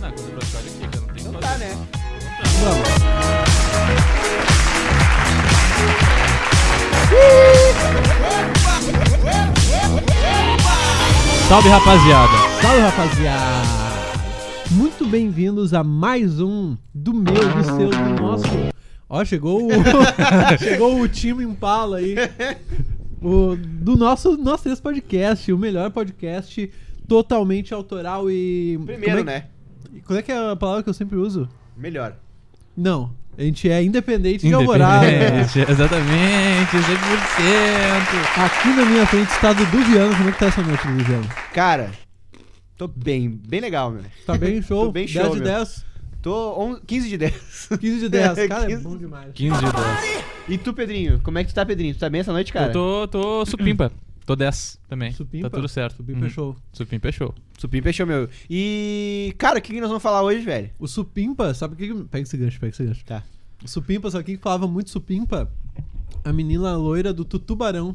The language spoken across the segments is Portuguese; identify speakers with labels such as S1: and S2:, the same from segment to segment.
S1: na coisa brasileira aqui, cara. Não tem
S2: Então
S1: coisa.
S2: tá, né?
S3: Vamos.
S1: Salve, rapaziada.
S3: Salve, rapaziada! Muito bem-vindos a mais um do meu, do seu, do nosso. Ó, chegou o, chegou o time Impala aí. O, do nosso Nós Três Podcast, o melhor podcast totalmente autoral e.
S2: Primeiro,
S3: como é,
S2: né?
S3: Qual é que é a palavra que eu sempre uso?
S2: Melhor.
S3: Não, a gente é independente de Alvorada.
S1: Independente, Exatamente, 100%.
S3: Aqui na minha frente está Dudu Viano. Como é que tá essa noite, Dudu Viano?
S2: Cara, tô bem, bem legal, meu.
S3: Tá bem show?
S2: Tô bem
S3: 10
S2: show,
S3: de
S2: meu.
S3: 10,
S2: Tô on- 15 de 10.
S3: 15 de 10. Cara, é
S2: 15.
S3: bom demais.
S1: 15 de 10.
S2: E tu, Pedrinho? Como é que tu tá, Pedrinho? Tu tá bem essa noite, cara?
S1: Eu tô, tô supimpa. Tô 10 também.
S3: Supimpa?
S1: Tá tudo certo.
S3: Subir pra
S1: Uhum.
S3: show.
S1: Supimpa é show.
S2: Supim fechou, meu. E, cara, o que, que nós vamos falar hoje, velho?
S3: O Supimpa, sabe o que. que- Pega esse gancho, pega esse gancho.
S2: Tá.
S3: O Supimpa, sabe o que que falava muito Supimpa? A menina loira do Tutubarão,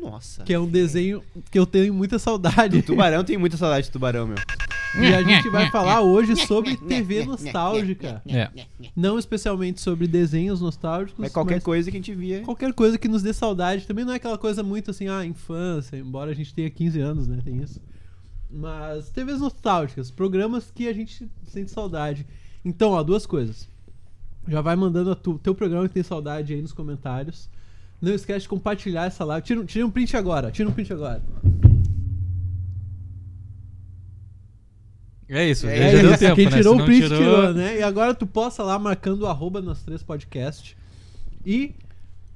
S2: Nossa.
S3: que é um desenho que eu tenho muita saudade.
S2: Tubarão tem muita saudade de tubarão, meu.
S3: E a gente vai falar hoje sobre TV nostálgica.
S1: É.
S3: Não especialmente sobre desenhos nostálgicos,
S2: É qualquer
S3: mas
S2: coisa que a gente via.
S3: qualquer coisa que nos dê saudade. Também não é aquela coisa muito assim, ah, infância, embora a gente tenha 15 anos, né? Tem isso. Mas TVs nostálgicas, programas que a gente sente saudade. Então, ó, duas coisas. Já vai mandando o teu programa que tem saudade aí nos comentários. Não esquece de compartilhar essa live. Tira, um- tira um print agora, tira um print agora.
S1: É isso,
S2: É
S1: já,
S2: isso.
S1: já deu
S3: isso,
S1: tempo,
S3: quem
S1: né?
S3: tirou
S1: Se
S3: o
S1: não
S3: print tirou... né? E agora tu posta lá marcando o arroba nós três podcast. E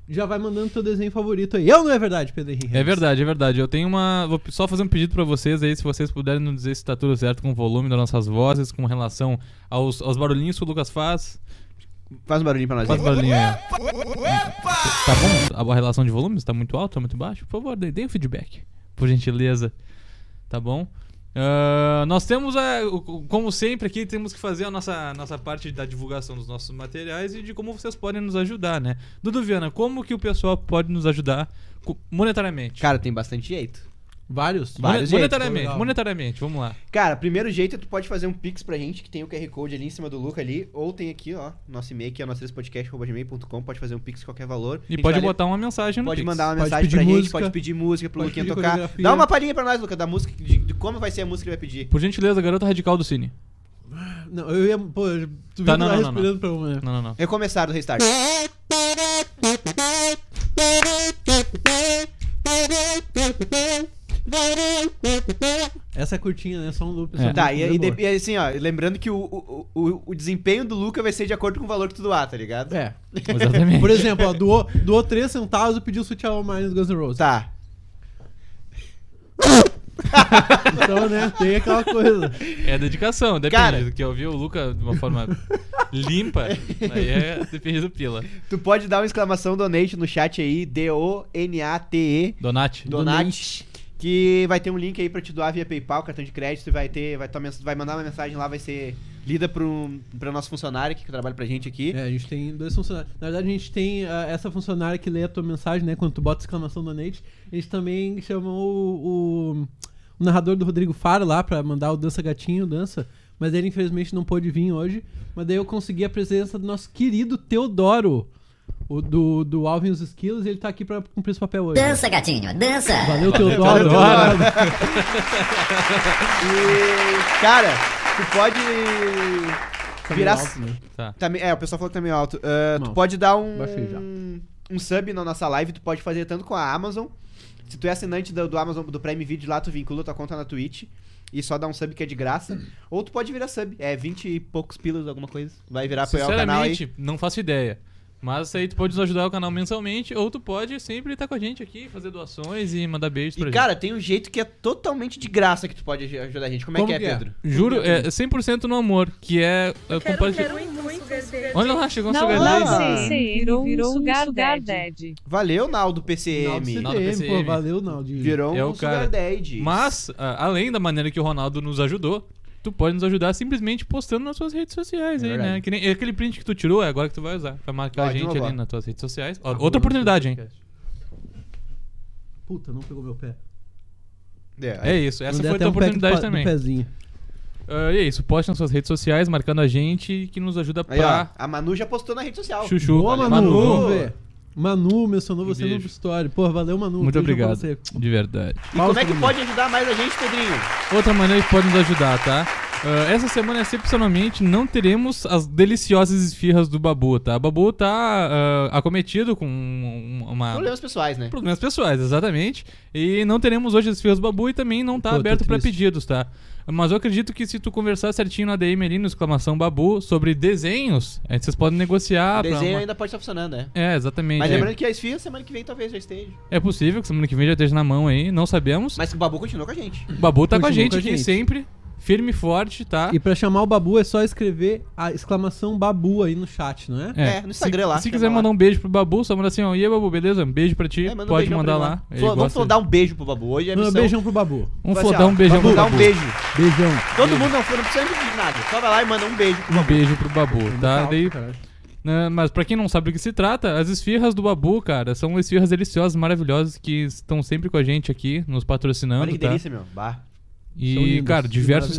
S3: já vai mandando teu desenho favorito aí. Eu não é verdade, Pedro Henrique.
S1: É verdade, é verdade. Eu tenho uma. Vou só fazer um pedido pra vocês aí, se vocês puderem nos dizer se tá tudo certo com o volume das nossas vozes, com relação aos, aos barulhinhos que o Lucas faz.
S2: Faz um barulhinho pra nós
S1: Faz
S2: aí.
S1: barulhinho aí. Tá bom? A relação de volumes tá muito alta, tá muito baixo? Por favor, dê- deem o feedback, por gentileza. Tá bom? Ah, nós temos, a, o- o- como sempre aqui, temos que fazer a nossa, nossa parte da divulgação dos nossos materiais e de como vocês podem nos ajudar, né? Dudu Viana, como que o pessoal pode nos ajudar co- monetariamente?
S2: Cara, tem bastante jeito.
S3: Vários?
S1: Mone-
S2: vários jeitos,
S1: monetariamente,
S3: legal.
S1: monetariamente, vamos lá.
S2: Cara, primeiro jeito é tu pode fazer um pix pra gente, que tem o QR Code ali em cima do Luca ali, ou tem aqui, ó, nosso e-mail, que é nosso podcast.gmail.com, pode fazer um pix de qualquer valor. A
S1: E
S2: gente
S1: pode
S2: vai ler-
S1: botar uma mensagem no
S2: Pode
S1: Pix.
S2: mandar uma
S3: Pode
S2: mensagem
S3: pedir
S2: pra gente,
S3: música.
S2: pode pedir música pro
S3: Pode
S2: Luquinha
S3: pedir
S2: tocar.
S3: coreografia.
S2: Dá uma palhinha pra nós, Luca, da música, de, de como vai ser a música que ele vai pedir.
S1: Por gentileza, garota radical do Cine.
S3: Não, eu ia. Pô, eu-
S1: Tá,
S3: tu viu que eu
S1: não, não,
S3: tava
S1: não,
S3: respirando pra uma.
S1: Não, não, não.
S2: Recomeçar do restart.
S3: Hum, Essa é curtinha, né? Só um loop. só
S1: É.
S3: um
S2: Tá,
S3: loop,
S2: e,
S3: né,
S2: e de-
S3: boa.
S2: e assim, ó, lembrando que o, o, o, o desempenho do Luca vai ser de acordo com o valor que tu doar, tá ligado?
S3: É.
S1: Exatamente.
S3: Por exemplo, ó, doou, doou 3 centavos e pediu Sweet All Mine do Guns N' Roses.
S2: Tá.
S3: Então, né? Tem aquela coisa.
S1: É dedicação, depende
S2: Cara.
S1: do que eu ouvi o Luca de uma forma limpa, aí é depende do pila.
S2: Tu pode dar uma exclamação donate no chat aí, D-O-N-A-T-E,
S1: Donate.
S2: donate, que vai ter um link aí pra te doar via PayPal, cartão de crédito, e vai ter, vai, tua mens- vai mandar uma mensagem lá, vai ser lida pro, pra nosso funcionário que trabalha pra gente aqui.
S3: É, a gente tem dois funcionários. Na verdade, a gente tem ah, essa funcionária que lê a tua mensagem, né? Quando tu bota exclamação donate. A gente também chamou o, o- o narrador do Rodrigo Faro lá pra mandar o Dança Gatinho, Dança. Mas ele, infelizmente, não pôde vir hoje. Mas daí eu consegui a presença do nosso querido Teodoro, o do, do Alvin e os Esquilos. E ele tá aqui pra cumprir esse papel hoje.
S4: Dança, gatinho, dança!
S3: é. Valeu, Teodoro.
S2: Teodoro. E, cara, tu pode virar...
S1: Tá.
S2: Tá me- é, o pessoal falou que tá meio alto. Ah, tu
S3: Não,
S2: pode dar um.
S3: baixei já.
S2: Um sub na nossa live, tu pode fazer tanto com a Amazon. Se tu é assinante do, do Amazon do Prime Video lá, tu vincula tua conta na Twitch e só dá um sub que é de graça. Ou tu pode virar sub. É 20 e poucos pilas, alguma coisa. Vai virar apoiar o canal aí.
S1: Sinceramente, não faço ideia. Mas aí tu pode nos ajudar o canal mensalmente, ou tu pode sempre estar com a gente aqui, fazer doações e mandar beijos pra
S2: E
S1: gente.
S2: cara, tem um jeito que é totalmente de graça que tu pode aj- ajudar a gente. Como,
S3: Como
S2: é que
S3: que
S2: é,
S3: é?
S2: Pedro?
S1: Juro, é 100% no amor, que é, é compartilhar. Olha lá, chegou um
S5: Não,
S1: sugar
S5: não,
S1: daddy.
S2: Olá.
S5: sim, sim, virou, virou um sugar, daddy.
S2: Valeu, Naldo PCM.
S1: Naldo PCM.
S3: Pô, valeu, Naldinho.
S2: Virou
S1: É
S2: um
S1: o cara.
S2: Sugar Daddy.
S1: Mas, a- além da maneira que o Ronaldo nos ajudou, tu pode nos ajudar simplesmente postando nas suas redes sociais aí,
S2: verdade.
S1: né? Que nem- é aquele print que tu tirou é agora que tu vai usar pra marcar
S2: Ó,
S1: a
S2: de
S1: gente
S2: novo,
S1: ali
S2: ó.
S1: nas tuas redes sociais. Ó, outra oportunidade, hein?
S3: Puta, não pegou meu pé.
S2: É, aí-
S1: É isso, essa
S3: Mandei
S1: foi a
S3: até
S1: tua
S2: É,
S3: um pack do
S1: oportunidade
S3: pa- do
S1: também.
S3: pezinho.
S1: Ah, e é isso, poste nas suas redes sociais, marcando a gente, que nos ajuda
S2: Aí, ó,
S1: pra.
S2: a Manu já postou na rede social.
S1: Chuchu.
S3: Boa, Manu.
S1: Manu.
S3: Vamos ver. Manu mencionou você no
S1: Beijo.
S3: story. Pô, valeu, Manu.
S1: Muito
S3: Beijo pra
S1: obrigado.
S3: você.
S1: De verdade.
S2: E como é que
S3: Pausa,
S2: pode ajudar mais a gente, Pedrinho?
S1: Outra maneira que pode nos ajudar, tá? Ah, essa semana, excepcionalmente, não teremos as deliciosas esfirras do Babu, tá? O Babu tá ah, acometido com um- uma.
S2: Problemas pessoais, né?
S1: Problemas pessoais, exatamente. E não teremos hoje as esfirras do Babu e também não tá
S3: Pô, tô
S1: aberto pra
S3: triste.
S1: pedidos, tá? Mas eu acredito que se tu conversar certinho na DM ali no exclamação Babu sobre desenhos, aí vocês podem negociar.
S2: O
S1: pra
S2: desenho
S1: uma-
S2: ainda pode estar funcionando, né?
S1: É, exatamente.
S2: Mas
S1: É.
S2: lembrando que a esfirra semana que vem talvez já esteja.
S1: É possível que semana que vem já esteja na mão aí, não sabemos.
S2: Mas o Babu continua com a gente.
S1: O Babu tá com a
S3: Continua
S1: gente
S3: com a
S1: aqui
S3: gente.
S1: sempre, firme e forte, tá?
S3: E pra chamar o Babu é só escrever a exclamação Babu aí no chat, não é?
S2: É, no Instagram
S1: se,
S2: lá,
S1: Se
S2: chama
S1: quiser
S2: lá.
S1: mandar um beijo pro Babu, só manda assim, ó. E aí, Babu, beleza? Um beijo pra ti.
S2: É, manda um
S1: Pode
S2: beijão pra
S1: mandar
S2: ele
S1: lá. Ele
S2: Flo- Vamos
S1: gosta
S2: Flo- dar um beijo pro Babu. Hoje é
S3: Um
S2: missão.
S3: beijão pro Babu.
S1: de- Um
S2: Vai ser,
S1: flodão,
S2: ó,
S1: um beijão
S2: Babu,
S1: pro
S2: dá
S1: Babu.
S2: um beijo.
S3: Beijão.
S2: Todo mundo não, não precisa de nada. Só vai lá e manda um beijo.
S1: Um beijo pro Babu, tá?
S3: Alto,
S1: Daí
S3: caralho.
S1: Né, Mas pra quem não sabe do que se trata, as esfirras do Babu, cara, são esfirras deliciosas, maravilhosas, que estão sempre com a gente aqui, nos patrocinando,
S2: Olha que
S1: tá?
S2: delícia, meu. Bah.
S3: São
S1: E,
S3: lindas
S1: cara,
S3: e
S1: diversos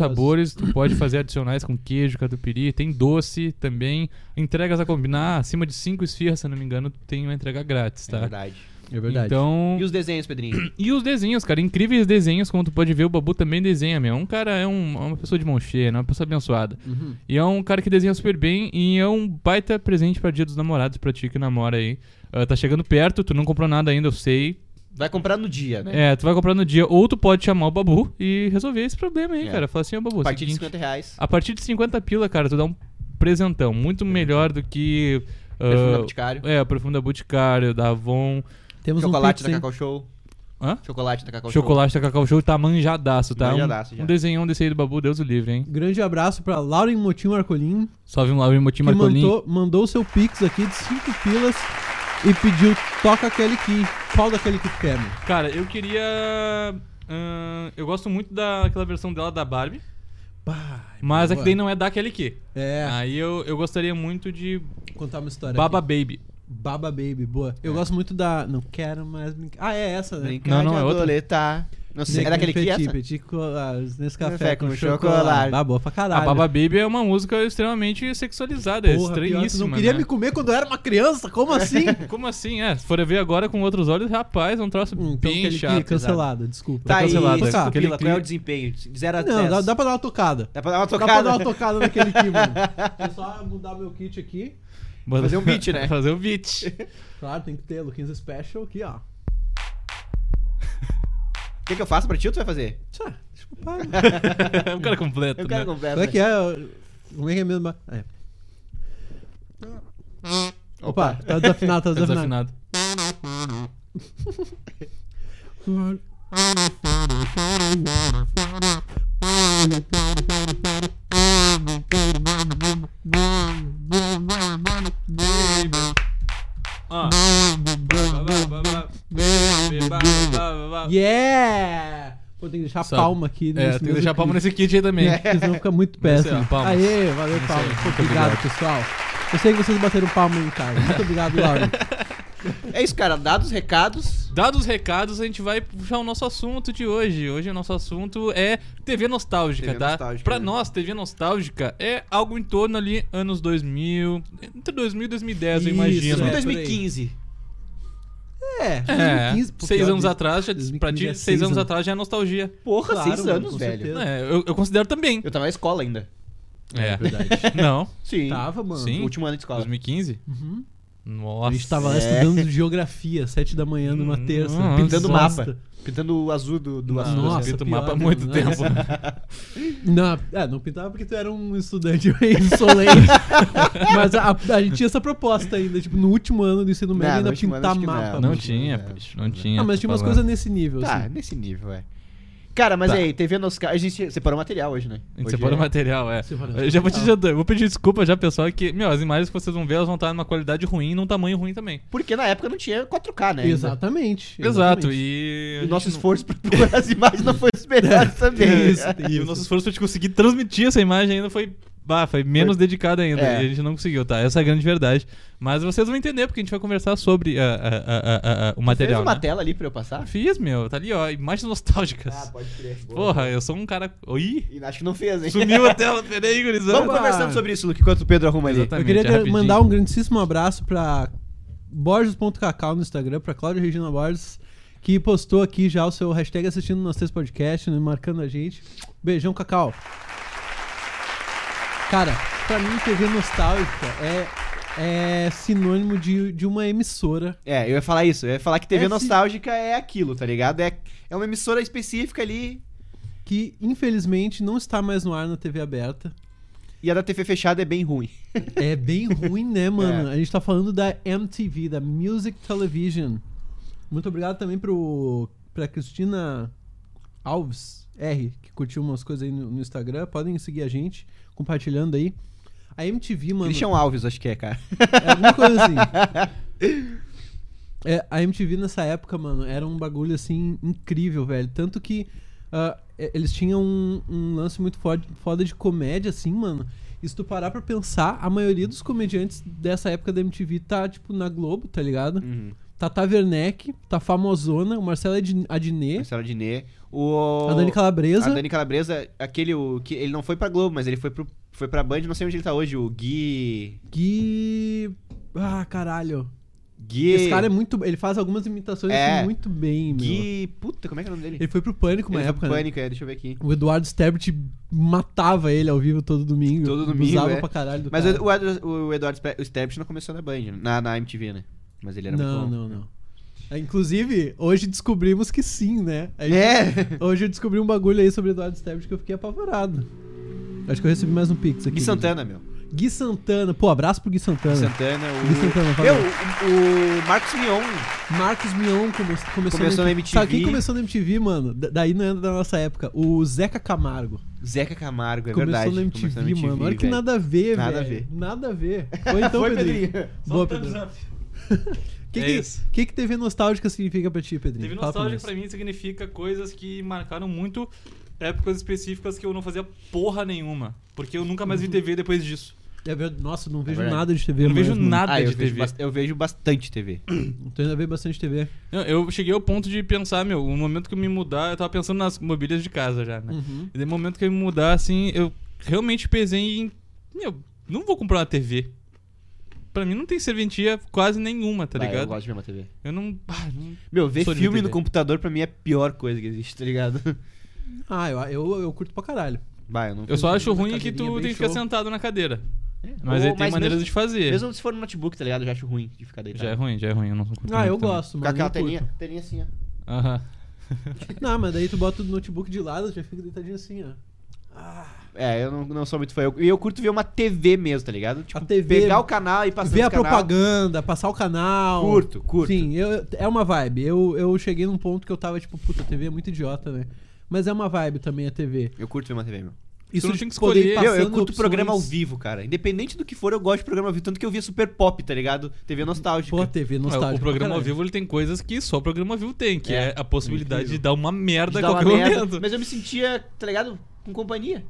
S1: sabores,
S3: maravilhosas.
S1: tu pode fazer adicionais com queijo, catupiry, tem doce também, entregas a combinar, acima de cinco esfirras, se eu não me engano, tu tem uma entrega grátis,
S2: É
S1: tá?
S2: verdade.
S3: É verdade.
S1: Então...
S2: E os desenhos, Pedrinho?
S1: E os desenhos, cara, incríveis desenhos, como tu pode ver, o Babu também desenha, meu. É um cara, é um- é uma pessoa de mão cheia, né? uma pessoa abençoada.
S3: Uhum.
S1: E é um cara que desenha super bem e é um baita presente pra Dia dos Namorados, pra ti que namora aí. Ah, tá chegando perto, tu não comprou nada ainda, eu sei.
S2: Vai comprar no dia, né?
S1: É, tu vai comprar no dia, ou tu pode chamar o Babu e resolver esse problema aí,
S2: É.
S1: cara. Fala assim, ô Babu,
S2: a partir de
S1: seguinte,
S2: 50 reais.
S1: a partir de 50 pila, cara, tu dá um presentão. Muito melhor do que... ah,
S2: É. Perfume da Boticário.
S1: É, perfume da Boticário, da Avon.
S3: Temos
S2: Chocolate
S3: um
S2: da
S3: pix, hein?
S2: Cacau Show.
S1: Hã?
S2: Chocolate da Cacau Show.
S1: Chocolate da Cacau Show tá manjadaço, tá? Um-
S2: Manjadaço, já.
S1: um, desenhão desse aí do Babu, Deus o livre, hein?
S3: Grande abraço pra Lauren Motinho Arcolim,
S1: Salve um Laurinho Motim
S3: que
S1: Marcolin.
S3: mandou, mandou o seu pix aqui de 5 pilas e pediu toca aquele que. Qual daquele que tu quer, meu?
S1: Cara, eu queria. ahn, eu gosto muito daquela versão dela da Barbie,
S3: Pá,
S1: mas a que
S3: boa.
S1: daí não é da Kelly Key.
S3: É,
S1: Aí eu, eu gostaria muito de
S3: contar uma história.
S1: Baba
S3: aqui.
S1: Baby.
S3: Baba Baby, boa.
S2: É.
S3: Eu gosto muito da. Não quero mais brincar. Ah, é essa, né?
S2: Brincar
S1: Não, não,
S2: de
S1: é outra.
S2: adoletar. Não sei, é
S3: Nequim
S2: daquele que é
S3: petit,
S2: essa?
S3: petit colas, nesse café,
S2: Café
S3: com,
S2: com
S3: chocolate.
S2: chocolate.
S3: Ah, boa pra
S1: A
S3: caralho.
S1: Baba Baby é uma música extremamente sexualizada, é
S3: Porra, pior, tu
S1: estranhíssima.
S3: não queria
S1: né?
S3: me comer quando eu era uma criança? Como
S2: É.
S3: assim?
S1: Como assim? É, se for ver agora com outros olhos, rapaz, é um troço
S3: Hum, então
S1: bem
S3: aquele que
S1: chato.
S3: cancelada, desculpa.
S2: Tá aí,
S1: cancelado, né?
S2: cinco
S1: Aquele
S2: pila, qual
S1: clipe.
S2: é o desempenho? De 0 a 10.
S3: Não, dá, dá pra dar uma tocada.
S2: Dá pra dar uma
S3: Dá pra
S2: tocada?
S3: dar uma tocada naquele aqui, mano. Deixa eu só mudar meu kit aqui.
S1: Bota-
S2: Fazer um beat, né?
S1: Fazer um beat.
S3: Claro, tem que ter Luquinhas Special aqui, ó.
S2: O que, que eu faço pra ti ou tu vai fazer?
S3: Tchá, deixa eu parar.
S1: o Um cara completo.
S2: Eu quero
S1: né?
S2: conversa.
S3: Como é que é? Como é que é mesmo? É. Opa, tá desafinado, tá
S1: Tá
S3: desafinado.
S1: desafinado. Ó.
S3: Yeah! Pô, tem que deixar a
S1: Sabe.
S3: palma aqui.
S1: É, tem que deixar a palma nesse kit aí também.
S3: Porque senão fica muito péssimo.
S1: aí, palmas.
S3: Aê, valeu,
S1: Isso aí,
S3: palmas. Pô,
S1: muito
S3: obrigado,
S1: obrigado.
S3: pessoal. Eu sei que vocês bateram palma em casa. Muito obrigado, Laura.
S2: É isso, cara. Dados, recados.
S1: Dados os recados, a gente vai puxar o nosso assunto de hoje. Hoje o nosso assunto é TV nostálgica,
S2: TV
S1: tá?
S2: nostálgica,
S1: pra
S2: né?
S1: nós, TV nostálgica é algo em torno ali anos 2000, entre 2000 e 2010, eu
S3: Isso,
S1: imagino.
S3: é.
S2: 2015.
S3: É,
S1: É,
S3: 2015, pô,
S1: seis
S3: pior
S1: anos
S3: de-
S1: atrás, já, pra
S3: 2015
S1: ti,
S3: é
S1: seis
S3: seis
S1: anos
S3: anos.
S1: atrás já é nostalgia.
S2: Porra,
S3: Claro,
S2: seis
S3: mano,
S2: anos,
S3: com
S2: velho.
S3: certeza.
S1: É, eu, eu considero também.
S2: Eu tava na escola ainda.
S1: É,
S3: verdade.
S1: Não,
S2: Sim.
S3: Tava, mano.
S1: Sim.
S2: Último ano de escola.
S1: 2015?
S3: Uhum.
S1: Nossa. é.
S3: Tá. A gente tava lá estudando geografia, sete da manhã numa
S1: Hum,
S3: terça.
S1: nossa.
S2: Pintando o
S1: Nossa.
S2: mapa. Pintando o azul do, do
S1: Nossa,
S2: azul.
S3: Nossa,
S1: eu pinto o
S3: pior,
S1: mapa há
S3: né?
S1: muito
S3: Nossa.
S1: tempo.
S3: Não, é, não pintava porque tu era um estudante meio insolente. Mas a, a gente tinha essa proposta ainda. Tipo, no último ano do ensino médio
S2: Não, no
S3: ainda
S2: último ano
S3: pintar
S2: acho que não.
S3: mapa.
S1: Não
S3: mano.
S1: tinha,
S2: é,
S1: poxa, não tinha.
S3: Ah, mas
S1: tô
S3: tinha umas
S1: falando.
S3: coisas nesse nível,
S2: Tá,
S3: assim.
S2: nesse nível, é. Cara, mas
S1: Tá.
S2: aí, TV Noscar. A gente separou material hoje, né?
S1: A gente
S2: Hoje
S1: separa
S2: é-
S1: o material, é.
S3: Separa o
S1: Eu já vou te
S3: material.
S1: adiantar, eu vou pedir desculpa já, pessoal, que, meu, as imagens que vocês vão ver, elas vão estar numa qualidade ruim e num tamanho ruim também.
S2: Porque na época não tinha 4K, né? ainda.
S3: Exatamente.
S1: Exato,
S3: exatamente.
S1: e... a
S2: O nosso
S1: gente não-
S2: esforço pra procurar as imagens não foi os melhores também. né?
S3: Tem isso, tem
S1: E o
S3: isso.
S1: nosso esforço pra te conseguir transmitir essa imagem ainda foi Bah, foi menos dedicada ainda.
S2: É.
S1: E a gente não conseguiu, tá? Essa é a grande verdade. Mas vocês vão entender, porque a gente vai conversar sobre ah, ah, ah, ah, ah, o
S2: Fez
S1: material.
S2: uma
S1: né?
S2: tela ali pra eu passar?
S1: Fiz, meu. Tá ali, ó. Imagens nostálgicas.
S2: Ah, pode crer.
S1: Porra, eu sou um cara. Oi?
S2: E acho que não fez, hein?
S1: Sumiu a tela. Peraí, gurizada.
S2: Vamos conversando sobre isso, Luke, enquanto o Pedro arruma ali.
S1: Exatamente.
S3: Eu queria
S1: é
S3: ter-
S1: rapidinho.
S3: mandar um grandíssimo abraço pra Borges.cacau no Instagram, pra Cláudia Regina Borges, que postou aqui já o seu hashtag assistindo nós três podcast, né, marcando a gente. Beijão, Cacau. Cara, pra mim, TV nostálgica é, é sinônimo de, de uma emissora.
S2: É, eu ia falar isso. Eu ia falar que TV
S3: É, sim.
S2: nostálgica é aquilo, tá ligado? É, é uma emissora específica ali.
S3: Que infelizmente não está mais no ar na TV aberta.
S2: E a da TV fechada é bem ruim.
S3: É bem ruim, né, mano? A gente tá falando da MTV, da Music Television. Muito obrigado também pro, pra Cristina Alves R, que curtiu umas coisas aí no, no Instagram. Podem seguir a gente, compartilhando aí. A MTV, mano.
S2: Christian Alves, acho que é, cara.
S3: É alguma coisa assim. É, a MTV nessa época, mano, era um bagulho assim incrível, velho. Tanto que ah, e- eles tinham um, um lance muito foda, foda de comédia, assim, mano. E se tu parar pra pensar, a maioria dos comediantes dessa época da MTV tá, tipo, na Globo, tá ligado?
S2: Hum. Uhum.
S3: Tata Werneck, tá famosona, o Marcelo Adin- Adnet,
S2: Marcelo Diné. O...
S3: a Dani Calabresa.
S2: A Dani Calabresa, aquele. O, que, ele não foi pra Globo, mas ele foi, pro, foi pra Band, não sei onde ele tá hoje. O Gui.
S3: Gui. Ah, caralho.
S2: Gui.
S3: Esse cara é muito. Ele faz algumas imitações
S2: É.
S3: assim, muito bem, meu.
S2: Gui. Puta, como é que é o nome dele?
S3: Ele foi pro pânico uma
S2: Ele foi pro
S3: época. né?
S2: Pânico, é, deixa eu ver aqui.
S3: O Eduardo Sterbit matava ele ao vivo todo domingo.
S2: Todo domingo,
S3: Usava
S2: é.
S3: pra caralho do
S2: Mas
S3: cara.
S2: o, o, Ed- o Eduardo Spe- o Sterbich não começou na Band, na, na MTV, né? Mas ele era
S3: Não,
S2: muito bom.
S3: não, não. É, Inclusive, hoje descobrimos que sim, né? A gente-
S2: É!
S3: Hoje eu descobri um bagulho aí sobre Eduardo Sterbit que eu fiquei apavorado. Acho que eu recebi mais um pix aqui.
S2: Gui Santana, meu.
S3: Gui Santana. Pô, abraço pro Gui Santana.
S2: Gui Santana, o.
S3: Gui
S1: é,
S3: Santana, fala.
S2: Meu, o, o Marcos Mion.
S3: Marcos Mion come- começou,
S2: Começou na MTV.
S3: Sabe quem começou na MTV, mano? Da- daí não é da nossa época. O Zeca Camargo.
S2: Zeca Camargo, é
S3: começou,
S2: verdade.
S3: na MTV,
S2: começou
S3: mano. Olha que
S2: velho.
S3: nada a ver, velho.
S2: Nada a ver.
S3: Nada a ver. Foi então,
S2: Foi,
S3: Pedrinho.
S2: Pedrinho.
S1: Só
S3: Boa,
S1: um thumbs
S3: Pedrinho.
S1: up.
S3: O que,
S1: É
S3: que,
S1: isso.
S3: que, que TV nostálgica significa pra ti, Pedrinho?
S1: Teve
S3: Fala
S1: nostálgico
S3: nós.
S1: pra mim significa coisas que marcaram muito épocas específicas que eu não fazia porra nenhuma. Porque eu nunca
S3: Uhum.
S1: mais vi TV depois disso.
S3: É verdade. Nossa, eu não vejo
S2: verdade.
S3: nada de TV.
S1: Eu não
S3: mais,
S1: vejo
S3: mano.
S1: nada
S2: Ah, eu
S1: né, de
S2: vejo,
S1: TV.
S2: bas- eu vejo bastante TV.
S3: Então ainda vejo bastante TV.
S1: Não, eu cheguei ao ponto de pensar, meu, no momento que eu me mudar, eu tava pensando nas mobílias de casa já,
S3: Uhum.
S1: né? E no momento que eu me mudar, assim, eu realmente pesei em. Meu, não vou comprar uma TV. Pra mim não tem serventia quase nenhuma, tá
S2: Ah, Eu
S1: ligado?
S2: gosto de ver uma TV.
S1: Eu não. ah, não-
S2: Meu, ver
S1: Sou de
S2: filme
S1: TV.
S2: no computador pra mim é a pior coisa que existe, tá ligado?
S3: Ah, eu, eu, eu curto pra caralho.
S2: Vai, eu não.
S1: Eu só acho ruim que
S3: cadeirinha
S1: tu
S3: bem
S1: tem que ficar
S3: show.
S1: sentado na cadeira.
S2: É.
S1: Mas
S2: Ou-
S1: aí tem maneiras
S2: mesmo,
S1: de fazer.
S2: Mesmo se for no notebook, tá ligado? Eu já acho ruim de ficar deitado.
S1: Já é ruim, já é ruim. Eu não curto
S3: Ah,
S1: muito
S3: eu
S1: também.
S3: gosto,
S2: Com
S3: mano.
S2: aquela
S3: eu curto.
S2: telinha, telinha assim, ó.
S1: Aham.
S3: Não, mas daí tu bota o notebook de lado, já fica deitadinho assim, ó.
S2: É, eu não, não sou muito fã. Eu- E eu, curto ver uma TV mesmo, tá ligado? Tipo,
S3: TV.
S2: pegar o canal e passar
S3: Ver a
S2: canal.
S3: propaganda, passar o canal.
S2: Curto, curto.
S3: Sim, eu- é uma vibe. Eu, eu cheguei num ponto que eu tava tipo, puta, a TV é muito idiota, né? Mas é uma vibe também a TV.
S2: Eu curto ver uma TV, meu.
S3: Isso
S1: não
S3: de
S1: tem que
S3: poder ir
S1: escolher.
S2: Meu, eu
S3: passando
S2: curto
S3: opções.
S2: programa ao vivo, cara. Independente do que for, eu gosto de programa ao vivo. Tanto que eu via Super Pop, tá ligado? TV nostálgica.
S3: Pô, a TV nostálgica.
S1: É, o programa ao
S3: pra caralho.
S1: vivo ele tem coisas que só o programa ao vivo tem, que é,
S2: É.
S1: a possibilidade
S3: Incrível.
S1: de dar uma merda
S2: De
S1: a
S2: dar uma
S1: qualquer
S2: merda.
S1: momento.
S2: Mas eu me sentia, tá ligado? Com companhia.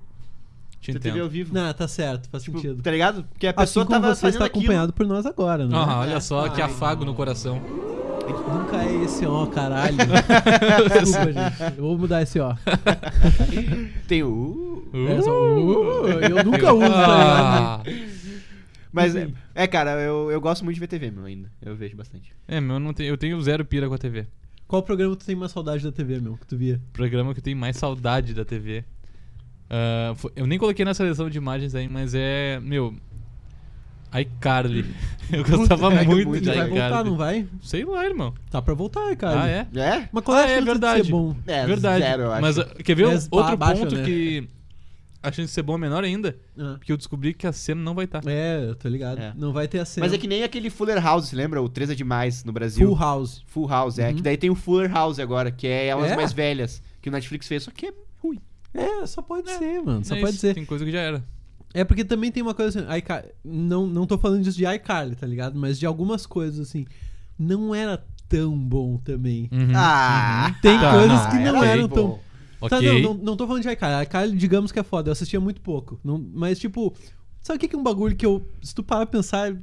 S1: Te
S2: da TV
S1: entendo.
S2: ao vivo.
S3: Não, tá certo, faz
S2: Tipo,
S3: sentido.
S2: tá ligado? Porque a
S3: Assim
S2: pessoa
S3: como
S2: tava
S3: você
S2: fazendo
S3: está
S2: aquilo.
S3: acompanhado por nós agora, né?
S1: Ah, olha só, que
S2: Ai.
S1: afago no coração.
S3: Nunca é esse ó, caralho. Desculpa, gente. Eu vou mudar esse ó.
S2: Tem o.
S3: É só,
S1: Uh.
S3: uh, eu nunca uso, tá ligado?
S1: Ah.
S2: Mas é, é, cara, eu, eu gosto muito de ver TV, meu, ainda. Eu vejo bastante.
S1: É, meu, eu não tenho, eu tenho zero pira com a TV.
S3: Qual programa tu tem mais saudade da TV, meu, que
S1: Tá
S3: tu via?
S1: Programa que eu tenho mais saudade da TV. Ah, fo- eu nem coloquei na seleção de imagens aí, mas é. Meu. iCarly. Eu gostava
S2: cara,
S1: muito
S2: muito
S1: de
S3: Ele vai
S1: iCarly.
S3: voltar, não vai?
S1: Sei lá, irmão.
S3: Tá pra voltar, cara.
S1: Ah, é?
S2: É?
S3: Mas qual é a
S1: Ah, é
S3: chance de
S1: verdade.
S3: ser bom?
S2: É,
S1: Verdade.
S2: zero, eu acho.
S1: Mas ah, quer ver
S3: É
S1: um-
S3: ba-
S1: outro
S3: abaixo,
S1: ponto
S3: né?
S1: que a chance de ser bom é menor ainda?
S3: Ah.
S1: Porque eu descobri que a cena não vai tá. estar.
S3: É, eu tô ligado.
S2: É.
S3: Não vai ter a cena.
S2: Mas é que nem aquele Fuller House, se lembra? O 3 é demais no Brasil.
S3: assim, Full House.
S2: Full House, é. Que daí tem o Fuller House agora, que é elas
S3: Uhum. É?
S2: mais velhas, que o Netflix fez, só que é ruim.
S3: É, só pode ser, mano. Só
S1: É
S3: pode
S1: isso,
S3: ser.
S1: Tem coisa que já era.
S3: É porque também tem uma coisa assim, iCar- não, não tô falando disso de iCarly, tá ligado? Mas de algumas coisas, assim, não era tão bom também.
S1: Uhum.
S2: Ah!
S3: Tem
S1: Tá,
S3: coisas
S1: Ah, não,
S3: que Tá, não é
S1: era
S3: eram
S2: bom.
S3: tão...
S1: Ok.
S3: Tá, não, não, não tô falando de Icar. Icar, digamos que é foda, eu assistia muito pouco. Não- mas, tipo, sabe o que que é um bagulho que eu. Se tu parar pra pensar.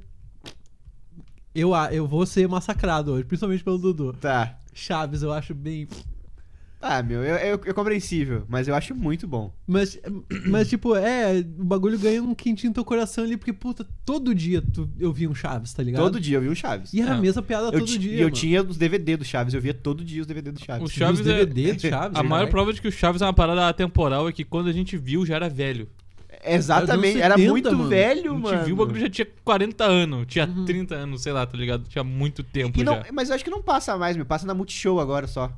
S3: Eu, a- eu vou ser massacrado hoje, principalmente pelo Dudu.
S2: Tá.
S3: Chaves, eu acho bem.
S2: Ah, meu, eu, eu, eu compreensível, mas eu acho muito bom.
S3: Mas, mas tipo, é, o bagulho ganha um quentinho no teu coração ali, porque, puta, todo dia tu, eu via um Chaves, tá ligado?
S2: Todo dia eu vi o Chaves.
S3: E era
S1: É.
S3: a mesma piada
S2: eu
S3: todo
S2: ti-
S3: dia.
S2: E eu
S3: mano.
S2: tinha os DVD do Chaves, eu via todo dia os DVD do Chaves.
S1: O
S3: Tu viu os
S1: Chaves é-
S3: DVD do Chaves,
S1: A maior
S3: caralho?
S1: prova de que o Chaves é uma parada atemporal é que quando a gente viu já era velho.
S2: Exatamente,
S3: Era
S2: era
S3: dos 70,
S2: muito
S3: mano.
S1: A
S2: velho,
S1: gente
S2: mano.
S1: viu o bagulho já tinha 40 anos, tinha 30 anos, sei lá, tá ligado? Tinha muito tempo
S2: E não-
S1: já.
S2: mas eu acho que não passa mais, meu. Passa na Multishow agora só.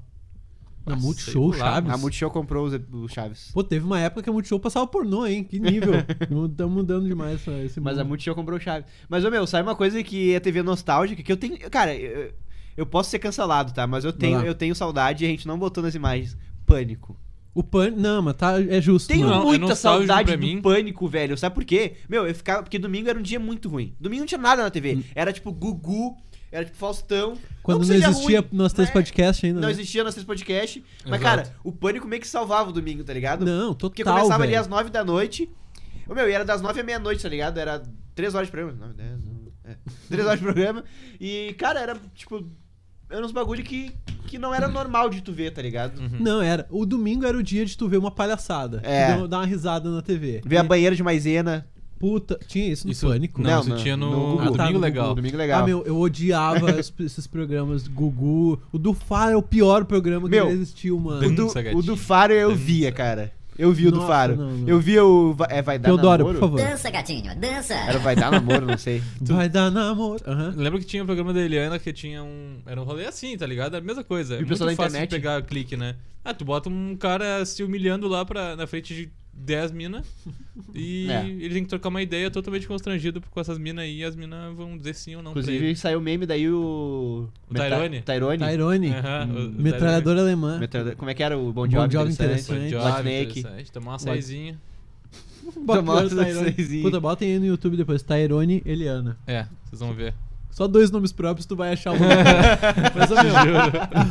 S3: Na
S1: Nossa,
S3: Multishow,
S1: sei lá,
S3: Chaves.
S2: A Multishow comprou os, o Chaves.
S3: Pô, teve uma época que a Multishow passava pornô, hein? Que nível. Estamos mudando demais essa- esse
S2: Mas
S3: mundo.
S2: a Multishow comprou o Chaves. Mas, ô meu, sabe uma coisa que é TV nostálgica, que eu tenho. Cara, eu, eu posso ser cancelado, tá? Mas eu tenho,
S3: lá.
S2: eu tenho saudade e a gente não botou nas imagens. Pânico.
S3: O pan... Não, mas tá... é justo.
S2: Tenho
S3: mano.
S1: Não, é
S2: muita
S1: nostálgico
S2: saudade
S1: pra
S2: do
S1: mim.
S2: pânico, velho. Sabe por quê? Meu, eu ficava. Porque domingo era um dia muito ruim. Domingo não tinha nada na TV. Era tipo Gugu, era tipo Faustão.
S3: Hum. Quando
S2: que
S3: não,
S2: seja
S3: existia
S2: ruim,
S3: nós três
S2: né?
S3: podcasts ainda.
S2: Não
S3: né?
S2: existia nossos podcast. Mas,
S1: Exato.
S2: cara, o pânico meio que salvava o domingo, tá ligado?
S3: Não, total.
S2: Porque começava ali
S3: velho.
S2: às 9 da noite. Ô, meu, e era das 9 à meia-noite, tá ligado? Era 3 horas de programa. 9, 10, 11, é. 3 horas de programa. E, cara, era tipo. Era uns bagulho que, que não era normal de tu ver, tá ligado?
S1: Hum.
S3: Não, era. O domingo era o dia de tu ver uma palhaçada.
S2: É.
S3: Tu dá- Dar uma risada na TV.
S2: Ver a banheira de maisena.
S3: Puta, tinha isso no
S1: Isso- é
S3: pânico.
S1: Não, isso tinha no-
S2: Gugu.
S1: Ah, Domingo
S3: tá, no
S1: Legal.
S2: Gugu, Um Domingo
S3: Ah,
S2: legal.
S3: meu, eu odiava es- esses programas do Gugu. O do Faro é o pior programa que
S2: Meu,
S3: já existiu, mano.
S2: o, do,
S1: Dança,
S2: o
S1: gatinho.
S2: do Faro eu
S1: Dança.
S2: via, cara. Eu vi o do
S3: Nossa,
S2: Faro.
S3: não, não.
S2: Eu via o. Va- É, vai dar
S3: Teodoro,
S2: namoro?
S3: por favor.
S4: Dança, gatinho, dança.
S2: Era o Vai Dar Namoro, não sei.
S3: Vai dar namoro. Aham.
S1: Lembra que tinha o programa da Eliana que tinha um. Era um rolê assim, tá ligado? Era a mesma coisa. É
S2: o pessoal
S1: muito
S2: da
S1: fácil de
S2: internet?
S1: pegar clique, né? Ah, tu bota um cara se humilhando lá pra, na frente de 10 minas e
S2: É.
S1: ele tem que trocar uma ideia totalmente constrangido com essas minas aí e as minas vão dizer sim ou não pra ele.
S2: Inclusive saiu o meme daí o.
S1: O Tyrone?
S2: Tyrone.
S3: Tyrone.
S1: Aham, o- o Tyrone.
S3: Metralhadora alemã.
S2: Metralha- Como é que era o Bon
S3: Bon
S2: Jovi?
S3: Jovi
S1: Foi
S3: interessante.
S1: jovem,
S2: Blacknake.
S1: interessante, Tomar uma
S3: Black-
S1: saizinha.
S3: Bota
S2: Tomar
S3: o Tyrone.
S2: vocês em-
S3: Puta, botem aí no YouTube depois. Tairone Eliana.
S1: É, vocês vão ver.
S3: Só dois nomes próprios tu vai achar o nome. dela. Mas, ô, meu,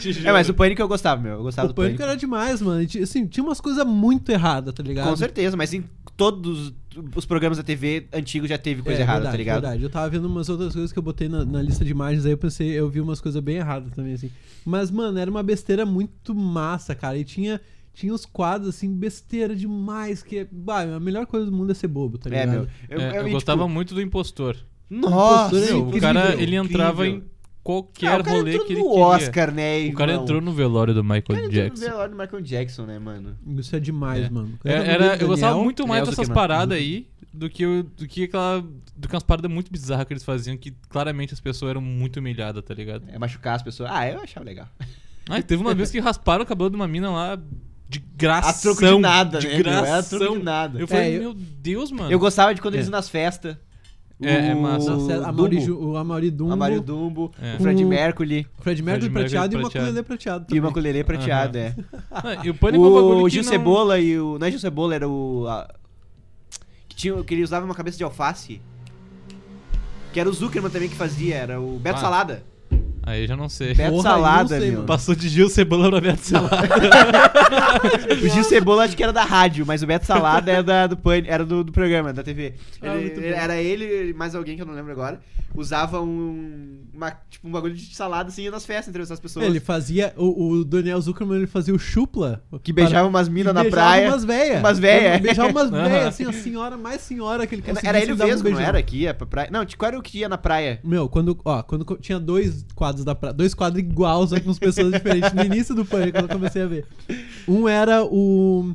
S1: Te juro.
S2: É, mas o Pânico eu gostava, meu. Eu gostava
S3: o
S2: do
S3: pânico era demais, mano. E ti- Assim, tinha umas coisas muito erradas, tá ligado?
S2: Com certeza, mas em todos os programas da TV antigos já teve coisa
S3: É,
S2: errada,
S3: verdade,
S2: tá ligado?
S3: Verdade. Eu tava vendo umas outras coisas que eu botei na, na lista de imagens aí, eu pensei, eu vi umas coisas bem erradas também, assim. Mas, mano, era uma besteira muito massa, cara. E tinha, tinha os quadros, assim, besteira demais, que é, bah, a melhor coisa do mundo é ser bobo, tá
S2: É,
S3: ligado?
S2: meu.
S1: É, eu,
S2: e,
S1: gostava
S2: tipo,
S1: muito do impostor.
S2: Nossa,
S3: Impostor é
S1: Meu, o
S3: incrível,
S1: cara, ele
S2: incrível.
S1: entrava em
S2: Ah,
S1: qualquer
S2: o cara
S1: rolê
S2: entrou
S1: que ele
S2: no
S1: queria.
S2: Oscar, né?
S1: O cara
S2: irmão?
S1: entrou no velório do
S2: O cara
S1: Michael
S2: entrou no
S1: Jackson.
S2: velório do Michael Jackson, né, mano?
S3: Isso é demais, mano.
S1: É,
S3: Era,
S1: era, eu gostava
S3: Daniel,
S1: muito mais
S2: Daniel
S1: dessas
S2: Zuckerman.
S1: paradas aí do que, o- do que aquela. Do que umas paradas muito bizarras que eles faziam, que claramente as pessoas eram muito humilhadas, tá ligado?
S2: É machucar as pessoas. Ah, eu achava legal.
S1: Ah, teve uma vez que rasparam o cabelo de uma mina lá de graça.
S2: A troco de nada, né?
S1: De
S2: meu? Era a
S1: graça.
S2: troco de nada.
S1: Eu falei,
S3: É, eu-
S1: meu Deus, mano.
S2: Eu gostava de quando eles
S3: É.
S2: iam nas festas.
S1: É, é massa.
S3: Nossa, era
S2: O
S3: a Mauri,
S2: Dumbo.
S3: Ju- o Amaury Dumbo,
S2: A Mario Dumbo,
S1: É.
S2: o Fred
S3: O-
S2: Mercury
S3: Fred Mercury
S1: Mercury
S3: prateado e uma
S1: prateado.
S3: colelê prateado
S2: e
S3: também.
S2: o Maculelê prateado, é.
S1: Ah, e o pânico é um bagulho
S2: O
S1: que
S2: Gil
S1: não-
S2: Cebola e o. Não é Gil Cebola, era o. a- que, tinha, que ele usava uma cabeça de alface. Que era o Zuckerman também que fazia, era o Beto
S1: Ah.
S2: Salada.
S1: Aí eu já não sei.
S2: Beto
S3: Porra,
S2: Salada,
S3: aí eu não sei,
S2: meu.
S3: mano.
S1: Passou de Gil Cebola pra Beto Salada.
S2: O Gil Cebola acho que era da rádio, mas o Beto Salada era, da- do, Pan- era do, do programa, da TV.
S3: Ah,
S2: Ele-
S3: muito bom.
S2: era ele e mais alguém que eu não lembro agora. Usava um. uma- tipo, um bagulho de salada assim ia nas festas entre as pessoas.
S3: Ele fazia. O, o Daniel Zuckerman ele fazia o chupla.
S2: que beijava umas minas na
S3: Beijava
S2: praia.
S3: umas véia. um
S2: umas véia.
S3: Beijava umas
S1: Aham.
S3: véia, assim, a senhora mais senhora que ele um
S2: Era,
S3: conseguia.
S2: era ele o Vesgo, não era? Que ia pra praia. Não, tipo, qual era o que ia na praia?
S3: Meu, quando, ó, quando co- tinha dois quadros da praia, dois quadros iguais, só que com pessoas diferentes, no início do pânico, quando eu comecei a ver. Um era o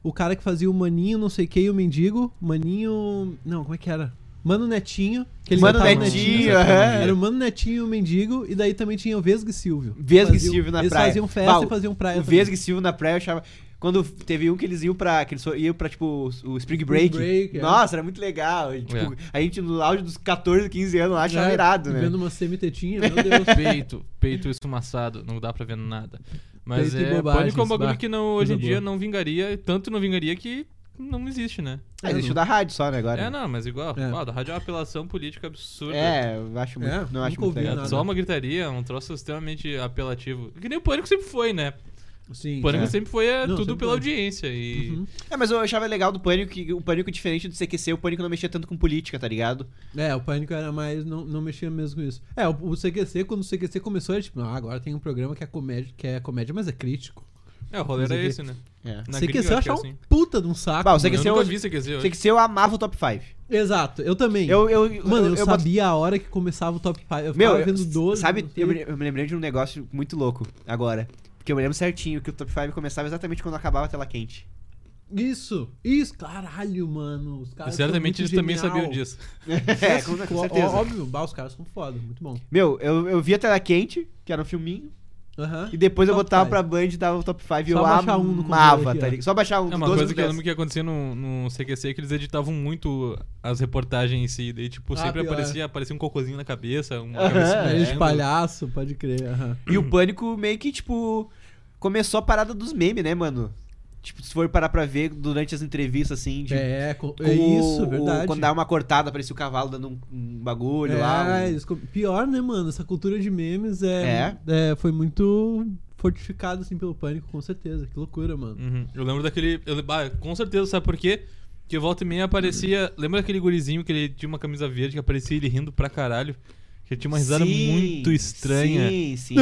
S3: o cara que fazia o maninho, não sei o que, e o mendigo, maninho, não, como é que era? Mano Netinho, que
S2: Mano
S3: imitava o
S2: Netinho, aham.
S3: Era o Mano Netinho e o mendigo, e daí também tinha o Vesgo e Silvio.
S2: Vesgo e
S3: Faziam-
S2: Silvio na
S3: eles
S2: praia.
S3: Eles faziam festa
S2: Bah,
S3: e faziam praia
S2: O
S3: também.
S2: Vesga e Silvio na praia eu achava. Quando teve um que eles iam pra. Que eles foram- iam pra, tipo, o Spring Break.
S3: Break, é.
S2: Nossa, era muito legal. E, tipo,
S1: É.
S2: A gente, no auge dos 14, 15 anos lá, achava
S3: É,
S2: irado, né?
S3: Vendo uma semitetinha, meu Deus.
S1: peito, peito esfumaçado, não dá pra ver nada. Mas
S3: Peito e
S1: é,
S3: bobagens,
S1: pânico é um
S3: bah,
S1: bagulho que não, hoje em
S3: coisa
S1: dia
S3: boa.
S1: não vingaria, tanto não vingaria que não existe, né?
S2: Ah, existe o da rádio só, né, agora.
S1: É, não, mas igual,
S3: É.
S1: é. da rádio é uma apelação política absurda.
S2: É, eu acho muito.
S3: É,
S2: não
S3: nunca
S2: acho muito
S3: ouvi
S1: É
S2: legal.
S3: nada.
S1: só uma gritaria, um troço extremamente apelativo. Que nem o pânico sempre foi, né?
S3: Sim.
S1: Pânico
S2: É.
S1: sempre foi é,
S3: Não,
S1: tudo
S3: sempre
S1: pela
S3: foi.
S1: audiência. E...
S3: Uhum.
S2: É, mas eu achava legal do Pânico que o Pânico, diferente do CQC, o Pânico não mexia tanto com política, tá ligado?
S3: É, o Pânico era mais. Não, não mexia mesmo com isso. É, o, o CQC, quando o CQC começou, era tipo, ah, agora tem um programa que é comédia, que é comédia mas é crítico.
S1: É, o rolê
S3: Mas
S1: era
S3: aqui-
S1: esse, né?
S2: É.
S1: Na
S3: CQC
S1: gringa,
S3: eu
S1: acho que é
S3: achava
S1: assim.
S3: um puta de um saco.
S2: Bah, o CQC
S3: mano.
S1: Eu nunca
S2: hoje-
S1: vi CQC hoje.
S2: CQC eu amava o Top 5.
S3: Exato, eu também.
S2: Eu, eu,
S3: Mano, eu,
S2: eu, boto-
S3: sabia a hora que começava o top 5. Eu
S2: Meu,
S3: ficava vendo 12.
S2: sabe,
S3: não sei.
S2: eu, me- eu me lembrei de um negócio muito louco agora. Porque eu me lembro certinho que o Top 5 começava exatamente quando acabava a tela quente.
S3: Isso, isso, caralho, mano. Os caras. são
S1: Certamente eles
S3: um
S1: também
S3: muito genial. tipo,
S1: sabiam disso.
S2: é, com, com
S3: Ó-
S2: certeza.
S3: Óbvio, bah, os caras são foda, muito bom.
S2: Meu, eu, eu via Tela Quente, que era um filminho,
S3: Aham.
S2: e depois eu
S3: Top
S2: botava
S3: five.
S2: pra Band e dava o Top 5 e
S3: Só
S2: eu
S3: baixar um no
S2: amava,
S3: computador aqui,
S2: tá
S3: ó.
S2: ligado? Só baixar um
S1: É
S2: dos
S1: uma
S2: 12
S1: coisa que eu
S2: pro
S1: lembro que acontecia no, no CQC é que eles editavam muito as reportagens em si. Daí, tipo,
S3: Ah,
S1: sempre
S3: pior.
S1: aparecia, aparecia um cocôzinho na cabeça, uma
S2: Aham,
S1: cabeça
S3: É,
S1: mexendo.
S3: de palhaço, pode crer. aham.
S2: 10. E o Pânico meio que, tipo, começou a parada dos memes, né, mano? Tipo, se for parar pra ver durante as entrevistas, assim, de...
S3: É, co-
S2: com
S3: é
S2: o-
S3: isso,
S2: o-
S3: verdade.
S2: quando dava uma cortada, parecia o cavalo dando um, um bagulho
S3: é,
S2: lá. um-
S3: eles co- Pior, né, mano? Essa cultura de memes é, é, foi muito fortificada, assim, pelo pânico, com certeza. Que loucura, mano.
S1: Uhum. Eu lembro daquele. Eu, lem- ah, com certeza, sabe por quê? Que volta e meia aparecia. Lembra daquele gurizinho que ele tinha uma camisa verde que aparecia ele rindo pra caralho? Que ele tinha uma risada
S2: Sim,
S1: muito estranha.
S2: Sim, sim.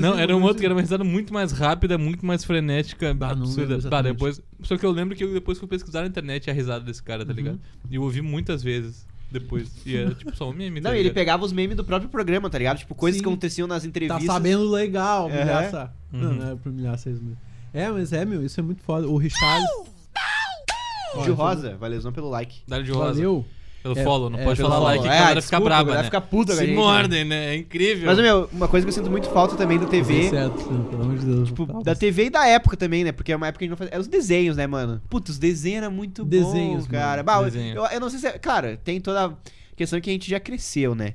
S1: Não, era um outro que era uma risada muito mais rápida, muito mais frenética,
S3: Bah, não
S1: absurda.
S3: lembro
S1: Bah,
S3: exatamente.
S1: depois, só que eu lembro que eu- depois que eu pesquisar na internet é a risada desse cara, tá ligado? E eu ouvi muitas vezes depois. E era tipo só um meme.
S2: Não,
S1: tá
S2: ele
S1: ligado?
S2: pegava os memes do próprio programa, tá ligado? Tipo, coisas
S3: Sim.
S2: que aconteciam nas
S3: Tá
S2: entrevistas.
S3: sabendo legal, humilhar
S2: É.
S3: essa.
S1: Uhum.
S3: Não, não era pra humilhar vocês mesmo. É, mas é, meu, isso é muito foda. O Richard. né?
S2: Gil Rosa, valezão pelo like.
S1: Dário de Rosa.
S3: Valeu.
S1: Pelo
S3: É,
S1: follow, não
S3: é,
S1: pode
S3: pelo
S1: falar
S3: follow.
S1: like que a galera fica braba, né?
S2: fica puta,
S1: Se mordem, né? É incrível.
S2: Mas, meu, uma coisa que eu sinto muito falta também da TV.
S3: Certo, sim, pelo amor de Deus.
S2: Tipo,
S3: Tá,
S2: da TV e da época também, né? Porque é uma época que a gente não fazia. É os desenhos, né, mano? Putz, os desenhos eram muito
S3: Desenhos,
S2: bons, cara.
S3: mano.
S2: Bah, eu-
S1: Desenho.
S2: Eu, eu não sei se. É, cara, tem toda a questão que a gente já cresceu, né?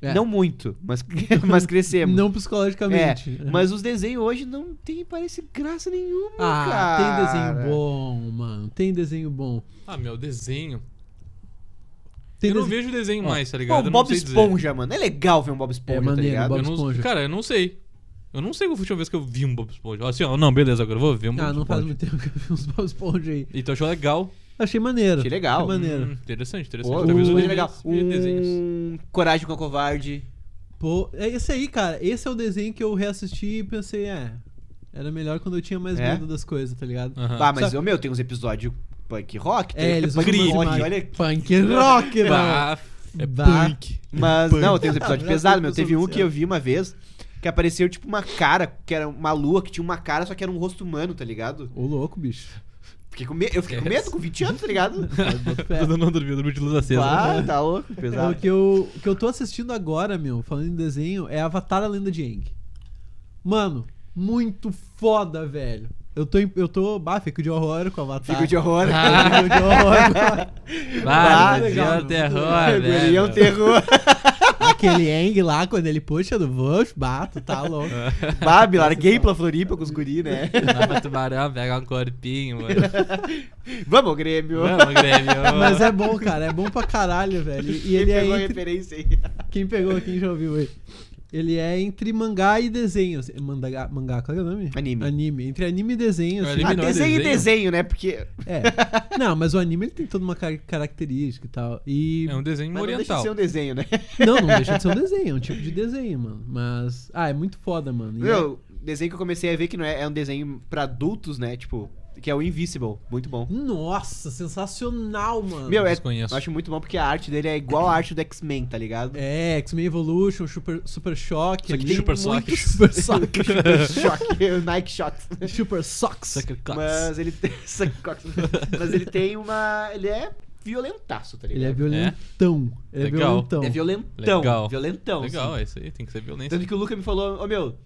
S3: É.
S2: Não muito, mas, mas crescemos.
S3: Não psicologicamente.
S2: É, mas os desenhos hoje não tem, parece, graça nenhuma,
S3: Ah, tem
S2: cara.
S3: desenho
S1: Tá
S3: bom, mano. Tem desenho bom.
S1: Ah, meu, desenho.
S3: Tem
S1: eu não
S3: desenho-
S1: vejo desenho
S3: Ó,
S1: mais, tá ligado?
S2: Pô,
S1: Eu
S2: o
S1: não
S2: Bob
S1: sei dizer.
S2: Esponja, mano. É legal ver um Bob Esponja, tá
S3: maneiro,
S2: ligado?
S3: Bob
S1: Eu não-
S3: Esponja.
S1: Cara, eu não sei. Eu não sei qual foi a última vez que eu vi um Bob Esponja. Assim, ó, não, beleza, agora eu vou ver um Bob
S3: Ah, não faz
S1: Esponja.
S3: muito tempo que eu vi uns Bob Esponja aí.
S1: E tu achou legal?
S3: Achei maneiro.
S2: Achei legal.
S3: Achei maneiro.
S1: Hum, interessante, interessante.
S2: Pô,
S1: Talvez eu
S2: Esponja é
S1: devesse
S2: legal.
S1: ver desenhos.
S2: Um Coragem com a Covarde.
S3: Pô, é esse aí, cara. Esse é o desenho que eu reassisti e pensei, é. Era melhor quando eu tinha mais
S2: É?
S3: medo das coisas, tá ligado?
S1: Aham.
S2: Ah, mas,
S3: Só-
S2: eu, meu, tem uns episódios punk rock. tem-
S3: É, eles
S2: punk
S3: usam umas
S2: rock,
S3: imagens-
S2: olha.
S3: Punk rock, mano.
S1: Bah, é
S3: Bah.
S1: punk.
S2: Mas,
S1: Punk.
S2: não, tem uns episódios
S3: Já
S2: pesados,
S3: sei
S2: meu.
S3: que eu
S2: Teve
S3: sou
S2: um que eu vi uma vez que apareceu, tipo, uma cara, que era uma lua, que tinha uma cara, só que era um rosto humano, tá ligado?
S3: Ô, louco, bicho.
S2: Fiquei com me- Eu fiquei com medo com 20 anos, tá ligado?
S3: Bota fé.
S1: Todo mundo dormiu, dormiu de luz acesa.
S2: Ah, tá louco,
S3: O
S2: pesado.
S3: que eu, o que eu tô assistindo agora, meu, falando em desenho, é Avatar a Lenda de Aang. Mano, muito foda, velho. Eu tô, em- eu tô, bah, fico de horror com o Avatar.
S2: Fico de horror.
S3: Fico de horror com o
S1: Bah,
S2: Ah,
S1: mas é
S3: legal,
S1: um
S3: meu.
S1: terror,
S2: Ele é um
S1: velho.
S2: terror.
S3: Aquele Aang lá, quando ele puxa do bush, bato, tá louco.
S2: Babi, larguei pela Floripa com os guri, né?
S1: Vai pra tubarão, pegar um corpinho, mano.
S2: Vamos, Grêmio.
S1: Vamos, Grêmio.
S3: Mas é bom, cara, é bom pra caralho, velho. E ele é
S2: pegou a
S3: entre-
S2: referência aí. Ah,
S3: Quem pegou, quem já ouviu aí. Ele é entre mangá e desenho. assim, Mangá, mangá qual é o nome?
S2: Anime.
S3: Anime. Entre anime e desenho.
S1: É
S3: assim.
S1: anime
S2: Ah,
S1: não é
S2: desenho e
S1: desenho.
S2: desenho, né? Porque.
S3: É. Não, mas o anime ele tem toda uma car- característica e tal. E.
S1: É um desenho
S2: Mas não deixa de
S1: oriental.
S2: ser um desenho, né?
S3: Não, não deixa de ser um desenho, é um tipo de desenho, mano. Mas. Ah, é muito foda, mano. E é-
S2: Meu, desenho que eu comecei a ver que não é, é um desenho pra adultos, né? Tipo, que é o Invisible. Muito bom.
S3: é, Nossa, sensacional, mano.
S2: Meu, é,
S1: desconheço.
S2: eu acho muito bom porque a arte dele é igual a arte do X-Men, tá ligado?
S3: É, X-Men Evolution, Super, Super Shock.
S1: Só que
S3: ali.
S1: tem Super Sock.
S3: muito Super Sock.
S2: Tipo, Choque, o Nike Shox.
S3: Super Socks.
S1: Sucker Cox.
S2: Mas ele tem. Suck Cox. Mas ele tem uma. Ele é violentaço, tá ligado?
S3: Ele é violentão. Ele é
S1: Legal.
S3: violentão.
S2: É violentão.
S1: Legal.
S2: Violentão.
S1: Legal,
S2: assim.
S1: é isso aí, tem que ser violência.
S2: Tanto que o Luca me falou, ô meu,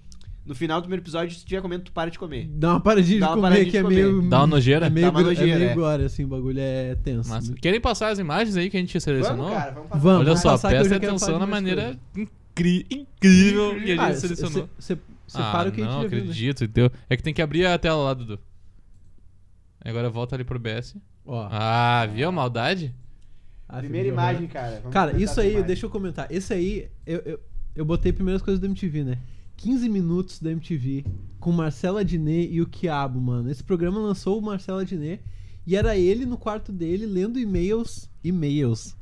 S2: no final do primeiro episódio, se tiver comendo, tu para de comer.
S3: Dá uma paradinha
S2: Dá
S3: de
S2: uma
S3: comer
S2: paradinha
S3: que é
S2: de comer.
S3: meio.
S1: Dá uma nojeira?
S3: É meio,
S2: Dá uma
S3: gru-
S2: nojeira,
S3: é meio
S2: é.
S3: gore, assim, o bagulho é tenso.
S1: Massa. Querem passar as imagens aí que a gente selecionou?
S2: vamos
S3: Vamos.
S1: é Olha só,
S3: passar que eu já
S1: presta
S3: quero falar
S1: atenção
S3: de
S1: na
S3: mais
S1: maneira incri- incrível que a gente
S3: Ah, cê-
S1: selecionou. Ah,
S3: cê- cê- Separa o que
S1: não
S3: a gente já viu, né?
S1: acredito, deu. É que tem que abrir a tela lá, Dudu. Agora volta ali pro BS.
S3: Ó,
S1: Ah, viu a maldade?
S3: a
S2: Primeira
S3: figura.
S2: imagem, cara. Vamos
S3: Cara,
S2: comentar
S3: isso
S2: essa
S3: aí,
S2: imagem.
S3: deixa eu comentar. Esse aí, eu, eu, eu botei primeiras coisas do MTV, né? 15 minutos da MTV com Marcela Diné e o Quiabo, mano. Esse programa lançou o Marcela Diné e era ele no quarto dele lendo e-mails. E-mails.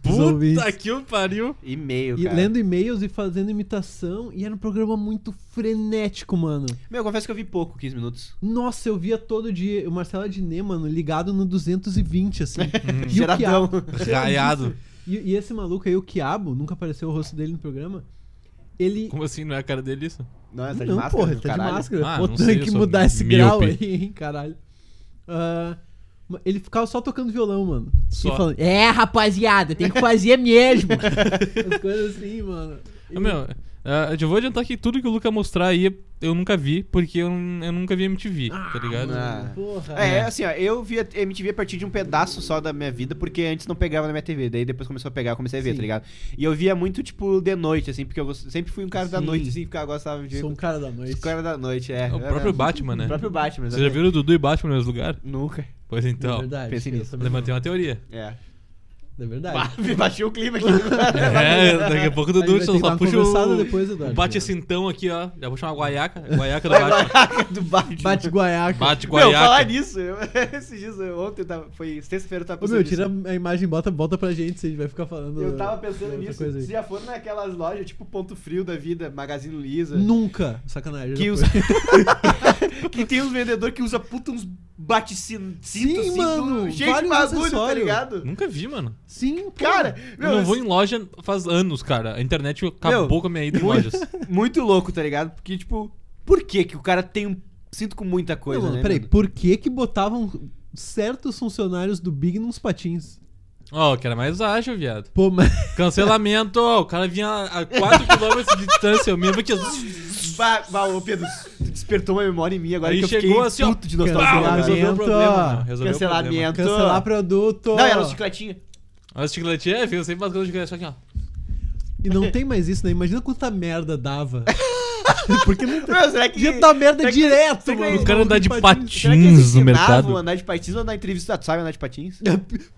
S1: Puta
S3: ouvintes.
S1: que o pariu.
S2: E-mail,
S3: E
S2: cara.
S3: lendo e-mails e fazendo imitação. E era um programa muito frenético, mano.
S2: Meu, eu confesso que eu vi pouco, 15 minutos.
S3: Nossa, eu via todo dia o Marcelo Adnet, mano, ligado no 220, assim. E o
S2: Geradão.
S3: Quiabo-
S1: Raiado.
S3: E, e esse maluco aí, o Quiabo, nunca apareceu o rosto dele no programa. Ele.
S1: Como assim? Não é a cara dele isso?
S2: Não, essa de
S3: não,
S2: máscara,
S3: porra,
S2: do
S3: tá
S2: caralho.
S3: de máscara.
S1: Ah,
S3: Pô,
S1: não
S3: tem
S1: sei, eu
S3: que
S1: sou
S3: mudar esse grau aí,
S1: míope.
S3: hein, caralho. Ah, ma- ele ficava só tocando violão, mano.
S1: Só.
S3: E falando, é, rapaziada, tem que fazer mesmo. As coisas assim, mano.
S1: Ah, meu, ah, eu já vou adiantar que tudo que o Luca mostrar aí eu nunca vi, porque eu, eu nunca vi MTV,
S3: Ah,
S1: tá ligado?
S2: não.
S3: Mano, Porra.
S2: É, assim, ó, eu vi a MTV a partir de um pedaço só da minha vida, porque antes não pegava na minha TV, daí depois começou a pegar, eu comecei a ver,
S3: Sim.
S2: tá ligado? E eu via muito, tipo, de noite, assim, porque eu gost- sempre fui um cara da
S3: Sim.
S2: noite, assim, porque eu gostava de ver
S3: Sou um cara da noite.
S2: os caras da noite, é.
S1: É o
S2: É,
S1: próprio
S2: é,
S1: Batman, né?
S2: O próprio Batman,
S1: Vocês já
S2: exatamente.
S1: viram o Dudu e Batman no mesmo lugar?
S2: Nunca.
S1: Pois
S3: É
S1: então,
S3: verdade.
S2: pense
S3: eu
S2: nisso.
S3: também
S1: levantei uma teoria.
S2: É.
S3: não. É verdade.
S2: Me baixou o clima aqui agora.
S1: É, daqui a pouco o
S3: A
S1: Dudu
S3: gente vai
S1: só,
S3: ter que dar
S1: só
S3: uma
S1: puxa
S3: conversada
S1: o...
S3: depois, Eduardo.
S1: o bate cintão aqui, ó. Já vou chamar guaiaca. Guaiaca do Batman.
S2: do Batman.
S3: Bate guaiaca.
S1: Bate
S2: Meu, falar
S1: guaiaca.
S2: nisso, eu, esses dias, eu- ontem, eu tava, foi sexta-feira, eu tava
S3: Ô,
S2: pensando
S3: meu,
S2: nisso.
S3: tira a imagem, bota, bota pra gente, se a gente vai ficar falando.
S2: Eu tava
S3: Tipo, outra
S2: pensando nisso.
S3: coisa aí.
S2: Vocês já foram naquelas lojas, tipo Ponto Frio da vida, Magazine Luiza,
S3: Nunca. Sacanagem.
S2: que,
S3: já
S2: os...
S3: foi.
S2: que tem uns vendedores que usa puta uns assim, baticintos,
S3: Sim, mano, um
S2: cheio de
S3: vários
S2: bagulho, tá
S3: acessórios.
S2: ligado?
S1: Nunca vi, mano.
S3: Sim, pô.
S2: Cara,
S1: Eu
S2: meu,
S1: não vou em loja faz anos, cara. A internet acabou
S2: Meu,
S1: com a minha ida em
S2: muito-
S1: lojas.
S2: muito louco, tá ligado? Porque, tipo, por que que o cara tem um cinto com muita coisa,
S3: não, mano,
S2: né?
S3: peraí,
S2: mano?
S3: por que que botavam certos funcionários do Big nos patins?
S1: Ó, eu quero mais ágil, viado.
S3: Pô, mas...
S1: Cancelamento, ó. O cara vinha a 4km de distância. Eu mesmo que.
S2: Bah, bah, ô Pedro, tu despertou uma memória em mim agora
S1: Aí
S2: que eu
S1: chegou
S2: fiquei
S1: assim, ó,
S2: puto de nostalgia.
S3: cancelamento.
S2: cara.
S1: Resolveu o problema, né? Resolveu
S2: Cancelamento.
S3: Cancelar produto.
S2: Não, era um chicletinho.
S1: O problema. As chicletinhas, eu é, sempre fazendo chiclete só aqui, ó.
S3: E não tem mais isso, né? Imagina quanta merda dava. Porque não tem...
S2: Meu, será que...
S3: Ia dar merda
S2: será que-
S3: direto,
S2: será que é
S3: mano.
S1: O cara andar de
S2: Será que eles
S1: patins no
S2: ensinavam a
S1: mercado.
S2: andar de patins ou na entrevista? Tu sabe andar de patins?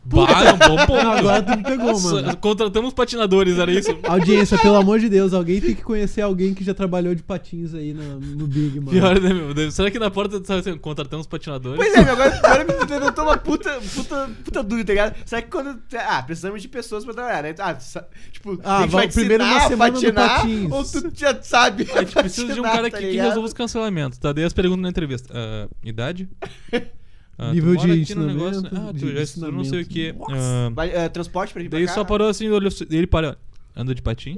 S1: Bah, é um bom ponto.
S3: Agora tu me pegou, mano.
S1: Nossa, Contratamos patinadores, era isso?
S3: Audiência, pelo amor de Deus, alguém tem que conhecer alguém que já trabalhou de patins aí no, no Big, mano.
S1: Pior, né, meu? Deve- Será que na porta sabe, assim, contratamos patinadores?
S2: Pois é, meu, agora, agora me levantou uma puta, puta, puta dúvida, tá ligado? Será que quando. Ah, precisamos de pessoas pra trabalhar, né? Ah, sa- tipo,
S3: Ah,
S2: tem que
S3: vamos primeiro uma semana do patins.
S2: Ou tu já sabe.
S1: A gente precisa de um
S2: patinar,
S1: cara
S2: tá
S1: que, que
S2: ligado?
S1: resolva os cancelamentos, tá? Dei as perguntas na entrevista. Ah, idade? Ah, tu
S3: Nível
S1: mora
S3: de
S1: aqui no negócio, né?
S3: ensinamento,
S1: Ah,
S3: de
S1: tu já estudou não sei o que.
S3: ensinamento.
S2: Vai, eh, transporte pra gente
S1: daí
S2: pra cá?
S1: só parou assim, olhou, ele parou. Anda de patins?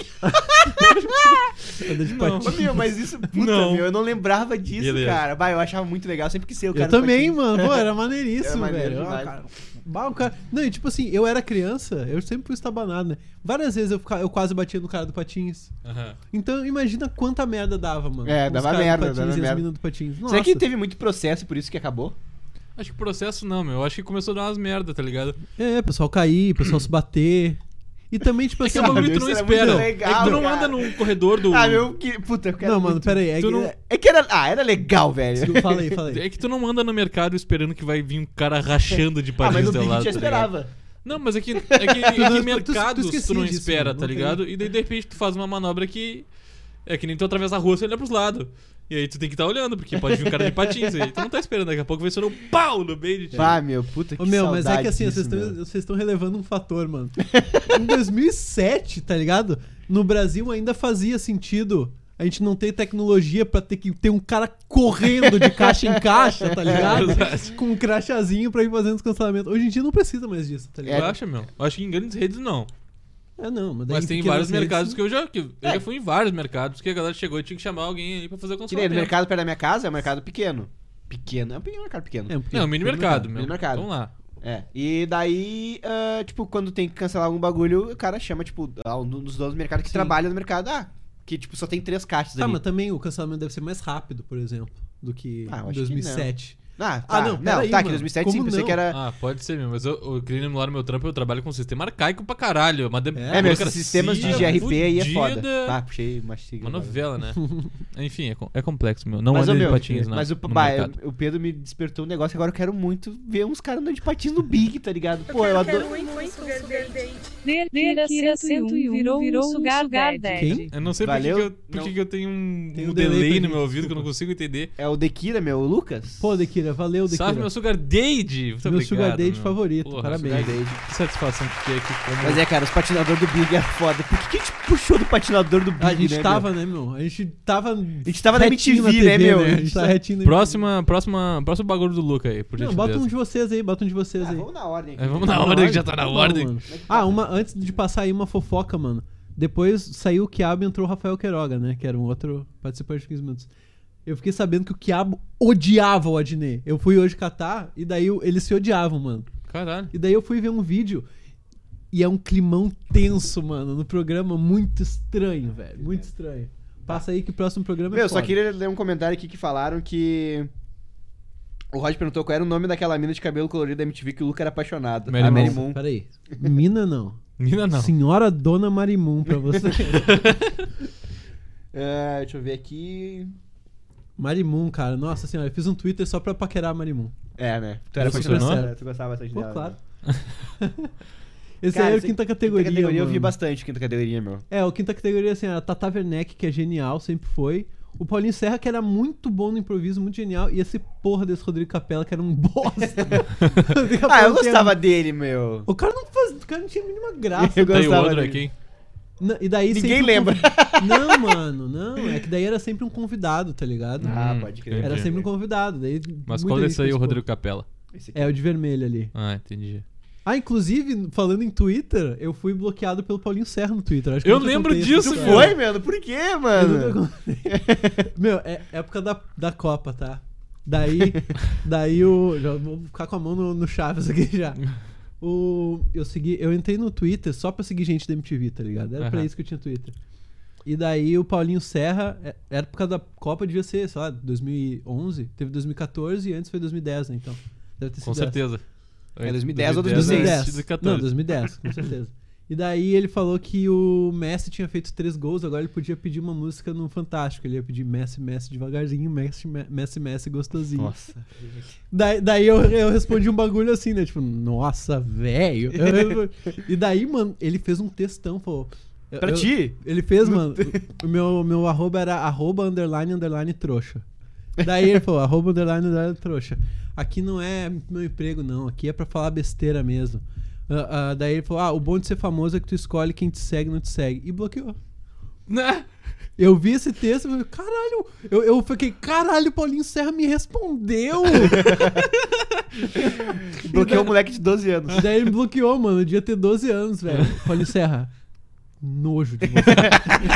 S3: Andar de
S1: Não.
S2: Ô, meu, mas isso, puta,
S1: Não.
S2: meu, eu não lembrava disso,
S1: Beleza.
S2: cara. Bah, eu achava muito legal, sempre que ser o cara.
S3: Eu
S2: do
S3: também,
S2: patins.
S3: mano. Pô, era maneiríssimo,
S2: Era maneiro
S3: velho.
S2: demais.
S3: Ah, cara, bah, o cara- Não, e tipo assim, eu era criança, eu sempre fui estabanado, né? Várias vezes eu, fica- eu quase batia no cara do patins.
S1: Aham.
S3: Então imagina quanta merda dava, mano.
S2: É,
S3: Os
S2: dava
S3: caras do
S2: merda,
S3: patins
S2: dava
S3: e as
S2: merda.
S3: minas do patins. Nossa.
S2: Será que teve muito processo e por isso que acabou?
S1: Acho que processo não, meu. Acho que começou a dar umas merda, tá ligado?
S3: É, pessoal cair, pessoal se bater. E também, tipo
S1: É que
S3: assim,
S1: é um
S2: Cara,
S1: bagulho que tu
S2: Ah, isso
S1: não
S2: era muito
S1: espera.
S2: legal,
S1: é que tu não
S2: cara.
S1: anda num corredor do.
S2: Ah, meu, que. Puta, eu quero.
S3: Não, mano,
S2: muito-
S3: pera aí. É,
S1: tu
S3: que-
S1: não-
S3: é-
S2: É que era. Ah, era legal, velho. Ah,
S3: desculpa, Fala aí, fala aí.
S1: É que tu não anda no mercado esperando que vai vir um cara rachando de
S2: Ah, mas
S1: patins
S2: no
S1: do
S2: Big
S1: lado.
S2: já
S1: tá ligado?
S2: esperava.
S1: Não, mas é que, é que, é que
S3: não- tu- tu
S1: mercados tu,
S3: esquecia
S1: não
S3: disso,
S1: espera,
S3: mano,
S1: tá
S3: não
S1: ligado? E daí de repente tu faz uma manobra que. É que nem tu atravessa a rua, você olha pros lados. E aí tu tem que estar olhando, porque pode vir um cara de patins. aí tu não tá esperando, daqui a pouco vai ser um pau no meio de ti.
S2: Bah, meu, puta que
S3: É. Ô, meu, mas é
S2: saudade
S3: que assim,
S2: disso,
S3: vocês tão-
S2: meu.
S3: vocês estão relevando um fator, mano. em 2007, tá ligado? No Brasil ainda fazia sentido a gente não ter tecnologia pra ter que ter um cara correndo de caixa em caixa, tá ligado?
S1: verdade.
S3: Com um crachazinho pra ir fazendo os cancelamentos. Hoje em dia não precisa mais disso, tá
S2: é-
S1: Tu
S3: ligado?
S1: acha, meu? Eu acho que em grandes redes não.
S3: É, não, mas, daí
S1: Mas
S3: em
S1: tem
S3: pequenas
S1: vários
S3: redes-
S1: mercados que eu já. Que eu
S2: É.
S1: já fui em vários mercados que a galera chegou e tinha que chamar alguém aí pra fazer o
S2: Que nem no
S3: né?
S1: consultório.
S2: mercado perto da minha casa, é um mercado pequeno. Pequeno, é um pequeno mercado pequeno.
S3: É, porque-
S1: Não, mini mercado, meu.
S2: mini mercado.
S1: Vamos lá.
S2: É. E daí, ah, tipo, quando tem que cancelar algum bagulho, o cara chama, tipo, ah, um dos donos do mercado que
S3: Sim.
S2: trabalha no mercado. Ah, que, tipo, só tem três caixas
S3: Tá,
S2: ali.
S3: mas também o cancelamento deve ser mais rápido, por exemplo, do que
S2: Ah, eu acho que
S3: 2007.
S2: Ah, tá.
S3: Ah, não,
S2: não,
S3: peraí,
S2: tá, que
S3: mano.
S2: 2007 sim,
S3: Como
S2: pensei
S3: não?
S2: que era...
S1: Ah, pode ser mesmo, mas eu, eu queria emular meu trampo, eu trabalho com um sistema arcaico pra caralho. é Uma de...
S2: é,
S3: É,
S2: meu,
S1: burocracia
S2: esses sistemas de GRP aí é foda.
S1: fudida.
S2: Ah, puxei uma sigla.
S1: Uma
S2: agora.
S1: novela, né? Enfim, é, com- é complexo, meu. Não
S2: Mas,
S1: mas
S2: ô,
S1: ande de
S2: meu,
S1: patins, né?
S2: mas o,
S1: no
S2: bah,
S1: mercado.
S2: o Pedro me despertou um negócio que agora eu quero muito ver uns caras andando de patins no Big, tá ligado? Pô, eu adoro.
S5: Dertira 101 virou, virou um sugar, sugar daddy.
S1: Eu não sei por que que
S2: Valeu?
S1: eu, por que
S2: Não.
S1: que eu tenho um,
S3: Tem
S1: um
S3: um delay
S1: delay
S3: pra
S1: no
S3: gente,
S1: meu ouvido que eu não
S3: desculpa.
S1: consigo entender.
S2: É o Dekira, meu, o Lucas?
S3: Pô, Dequira, valeu, Dequira.
S1: Salve meu Sugar Dade! Muito
S3: Meu
S1: obrigado,
S3: Sugar Daddy
S1: meu.
S3: favorito,
S1: Porra,
S3: parabéns.
S1: Sugar Daddy. Que satisfação que é que como...
S2: Mas é, cara, os patinadores do Big é foda. Por que, que a gente puxou do patinador do Big,
S3: A gente
S2: né,
S3: tava, né, meu? A gente tava. A
S2: gente tava na
S3: retinho
S2: MTV, né, meu?
S3: A gente tá retinho na
S1: Próxima, próxima, próximo bagulho do Luca aí, por
S3: Não,
S1: gentileza.
S3: bota um de vocês aí, bota um de
S2: meu?
S3: vocês
S2: Ah,
S3: aí.
S2: vamos na ordem.
S1: É,
S2: aqui. é
S1: vamos na um é ordem, que já tá na
S3: Não,
S1: ordem.
S3: mano. Ah, uma, antes de passar aí uma fofoca, mano. Depois saiu o Quiabo e entrou o Rafael Queiroga, né? Que era um outro participante de 15 minutos. Eu fiquei sabendo que o Quiabo odiava o Adnet. Eu fui hoje catar e daí eu- eles se odiavam, mano.
S1: Caralho.
S3: E daí eu fui ver um vídeo e é um climão tenso, mano, no programa. Muito estranho, velho. Muito estranho. Passa aí que o próximo programa é
S2: Meu, só
S3: foda.
S2: queria ler um comentário aqui que falaram que. O Rod perguntou qual era o nome daquela mina de cabelo colorido da MTV que o Luca era apaixonado.
S1: Mary
S2: a Mary
S1: Moon.
S2: Moon.
S3: Peraí. Mina não.
S1: Mina não.
S3: Senhora Dona Marimum pra você.
S2: É, deixa eu ver aqui.
S3: Marimum, cara. Nossa senhora, eu fiz um Twitter só pra paquerar a Marimum.
S2: É, né? Tu era
S1: Você
S2: apaixonado.
S1: funcionou?
S2: né? Tu gostava bastante
S3: Pô,
S2: dela.
S3: claro.
S2: né?
S3: Esse
S2: Cara,
S3: aí é o
S2: esse-
S3: quinta categoria.
S2: Quinta categoria eu vi
S3: mano.
S2: bastante, quinta categoria, meu.
S3: É, o quinta categoria, assim, era a Tata Werneck, que é genial, sempre foi. O Paulinho Serra, que era muito bom no improviso, muito genial. E esse porra desse Rodrigo Capela, que era um bosta. Rodrigo Capela
S2: Ah, eu
S3: não tinha-
S2: gostava dele, meu.
S3: O cara não faz... O cara não tinha a mínima graça.
S2: Eu
S1: Tá aí o
S2: gostava
S1: outro
S2: dele.
S1: aqui.
S3: Na- E daí
S2: Ninguém
S3: sempre um
S2: lembra.
S3: convi- Não, mano, não. É que daí era sempre um convidado, tá ligado?
S2: Ah, pode crer.
S3: era
S1: entendi.
S3: sempre um convidado. Daí
S1: Mas
S3: muita
S1: qual
S3: gente
S1: desse aí, o
S3: fez,
S1: Rodrigo Capela?
S2: Esse aqui.
S3: pô. É, o de vermelho ali.
S1: Ah, entendi.
S3: Ah, inclusive, falando em Twitter, eu fui bloqueado pelo Paulinho Serra no Twitter. Acho que
S1: Eu
S3: nunca
S1: lembro
S3: contei essa
S1: disso,
S3: história.
S2: Foi, mano? Por quê,
S3: é um Eu
S2: mano?
S3: nunca contei. Meu, é época da, da Copa, tá? Daí, daí o. Já vou ficar com a mão no, no Chaves aqui já. O, eu segui, eu entrei no Twitter só pra seguir gente da MTV, tá ligado? Era pra
S1: Aham.
S3: isso que eu tinha Twitter. E daí o Paulinho Serra, é- era por causa da Copa, devia ser, sei lá, 2011, teve 2014 e antes foi 2010, né? Então, deve ter sido
S1: Com
S3: essa.
S1: certeza.
S2: É 2010 ou
S3: 2010.
S1: 2014.
S3: Não, 2010, com certeza. E daí ele falou que o Messi tinha feito três gols, agora ele podia pedir uma música no Fantástico. Ele ia pedir Messi, Messi devagarzinho, Messi, Me- Messi, Messi gostosinho.
S2: Nossa.
S3: Daí, daí eu, eu respondi um bagulho assim, né? Tipo, nossa, velho. Eu- E daí, mano, ele fez um textão, falou. eu-
S2: Pra
S3: eu-
S2: ti?
S3: Ele fez, mano. O meu, meu arroba era arroba underline underline trouxa. Daí ele falou, arroba underline underline trouxa. Aqui não é meu emprego, não. Aqui é pra falar besteira mesmo. Ah, ah, daí ele falou, ah, o bom de ser famoso é que tu escolhe quem te segue e não te segue. E bloqueou.
S1: Né?
S3: Eu vi esse texto e falei, caralho. Eu, eu fiquei, caralho, o Paulinho Serra me respondeu.
S2: Bloqueou um moleque de 12 anos.
S3: E Daí ele bloqueou, mano. Eu devia ter 12 anos, velho. Paulinho Serra. Nojo de você.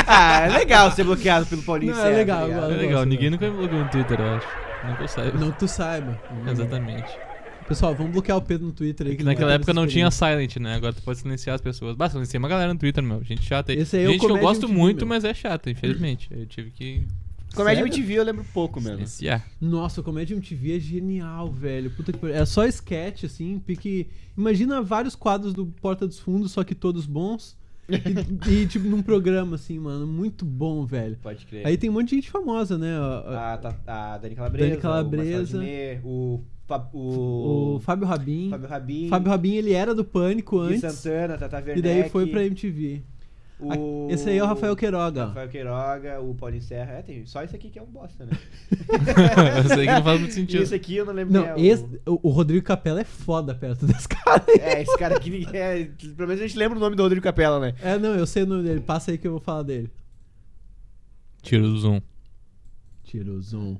S2: ah, é legal ser bloqueado pelo Paulinho
S3: Não, é
S2: Serra,
S3: legal,
S2: tá ligado?
S1: É
S3: Eu
S1: legal,
S3: gosto,
S1: ninguém nunca me bloqueou no Twitter, eu acho. Nunca eu saiba.
S3: Não que tu saiba.
S1: Exatamente.
S3: Pessoal, vamos bloquear o Pedro no Twitter aí. que ele
S1: É Naquela
S3: vai ter
S1: época
S3: essa
S1: não tinha
S3: experiência.
S1: silent, né? Agora tu pode silenciar as pessoas. Basta silenciar uma galera no Twitter, meu. Gente chata aí.
S3: Esse aí é o
S1: Gente que eu
S3: Comédia
S1: gosto
S3: MTV,
S1: muito,
S3: meu.
S1: mas é chata, infelizmente. Eu tive que
S2: Comédia
S3: Sério?
S2: é MTV eu lembro pouco, mano.
S1: silenciar.
S3: Nossa, o Comédia MTV é genial, velho. Puta que pariu. É só sketch, assim, pique. Imagina vários quadros do Porta dos Fundos, só que todos bons. E, e, tipo, num programa, assim, mano. Muito bom, velho.
S2: Pode crer.
S3: Aí tem um monte de gente famosa, né? A- a-
S2: a, a- a Dani Calabresa,
S3: Dani Calabresa.
S2: o Marcelo Adnet, o, Fa-
S3: o
S2: o,
S3: Fábio Rabin.
S2: Fábio Rabin,
S3: Fábio Rabin, ele era do Pânico
S2: Gui
S3: antes.
S2: Santana, Tata
S3: E
S2: Werneck,
S3: daí foi pra MTV.
S2: o...
S3: Esse aí é o Rafael Queiroga. ó.
S2: Rafael Queiroga, o Paulinho Serra. É, tem só esse aqui que é um bosta, né?
S1: Isso aí que não faz muito
S2: E
S1: sentido.
S2: esse aqui eu não lembro
S3: Não,
S2: quem é.
S3: esse,
S2: O...
S3: o... o Rodrigo Capela é foda perto desse cara. aí.
S2: É, esse cara aqui ninguém é... Pelo menos a gente lembra o nome do Rodrigo Capela, né?
S3: É, não, eu sei o nome dele. Passa aí que eu vou falar dele.
S1: Tiro do zoom.
S3: Tira o zoom.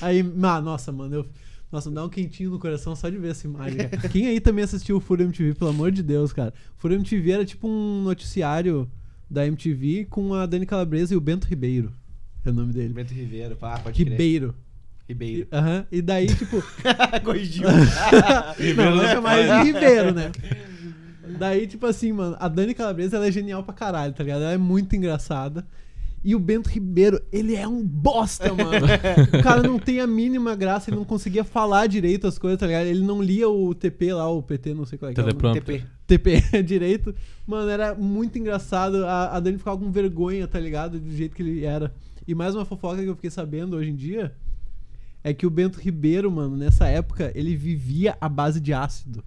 S3: aí, ma, nossa, mano, eu. Nossa, me dá um quentinho no coração só de ver essa imagem. cara. Quem aí também assistiu o Furo MTV, pelo amor de Deus, cara? Furo MTV era tipo um noticiário da MTV com a Dani Calabresa e o Bento Ribeiro. É o nome dele.
S2: Bento Ribeiro, pá, pode crer.
S3: Ribeiro. E-
S2: Ribeiro.
S3: Aham. E daí, tipo.
S2: Corrigiu.
S1: Ribeiro
S3: não,
S1: não
S3: não
S1: se
S3: é mais
S1: faz.
S3: Ribeiro, né? Daí, tipo assim, mano, a Dani Calabresa ela é genial pra caralho, tá ligado? Ela é muito engraçada. E o Bento Ribeiro, ele é um bosta, mano. o cara não tem a mínima graça, ele não conseguia falar direito as coisas, tá ligado? Ele não lia o TP lá, o PT, não sei qual é que é. o nome.
S1: Teleprompter.
S2: TP.
S3: TP direito. Mano, era muito engraçado. A, a Dani ficava com vergonha, tá ligado? Do jeito que ele era. E mais uma fofoca que eu fiquei sabendo hoje em dia é que o Bento Ribeiro, mano, nessa época, ele vivia à base de ácido.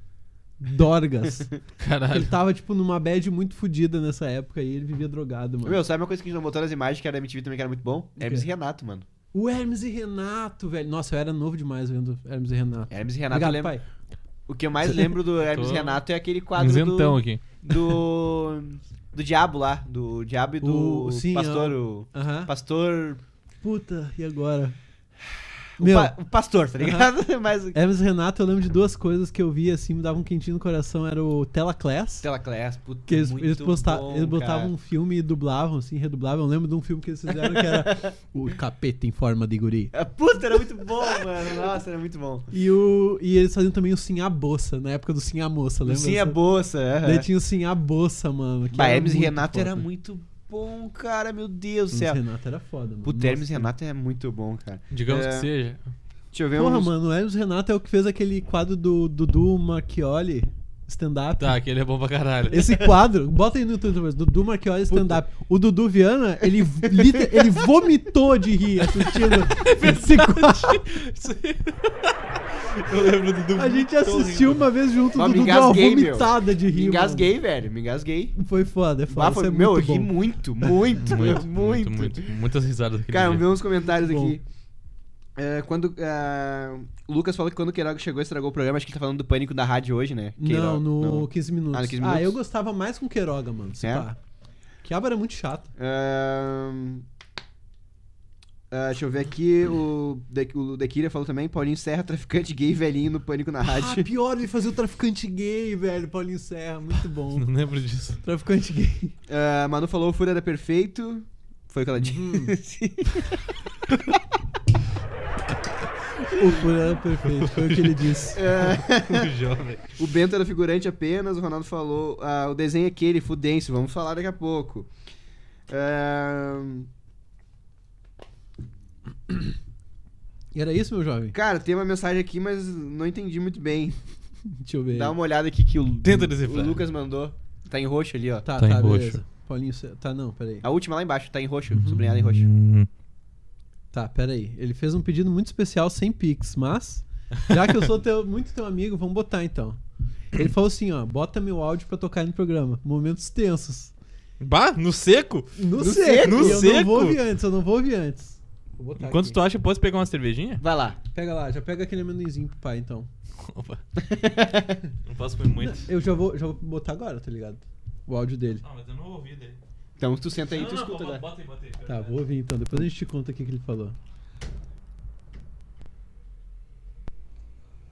S3: Dorgas. ele
S1: Caralho.
S3: tava, tipo, numa bad muito fodida nessa época e ele vivia drogado, mano.
S2: Meu, sabe uma coisa que a gente não botou nas imagens que era da MTV também que era muito bom? Hermes e Renato, mano.
S3: O Hermes e Renato, velho. Nossa, eu era novo demais vendo Hermes e Renato.
S2: Hermes e É, Renato, eu
S3: Obrigado,
S2: lembro.
S3: pai.
S2: O que eu mais lembro do Hermes e Renato é aquele
S1: Um
S2: quadro
S1: zentão
S2: do,
S1: aqui.
S2: do. Do Diabo lá. Do Diabo e do
S3: O- sim,
S2: Pastor.
S3: é
S2: O,
S3: Aham.
S2: pastor.
S3: Puta, e agora?
S2: o
S3: Meu,
S2: pa- o pastor, tá ligado? Mas.
S3: Hermes e Renato, eu lembro de duas coisas que eu vi assim, me dava um quentinho no coração, era o Tela Class.
S2: Tela Class, puta.
S3: Que eles,
S2: muito
S3: eles, posta-
S2: bom,
S3: eles botavam
S2: cara.
S3: um filme e dublavam, assim, redublavam. Eu lembro de um filme que eles fizeram que era O Capeta em Forma de Guri.
S2: Ah, Puta, era muito bom, mano. Nossa, era muito bom.
S3: E, o, e eles faziam também o Sim a Bossa, na época do Sim a Moça, lembra?
S2: Sim, a bolsa. aham.
S3: Daí tinha o Sim a Bossa, mano. Que
S2: Bah,
S3: era
S2: Hermes e
S3: muito
S2: Renato
S3: foda.
S2: era muito bom, cara. Meu Deus do
S3: Hermes e
S2: céu.
S3: Renato era foda, mano.
S2: Puta,
S3: Nossa,
S2: Hermes e Renato é muito bom, cara.
S1: Digamos
S2: É.
S1: que seja.
S2: Deixa eu ver
S3: Porra,
S2: uns...
S3: mano, o Hermes e Renato é o que fez aquele quadro do Dudu Marchioli, stand-up.
S1: Tá, aquele é bom pra caralho.
S3: Esse quadro, bota aí no YouTube, mas Dudu Marchioli stand-up. O Dudu Viana, ele, liter- ele vomitou de rir assistindo
S2: É
S3: esse quadro.
S1: Eu lembro do Dudu.
S3: A gente assistiu uma vez junto, o
S2: Mas me
S3: Dudu deu uma
S2: engasguei, meu.
S3: vomitada de rir.
S2: Me
S3: mano.
S2: engasguei, velho. Me engasguei.
S3: Foi foda, é
S2: Bah,
S3: foda.
S2: foi,
S3: Isso é
S2: meu, eu
S3: muito
S2: ri
S3: bom.
S2: muito,
S3: é
S2: muito, meu, muito,
S1: muito, muito. Muitas risadas daquele
S2: Cara,
S1: dia.
S2: vamos ver uns comentários
S3: Bom.
S2: aqui. É, quando ah, o Lucas falou que quando o Queiroga chegou e estragou o programa, acho que ele tá falando do pânico da rádio hoje, né? Queiroga,
S3: Não, no 15 minutos.
S2: Ah,
S3: Ah,
S2: no 15 minutos?
S3: eu gostava mais com Queiroga, mano. Se
S2: É?
S3: pá. Quiabo era muito chato.
S2: Ahn, ah, deixa eu ver aqui, o, De, o Dequira falou também, Paulinho Serra, traficante gay velhinho no pânico na
S3: Ah,
S2: rádio.
S3: pior, ele fazia o traficante gay, velho. Paulinho Serra, muito bom.
S1: Não lembro disso.
S3: Traficante gay.
S2: Ah, Manu falou, o Fura era perfeito. Foi o que ela disse.
S3: O Furo era perfeito, foi o que ele disse.
S2: É.
S1: O jovem.
S2: O Bento era figurante apenas, o Ronaldo falou. ah, o desenho é aquele, fudense, vamos falar daqui a pouco. Ah, Ahn,
S3: E era isso, meu jovem?
S2: cara, tem uma mensagem aqui, mas não entendi muito bem.
S3: Deixa eu ver.
S2: Dá uma olhada aqui que o,
S1: Tenta
S2: o
S1: decifrar.
S2: Lucas mandou. Tá em roxo ali, ó.
S3: Tá,
S1: Tá
S3: tá,
S1: em roxo.
S3: beleza. Paulinho Serra. Tá, não, peraí.
S2: A última lá embaixo, tá em roxo,
S1: Uhum.
S2: sublinhada em roxo.
S1: Hum.
S3: Tá, peraí. Ele fez um pedido muito especial sem Pix, mas. Já que eu sou teu- muito teu amigo, vamos botar então. Ele falou assim, ó, bota meu áudio pra tocar no programa. Momentos tensos.
S1: Bah, no seco?
S3: No,
S1: No
S3: seco,
S1: seco? No
S3: eu não
S1: seco?
S3: vou ouvir antes, eu não vou ouvir antes. Vou botar
S1: Enquanto
S3: Tá aqui.
S1: tu acha, posso pegar uma cervejinha?
S2: Vai lá.
S3: Pega lá, já pega aquele amendoinzinho pro pai, então.
S1: Opa. não posso comer muito.
S3: Eu já vou, já vou botar agora, tá ligado? O áudio dele.
S1: Ah, mas eu não ouvi dele.
S2: Então tu senta aí e tu escuta agora.
S1: bota aí, bota aí.
S3: Tá, vou ouvir então, depois a gente te conta o que que ele falou.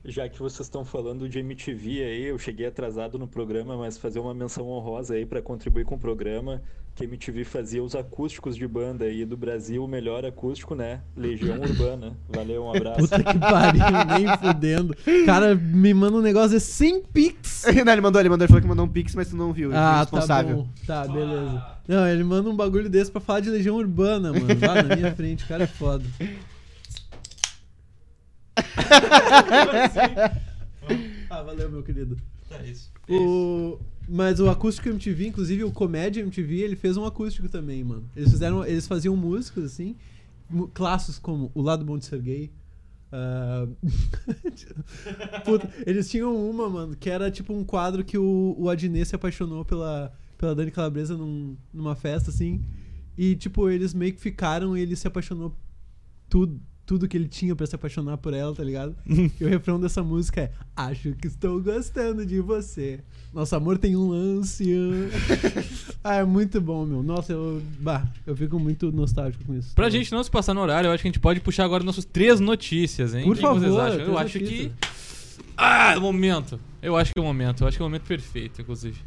S4: Já que vocês estão falando de MTV aí, eu cheguei atrasado no programa, mas fazer uma menção honrosa aí para contribuir com o programa, que a MTV fazia os acústicos de banda aí do Brasil, o melhor acústico, né? Legião Urbana. Valeu, um abraço.
S3: Puta que pariu, nem fudendo. Cara, me manda um negócio desse sem pix.
S2: não, ele mandou, ele mandou, ele falou que mandou um pix, mas tu não viu. Ah,
S3: Ah, tá
S2: responsável.
S3: bom. Tá, beleza. Não, ele manda um bagulho desse pra falar de Legião Urbana, mano. Vá na minha frente, o cara é foda. ah, valeu, meu querido.
S1: Tá, isso.
S3: O... Mas o acústico MTV, inclusive o Comédia MTV, ele fez um acústico também, mano. Eles fizeram, eles faziam músicas assim, mu- clássicos como O Lado Bom de Ser Gay. ah, Puta, eles tinham uma, mano, que era tipo um quadro que o, o Adnet se apaixonou pela, pela Dani Calabresa num- numa festa, assim. E, tipo, eles meio que ficaram e ele se apaixonou tudo, tudo que ele tinha pra se apaixonar por ela, tá ligado? e o refrão dessa música é Acho que estou gostando de você. Nosso amor tem um lance. ah." ah, é muito bom, meu. Nossa, eu. Bah, eu fico muito nostálgico com isso.
S1: Pra gente não se passar no horário, eu acho que a gente pode puxar agora nossas três notícias, hein?
S3: Por
S1: O que que vocês
S3: favor,
S1: acham? Eu
S3: três
S1: acho que.
S3: notícias.
S1: Ah, é o momento. Eu acho que é o momento. Eu acho que é o momento perfeito, inclusive.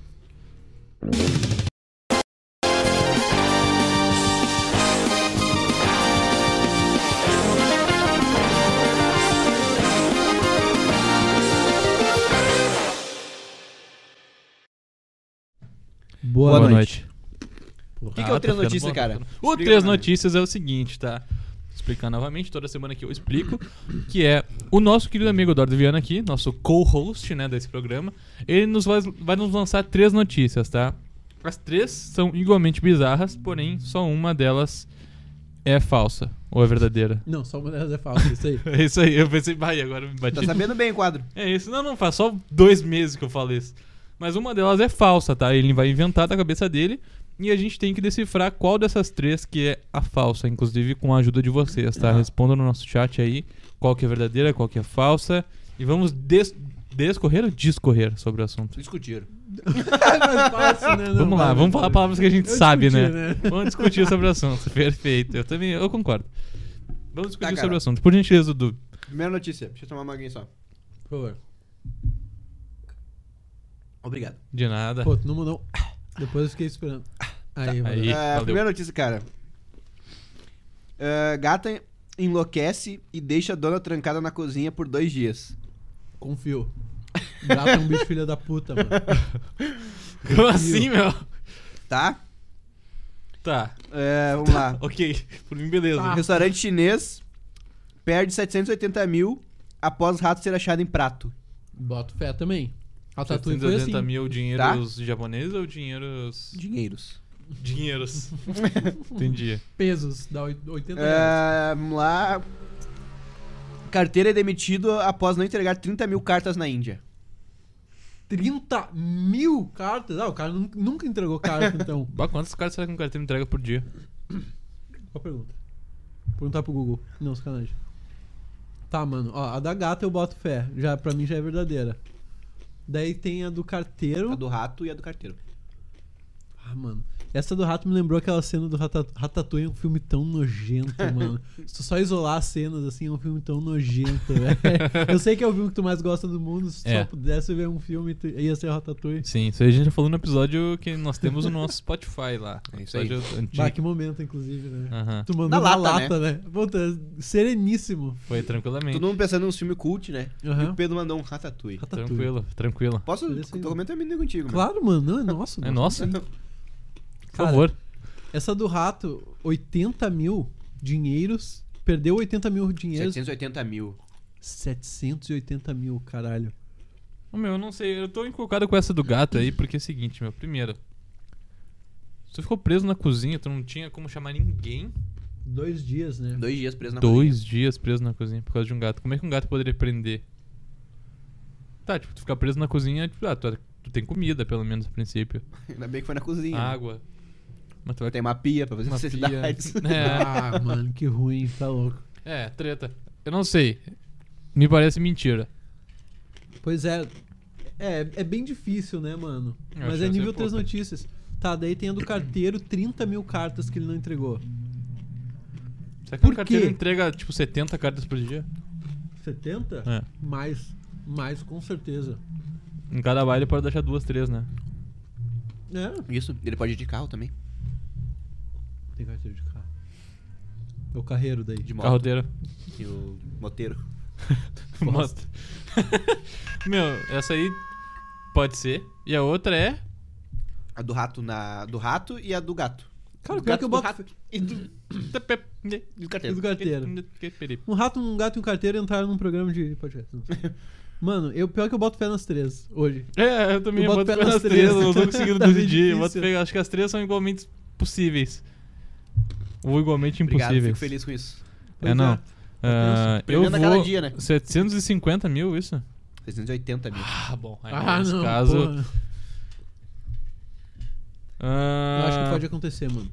S3: Boa,
S2: Boa
S3: noite.
S1: Ah,
S2: noite. O que, que é o Três Notícias, cara?
S1: O
S2: Explica
S1: Três
S2: pra nós.
S1: Notícias é o seguinte, tá? Explicar novamente, toda semana que eu explico, que é o nosso querido amigo Eduardo Viana aqui, nosso co-host, né, desse programa, ele nos vai, vai nos lançar três notícias, tá? As três são igualmente bizarras, porém só uma delas é falsa, ou é verdadeira.
S3: Não, só uma delas é falsa, isso aí.
S1: É isso aí, eu pensei, vai, agora eu me bati.
S2: Tá sabendo bem o quadro.
S1: É isso, não, não faz só dois meses que eu falo isso. Mas uma delas é falsa, tá? Ele vai inventar da cabeça dele e a gente tem que decifrar qual dessas três que é a falsa, inclusive com a ajuda de vocês,
S3: Ah.
S1: tá? Responda no nosso chat aí qual que é verdadeira, qual que é falsa e vamos des descorrer ou discorrer sobre o assunto.
S2: Discutiram.
S3: Mas É fácil, né? Não,
S1: vamos lá,
S3: vai,
S1: vamos
S3: vai.
S1: falar palavras que a gente
S3: Eu
S1: sabe,
S3: discuti,
S1: né?
S3: né?
S1: Vamos discutir sobre o assunto, perfeito. Eu também, eu concordo. Vamos discutir
S3: Tá,
S1: sobre
S2: cara.
S1: o assunto. Por gentileza, Dudu.
S2: Primeira notícia. Deixa eu tomar uma aguinha só.
S3: Por favor.
S2: Obrigado.
S1: De nada.
S3: Pô, tu não mandou. um Depois eu fiquei esperando. Aí, valeu.
S1: Aí. Ih,
S2: Ah,
S1: valeu.
S2: primeira notícia, cara. Ah, gata enlouquece e deixa a dona trancada na cozinha por dois dias.
S3: Confio. Gato é um bicho filha da puta, mano.
S1: Como assim, meu?
S2: Tá?
S1: Tá,
S2: É, vamos lá.
S1: ok. Por mim, beleza.
S3: Tá.
S2: Restaurante chinês perde 780 mil após rato ser achado em prato.
S3: Boto fé também. A Tatuí foi
S1: 780
S3: assim.
S1: mil
S2: Tá?
S1: dinheiros japoneses ou dinheiros...
S2: Dinheiros.
S1: Dinheiros. Entendi.
S3: Pesos, dá oit- 80 reais.
S2: É, vamos lá. Carteira é demitido após não entregar 30 mil cartas na Índia.
S3: 30 mil cartas? Ah, o cara nun- nunca entregou carta, então.
S1: Bah, quantos caras será que um carteiro entrega por dia?
S3: Qual a pergunta? Perguntar pro Google. Não, sacanagem. Tá, mano. Ó, a da gata eu boto fé. Já, pra mim já é verdadeira. Daí tem a do carteiro.
S2: A do rato e a do carteiro.
S3: Ah, mano. Essa do rato me lembrou aquela cena do Ratat Ratatouille, é um filme tão nojento, mano. Se tu só isolar as cenas, assim, é um filme tão nojento, velho. Eu sei que é o filme que tu mais gosta do mundo, se tu
S1: É.
S3: só pudesse ver um filme, tu- ia ser Ratatouille.
S1: Sim, isso aí a gente já falou no episódio que nós temos no nosso Spotify lá.
S2: É isso aí.
S1: Episódio antigo.
S3: Bah, que momento, inclusive, né?
S1: Aham,
S3: Tu
S2: Na
S3: mandou na lata,
S2: lata,
S3: né? Puta, sereníssimo.
S1: Foi tranquilamente.
S2: Todo mundo pensando nos filmes cult, né?
S3: Aham.
S2: E o Pedro mandou um ratatouille.
S3: Ratatouille.
S1: Tranquilo, tranquilo.
S2: Posso?
S3: Poderia ser-
S2: Tô comentando contigo, mano.
S3: Claro, mano. Não, é nosso.
S1: É
S3: mano.
S1: nosso? Por
S3: Cara,
S1: favor.
S3: Essa do rato, 80 mil dinheiros. Perdeu 80 mil dinheiros.
S2: 780 mil.
S3: 780 mil, caralho.
S1: Ô, meu, eu não sei. Eu tô encucado com essa do gato aí, porque é o seguinte, meu. Primeiro, se tu ficou preso na cozinha, tu não tinha como chamar ninguém.
S3: Dois dias, né?
S2: Dois dias preso na
S1: Dois dias preso na cozinha por causa de um gato. Como é que um gato poderia prender? Tá, tipo, tu ficar preso na cozinha, tipo, ah, tu, tu tem comida, pelo menos, a princípio.
S2: cozinha. Ainda bem que foi na cozinha.
S3: Ah,
S2: né?
S1: Água. Mas tu vai
S2: Tem uma pia pra fazer
S1: uma
S2: necessidades.
S1: pia. É,
S3: Ah, mano, que ruim, tá louco.
S1: é, treta. Eu não sei. Me parece mentira.
S3: Pois é, é, é bem difícil, né, mano?
S1: Eu
S3: Mas
S1: acho
S3: é
S1: que vai
S3: nível
S1: ser
S3: 3
S1: pouco.
S3: notícias. Tá, daí tem a do carteiro, 30 mil cartas que ele não entregou.
S1: Será que
S3: Por
S1: um carteiro
S3: quê?
S1: entrega, tipo, 70 cartas por dia?
S3: 70?
S1: É.
S3: Mais, mais com certeza.
S1: Em cada baile pode deixar duas, três, né?
S3: É,
S2: Isso, ele pode ir de carro também.
S3: tem carteiro de carro. É o carreiro daí.
S2: De moto.
S1: Carroteira.
S2: E o moteiro.
S1: Mostra. Meu, essa aí pode ser. E a outra é.
S2: A do rato na. Do rato e a do gato.
S3: Cara,
S2: do
S3: pior que eu
S2: do
S3: boto.
S1: é
S2: rato e do, do
S3: E
S2: carteiro.
S3: do carteiro.
S1: Peraí.
S3: Um rato, um gato e um carteiro entraram num programa de podcast. não sei. Mano, eu, pior que eu boto pé nas três hoje.
S1: É, eu também
S3: Eu boto
S1: boto, fé
S3: fé nas
S1: nas três,
S3: três.
S1: eu não tô conseguindo
S3: Tá bem
S1: decidir. Eu boto
S3: difícil.
S1: fé- acho que as três são igualmente possíveis. Ou igualmente
S2: Obrigado,
S1: impossíveis.
S2: fico feliz com isso.
S1: É, não. Ah, eu
S2: Aprendendo a cada
S1: vou...
S2: dia, né?
S1: 750 mil, isso?
S2: 680 mil.
S1: Ah, bom. Aí,
S3: Ah,
S1: nesse
S3: não.
S1: caso...
S3: porra.
S1: ah,
S3: Eu acho que pode acontecer, mano.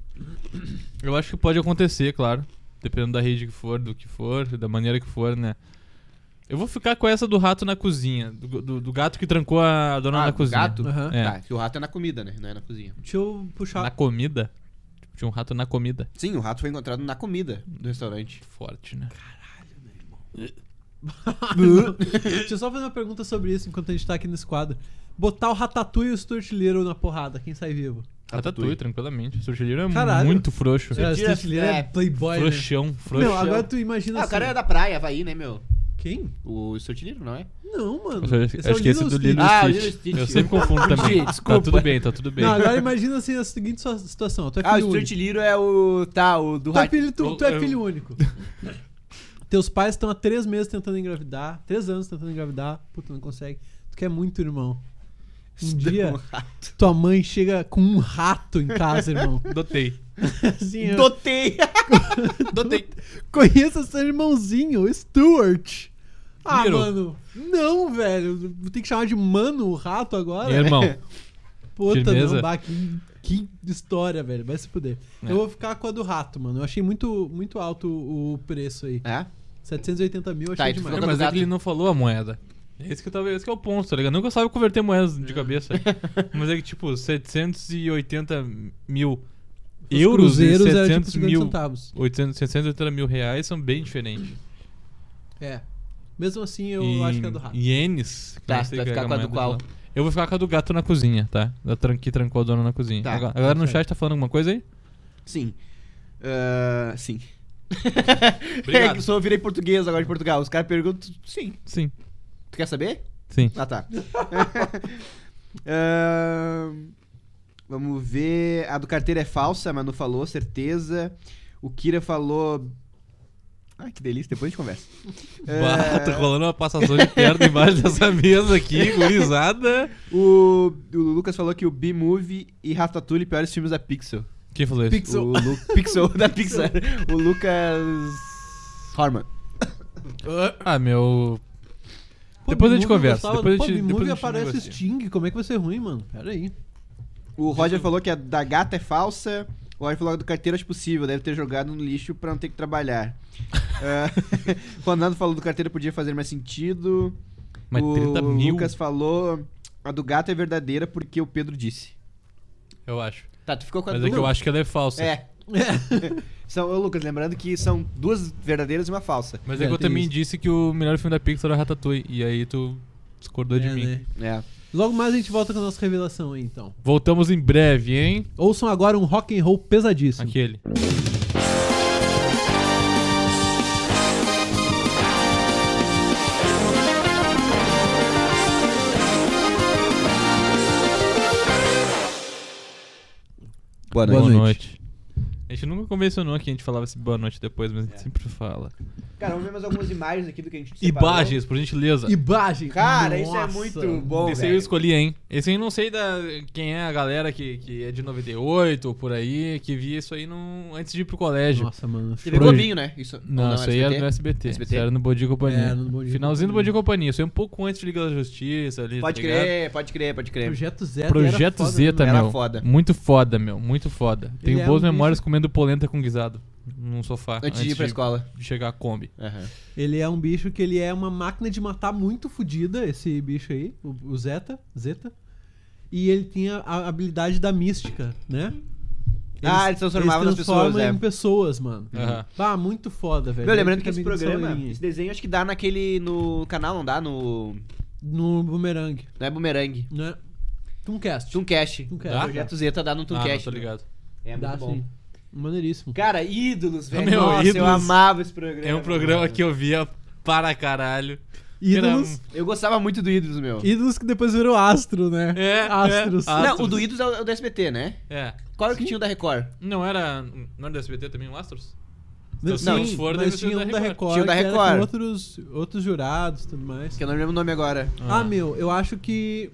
S1: Eu acho que pode acontecer, claro. Dependendo da rede que for, do que for, da maneira que for, né? Eu vou ficar com essa do rato na cozinha. Do, do- do gato que trancou a dona
S2: Ah,
S1: na
S2: do
S1: cozinha.
S2: gato?
S3: Aham.
S1: É.
S2: Tá, que o rato é na comida, né? Não é na cozinha.
S3: Deixa eu puxar.
S1: Na comida? Tipo, tinha um rato na comida.
S2: Sim, o rato foi encontrado na comida do restaurante.
S1: Forte, né?
S3: Deixa eu só fazer uma pergunta sobre isso enquanto a gente tá aqui nesse quadro. Botar o Ratatouille e o Stuart Little na porrada, quem sai vivo?
S1: Ratatouille, Ah, tá tranquilamente. O Surgilheiro é
S3: Caralho.
S1: muito frouxo.
S3: Cara, o
S2: Stuart
S3: Stuart Little é
S2: é
S3: playboy, né?
S1: Frouxão, frouxo.
S3: Meu, agora tu imagina
S2: Ah, o
S3: assim,
S2: cara é da praia, Havaí, né, meu?
S3: Quem?
S2: O Estortilino, não é?
S3: Não, mano.
S1: Eu acho-
S3: Esse é o
S1: acho que esse é do
S3: Little
S1: Lilo
S3: Stitch.
S2: Ah,
S1: e
S2: Lilo e
S1: Stitch.
S2: Stitch.
S1: Eu sempre confundo também. Tá
S2: desculpa.
S1: tudo bem, tá tudo bem.
S3: Não, agora imagina assim a seguinte sua- situação. Tu é
S2: Ah, o
S3: filho único.
S2: Estortilino é o. Tá, o do
S3: Tu é
S2: ratinho.
S3: filho, tu,
S1: Eu-
S3: tu é
S1: eu-
S3: filho único. Teus pais estão há três meses tentando engravidar, três anos tentando engravidar, puta, não consegue. Tu quer muito, irmão. Um dia, tua mãe chega com um rato em casa, irmão.
S1: Dotei.
S3: Assim, eu
S2: Dotei!
S1: Dotei.
S3: conheça seu irmãozinho, o Stuart. Ah,
S1: Little.
S3: mano. Não, velho. Vou ter que chamar de mano o rato agora.
S1: Meu irmão,
S3: Puta,
S1: Firmeza.
S3: não, bah, que, que história, velho. Vai se puder.
S1: É.
S3: Eu vou ficar com a do rato, mano. Eu achei muito, muito alto o preço aí.
S2: É?
S3: 780 mil, eu
S2: Tá,
S3: achei
S2: e tu
S3: demais.
S2: ficou
S1: mas é
S2: Exato.
S1: que ele não falou a moeda. Esse que, eu tava, esse que é o ponto, tá ligado? Nunca sabe converter moedas
S3: É.
S1: de cabeça. mas é que, tipo, 780 mil
S3: Os
S1: euros e
S3: cruzeiros era
S1: 700
S3: 50
S1: mil...
S3: centavos.
S1: 800, 680 mil reais são bem diferentes.
S3: É. Mesmo assim, eu
S1: Em
S3: acho que é do rato.
S1: Ienes. que
S2: Tá,
S1: não sei é
S2: vai
S1: que
S2: ficar com a do
S1: moeda
S2: qual?
S1: lá. Eu vou ficar com a do gato na cozinha, tá? Da tran- que trancou a dona na cozinha.
S2: Tá.
S1: Agora, agora no chat tá falando alguma coisa aí?
S2: Sim. Ah, sim.
S1: Obrigado.
S2: É que só eu virei português agora de Portugal. Os caras perguntam. Sim.
S1: Sim,
S2: Tu quer saber?
S1: sim.
S2: Ah, tá. Ahn, vamos ver. A do carteira é falsa, mas não falou, certeza. O Kira falou. Ai, que delícia, depois a gente conversa.
S3: é.
S1: Bah, tá rolando uma passação de perna embaixo dessa mesa aqui, gurizada.
S2: O, o Lucas falou que o B-Movie e Ratatouille piores filmes da Pixel.
S1: Quem falou isso?
S3: Pixel.
S2: O Lu- Pixel da Pixar. O Lucas. Horman.
S1: Ah, meu. Depois a gente
S3: Bimove eu
S1: conversa,
S3: gostava-
S1: depois a
S3: Pô,
S1: gente-
S3: Bimove
S1: depois a gente
S3: aparece o
S1: negocia.
S3: Sting, como é que vai ser ruim, mano? Pera aí.
S1: Uhum.
S2: O Roger falou que a da gata é falsa. O Roger falou que a do carteiro acho possível, deve ter jogado no lixo pra não ter que trabalhar. Ah, O Ronaldo falou do carteiro podia fazer mais sentido.
S1: Mas
S2: o
S1: 30 mil,
S2: Lucas falou a do gato é verdadeira porque o Pedro disse.
S1: eu acho.
S2: Tá, tu ficou com a
S1: Mas
S2: do
S1: é que eu acho que ela é falsa.
S2: É. são, ô, Lucas, lembrando que são duas verdadeiras e uma falsa.
S1: Mas é,
S3: É,
S1: que eu
S3: tem
S1: também
S3: isso.
S1: disse que o melhor filme da Pixar era Ratatouille. E aí tu discordou de
S3: É,
S1: mim.
S3: né?
S2: É.
S3: Logo mais a gente volta com a nossa revelação aí, então.
S1: Voltamos em breve, hein?
S3: Ouçam agora um rock and roll pesadíssimo.
S1: Aquele.
S2: Boa
S3: noite.
S1: Boa noite. A gente nunca convencionou que a gente falava esse boa noite depois, mas a
S2: É.
S1: gente sempre fala.
S2: Cara, vamos ver mais algumas imagens aqui do que a gente separou.
S1: Imagens, por gentileza.
S3: Ibagem.
S2: Cara, isso é
S3: Nossa.
S2: muito bom,
S1: Esse aí eu
S2: velho.
S1: escolhi, hein? Esse aí eu não sei da quem é a galera que, que é de 98 ou por aí, que via isso aí no, antes de ir pro colégio.
S3: Nossa, mano.
S2: TV
S1: Pro-
S2: Globinho, né? Isso,
S1: Não, isso aí é era no SBT.
S2: SBT?
S1: Isso era no Bom Dia e Companhia.
S3: É, no Bom Dia e
S1: Finalzinho do
S3: Companhia.
S1: Bom Dia e Companhia. Isso aí um pouco antes de Liga da Justiça. Ali, tá
S2: Pode
S1: ligado?
S2: crer, pode crer, pode crer.
S3: Projeto Zeta.
S1: Projeto
S3: era foda, né,
S1: Zeta,
S2: Era
S1: meu.
S2: foda.
S1: Muito foda, meu. Muito foda. Tenho
S3: é
S1: boas
S3: um
S1: memórias
S3: bicho.
S1: comendo polenta com guisado num sofá.
S2: Antes de ir pra escola.
S1: de chegar a Kombi.
S2: Aham.
S3: Ele é um bicho que ele é uma máquina de matar muito fodida, esse bicho aí, o, o Zeta, Zeta. E ele tem a, a habilidade da mística, né?
S2: Ah, ele transformava nas
S3: transforma
S2: pessoas, é.
S1: um
S3: em pessoas, mano.
S1: Aham.
S3: Ah, muito foda, velho.
S2: Meu,
S3: Ele
S2: lembrando que
S3: fica
S2: esse
S3: meio
S2: programa,
S3: solinho.
S2: esse desenho acho que dá naquele. no canal, não dá? No.
S3: No Boomerang,
S2: Não é Boomerang.
S3: né? Tooncast.
S2: Tooncast.
S3: Tooncast.
S2: O
S1: Dá?
S2: Projeto Zeta dá no
S1: Ah, não,
S2: Tooncast.
S1: tô ligado.
S2: É muito
S3: Dá,
S2: bom.
S3: sim. Maneiríssimo.
S2: Cara, ídolos, velho.
S1: Meu,
S2: Nossa, eu
S1: Ídolos
S2: amava esse programa.
S1: É um programa
S2: mano.
S1: que eu via para caralho.
S3: Ídolos,
S2: Eu gostava muito do Ídolos, meu.
S3: ídolos que depois virou astro, né?
S1: É, é,
S3: Astros.
S1: a-
S2: Não,
S1: Astros.
S2: o do Ídolos é o é o do SBT, né?
S1: É.
S2: Qual era o que tinha o da Record?
S1: Não era. Não era do SBT também, o Astros?
S3: Não,
S1: Então, Se não
S3: sim,
S1: for, deve
S3: mas
S1: ser
S3: tinha um da Record,
S2: Tinha o da
S3: que era
S2: Record.
S3: com outros, outros jurados e tudo mais.
S2: Que eu não lembro o nome agora.
S1: Ah.
S3: Ah, meu, eu acho que.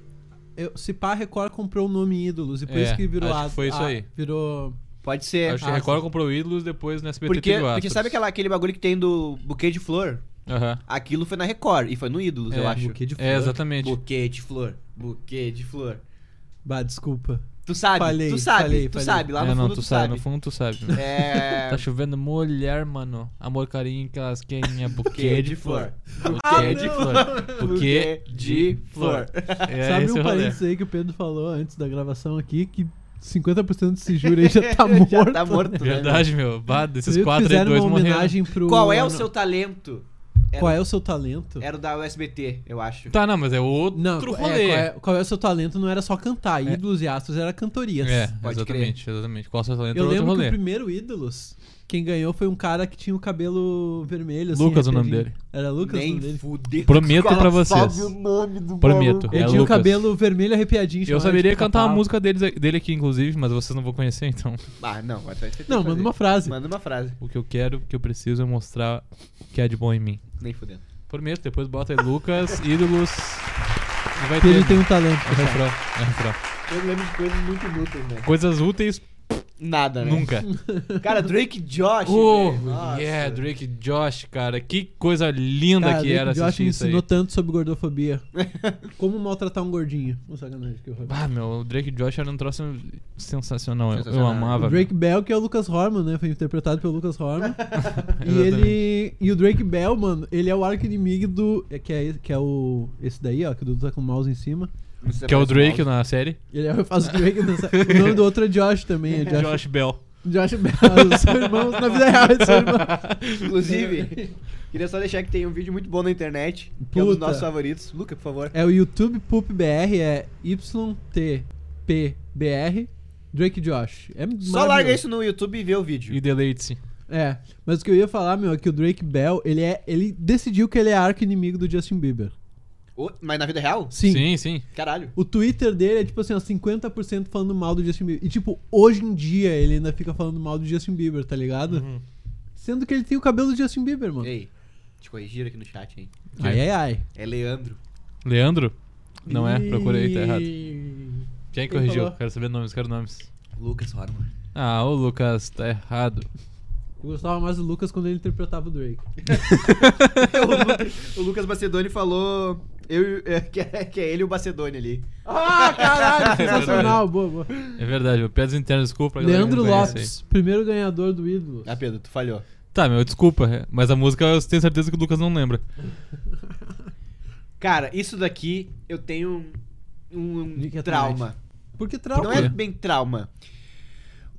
S3: Eu, se pá, a Record comprou o nome Ídolos e por
S1: É,
S3: isso que virou
S1: acho que
S3: a-
S1: foi isso
S3: a-
S1: aí.
S3: Virou.
S2: Pode ser. Ah,
S1: Acho que a Record comprou o Ídolos, depois no SBT
S2: É, Porque,
S1: teve o Astros.
S2: porque sabe aquela, aquele bagulho que tem do buquê de flor?
S1: Aham.
S2: Aquilo foi na Record e foi no Ídolos,
S1: É,
S2: eu acho.
S3: buquê um de flor.
S1: É, exatamente.
S2: Buquê de flor. Buquê de flor.
S3: Bah, desculpa.
S2: Tu sabe,
S3: Falei,
S2: tu sabe,
S3: falei,
S2: tu
S3: falei.
S2: sabe, lá
S1: é,
S2: no
S1: não,
S2: fundo
S1: tu,
S2: tu,
S1: sabe, no fundo tu sabe. meu.
S2: É.
S1: Tá chovendo mulher, mano. Amor, carinho, casquinha, buquê
S2: Buquê
S1: de
S2: de
S1: flor. Buquê
S2: Ah,
S1: de
S2: não!
S1: flor. Buquê de flor. É,
S3: sabe
S1: esse
S3: um
S1: o rolê.
S3: parênteses aí que o Pedro falou antes da gravação aqui que 50% desse júri aí já tá morto.
S2: Já tá morto, né?
S1: Verdade, meu. Bah, desses
S3: Vocês
S1: quatro aí,
S3: fizeram
S1: dois
S3: uma
S1: morreram.
S3: homenagem pro.
S2: Qual é o seu talento?
S3: Qual é o seu talento?
S2: Era o da USBT, eu acho.
S1: Tá, não, mas é outro
S3: Não, é, qual,
S1: rolê.
S3: é, qual é o seu talento? Não era só cantar. Ídolos e Astros era cantorias.
S1: É,
S2: Pode
S1: exatamente, exatamente. Qual o seu talento é
S3: Eu
S1: outro
S3: lembro que
S1: rolê.
S3: o primeiro Ídolos Quem ganhou foi um cara que tinha o cabelo vermelho. assim,
S1: Lucas é o nome
S3: arrepiadinho. Era Lucas o
S2: Nem
S3: nome dele.
S2: fudeu.
S1: um Prometo
S2: Cara,
S1: pra vocês.
S2: Sabe o nome do
S1: Prometo.
S2: maluco.
S1: É
S3: Ele tinha o
S1: Lucas.
S3: cabelo vermelho arrepiadinho.
S1: Eu
S3: chamava
S1: saberia
S3: de
S1: cantar uma
S3: pica-pau.
S1: música dele, dele aqui, inclusive, mas vocês não vão conhecer, então.
S2: Ah, não. vai ter que
S3: Não,
S2: fazer.
S3: manda uma frase.
S2: Manda uma frase.
S1: O que eu quero, o que eu preciso é mostrar o que há de bom em mim.
S2: Nem fudendo.
S1: Prometo, depois bota aí Lucas, ídolos. E vai
S3: Porque
S1: ter.
S3: ele tem um talento.
S1: É refrão, é refrão.
S2: Eu lembro de coisas muito inúteis, né?
S1: Coisas úteis
S2: Nada, né?
S1: nunca.
S2: Cara, Drake e Josh.
S1: Oh,
S2: velho, nossa.
S1: yeah, Drake e Josh, cara. Que coisa linda
S3: Cara,
S1: que
S3: Drake
S1: era
S3: Josh
S1: assistir
S3: me
S1: isso aí.
S3: ensinou um tanto sobre gordofobia. Como maltratar um gordinho. Uma sacanagem que eu
S1: Ah, meu, o Drake e Josh era um troço sensacional. Eu- Eu,
S2: Sensacional.
S1: amava.
S3: O Drake Bell, que é o Lucas Horman, né? Foi interpretado pelo Lucas Horman. e ele. E o Drake Bell, mano, ele é o arco inimigo do. é Que é, esse- que é o. Esse daí, ó, que o Dudu tá com o mouse em cima.
S2: Você
S1: Que é o
S2: parece
S1: Drake
S2: mal.
S1: na série.
S3: Ele é o faz o Drake dançar. O nome do outro é Josh também. É Josh,
S1: Josh Bell.
S3: Josh Bell. São irmãos. Na vida real, é eles são irmãos.
S2: Inclusive, queria só deixar que tem um vídeo muito bom na internet. Que é um dos
S3: Puta.
S2: nossos favoritos. Luca, por favor.
S3: É o YouTube Poop BR, é YTPBR. Drake Josh. É
S2: Só larga
S3: maravilhoso.
S2: isso no YouTube e vê o vídeo.
S1: E deleite-se.
S3: É, mas o que eu ia falar, meu, é que o Drake Bell, ele é, ele decidiu que ele é arco inimigo do Justin Bieber.
S2: Ô, mas na vida real?
S3: Sim.
S1: sim. sim.
S2: Caralho.
S3: O Twitter dele é tipo assim, ó, 50% falando mal do Justin Bieber. E tipo, hoje em dia ele ainda fica falando mal do Justin Bieber, tá ligado? Sendo que ele tem o cabelo do Justin Bieber, mano.
S2: Uhum. Ei, te corrigiram aqui no chat, hein?
S3: Ai, ai, ai.
S2: É Leandro.
S1: Leandro? Não é? Procurei, tá errado.
S3: errado.
S1: Quem
S3: Quem
S1: corrigiu?
S3: falou?
S1: Quero saber nomes, quero nomes.
S2: Lucas Horman.
S1: Ah, o Lucas tá errado.
S3: Eu gostava mais do Lucas quando ele interpretava o Drake.
S2: o, Lu- o Lucas Bacedoni falou. Eu, é, que, é, que é ele e o Bacedoni ali.
S3: Ah, caralho, sensacional, boa, boa.
S1: É verdade, meu. Piadas internas, desculpa. pra galera que
S3: Leandro
S1: não conhece aí.
S3: Lopes, primeiro ganhador do ídolo.
S2: Ah, Pedro, tu falhou.
S1: Tá, meu, desculpa. é, Mas a música eu tenho certeza que o Lucas não lembra.
S2: Cara, isso daqui eu tenho um, um
S3: Nick at
S2: trauma.
S3: Porque trauma.
S2: Não é bem trauma.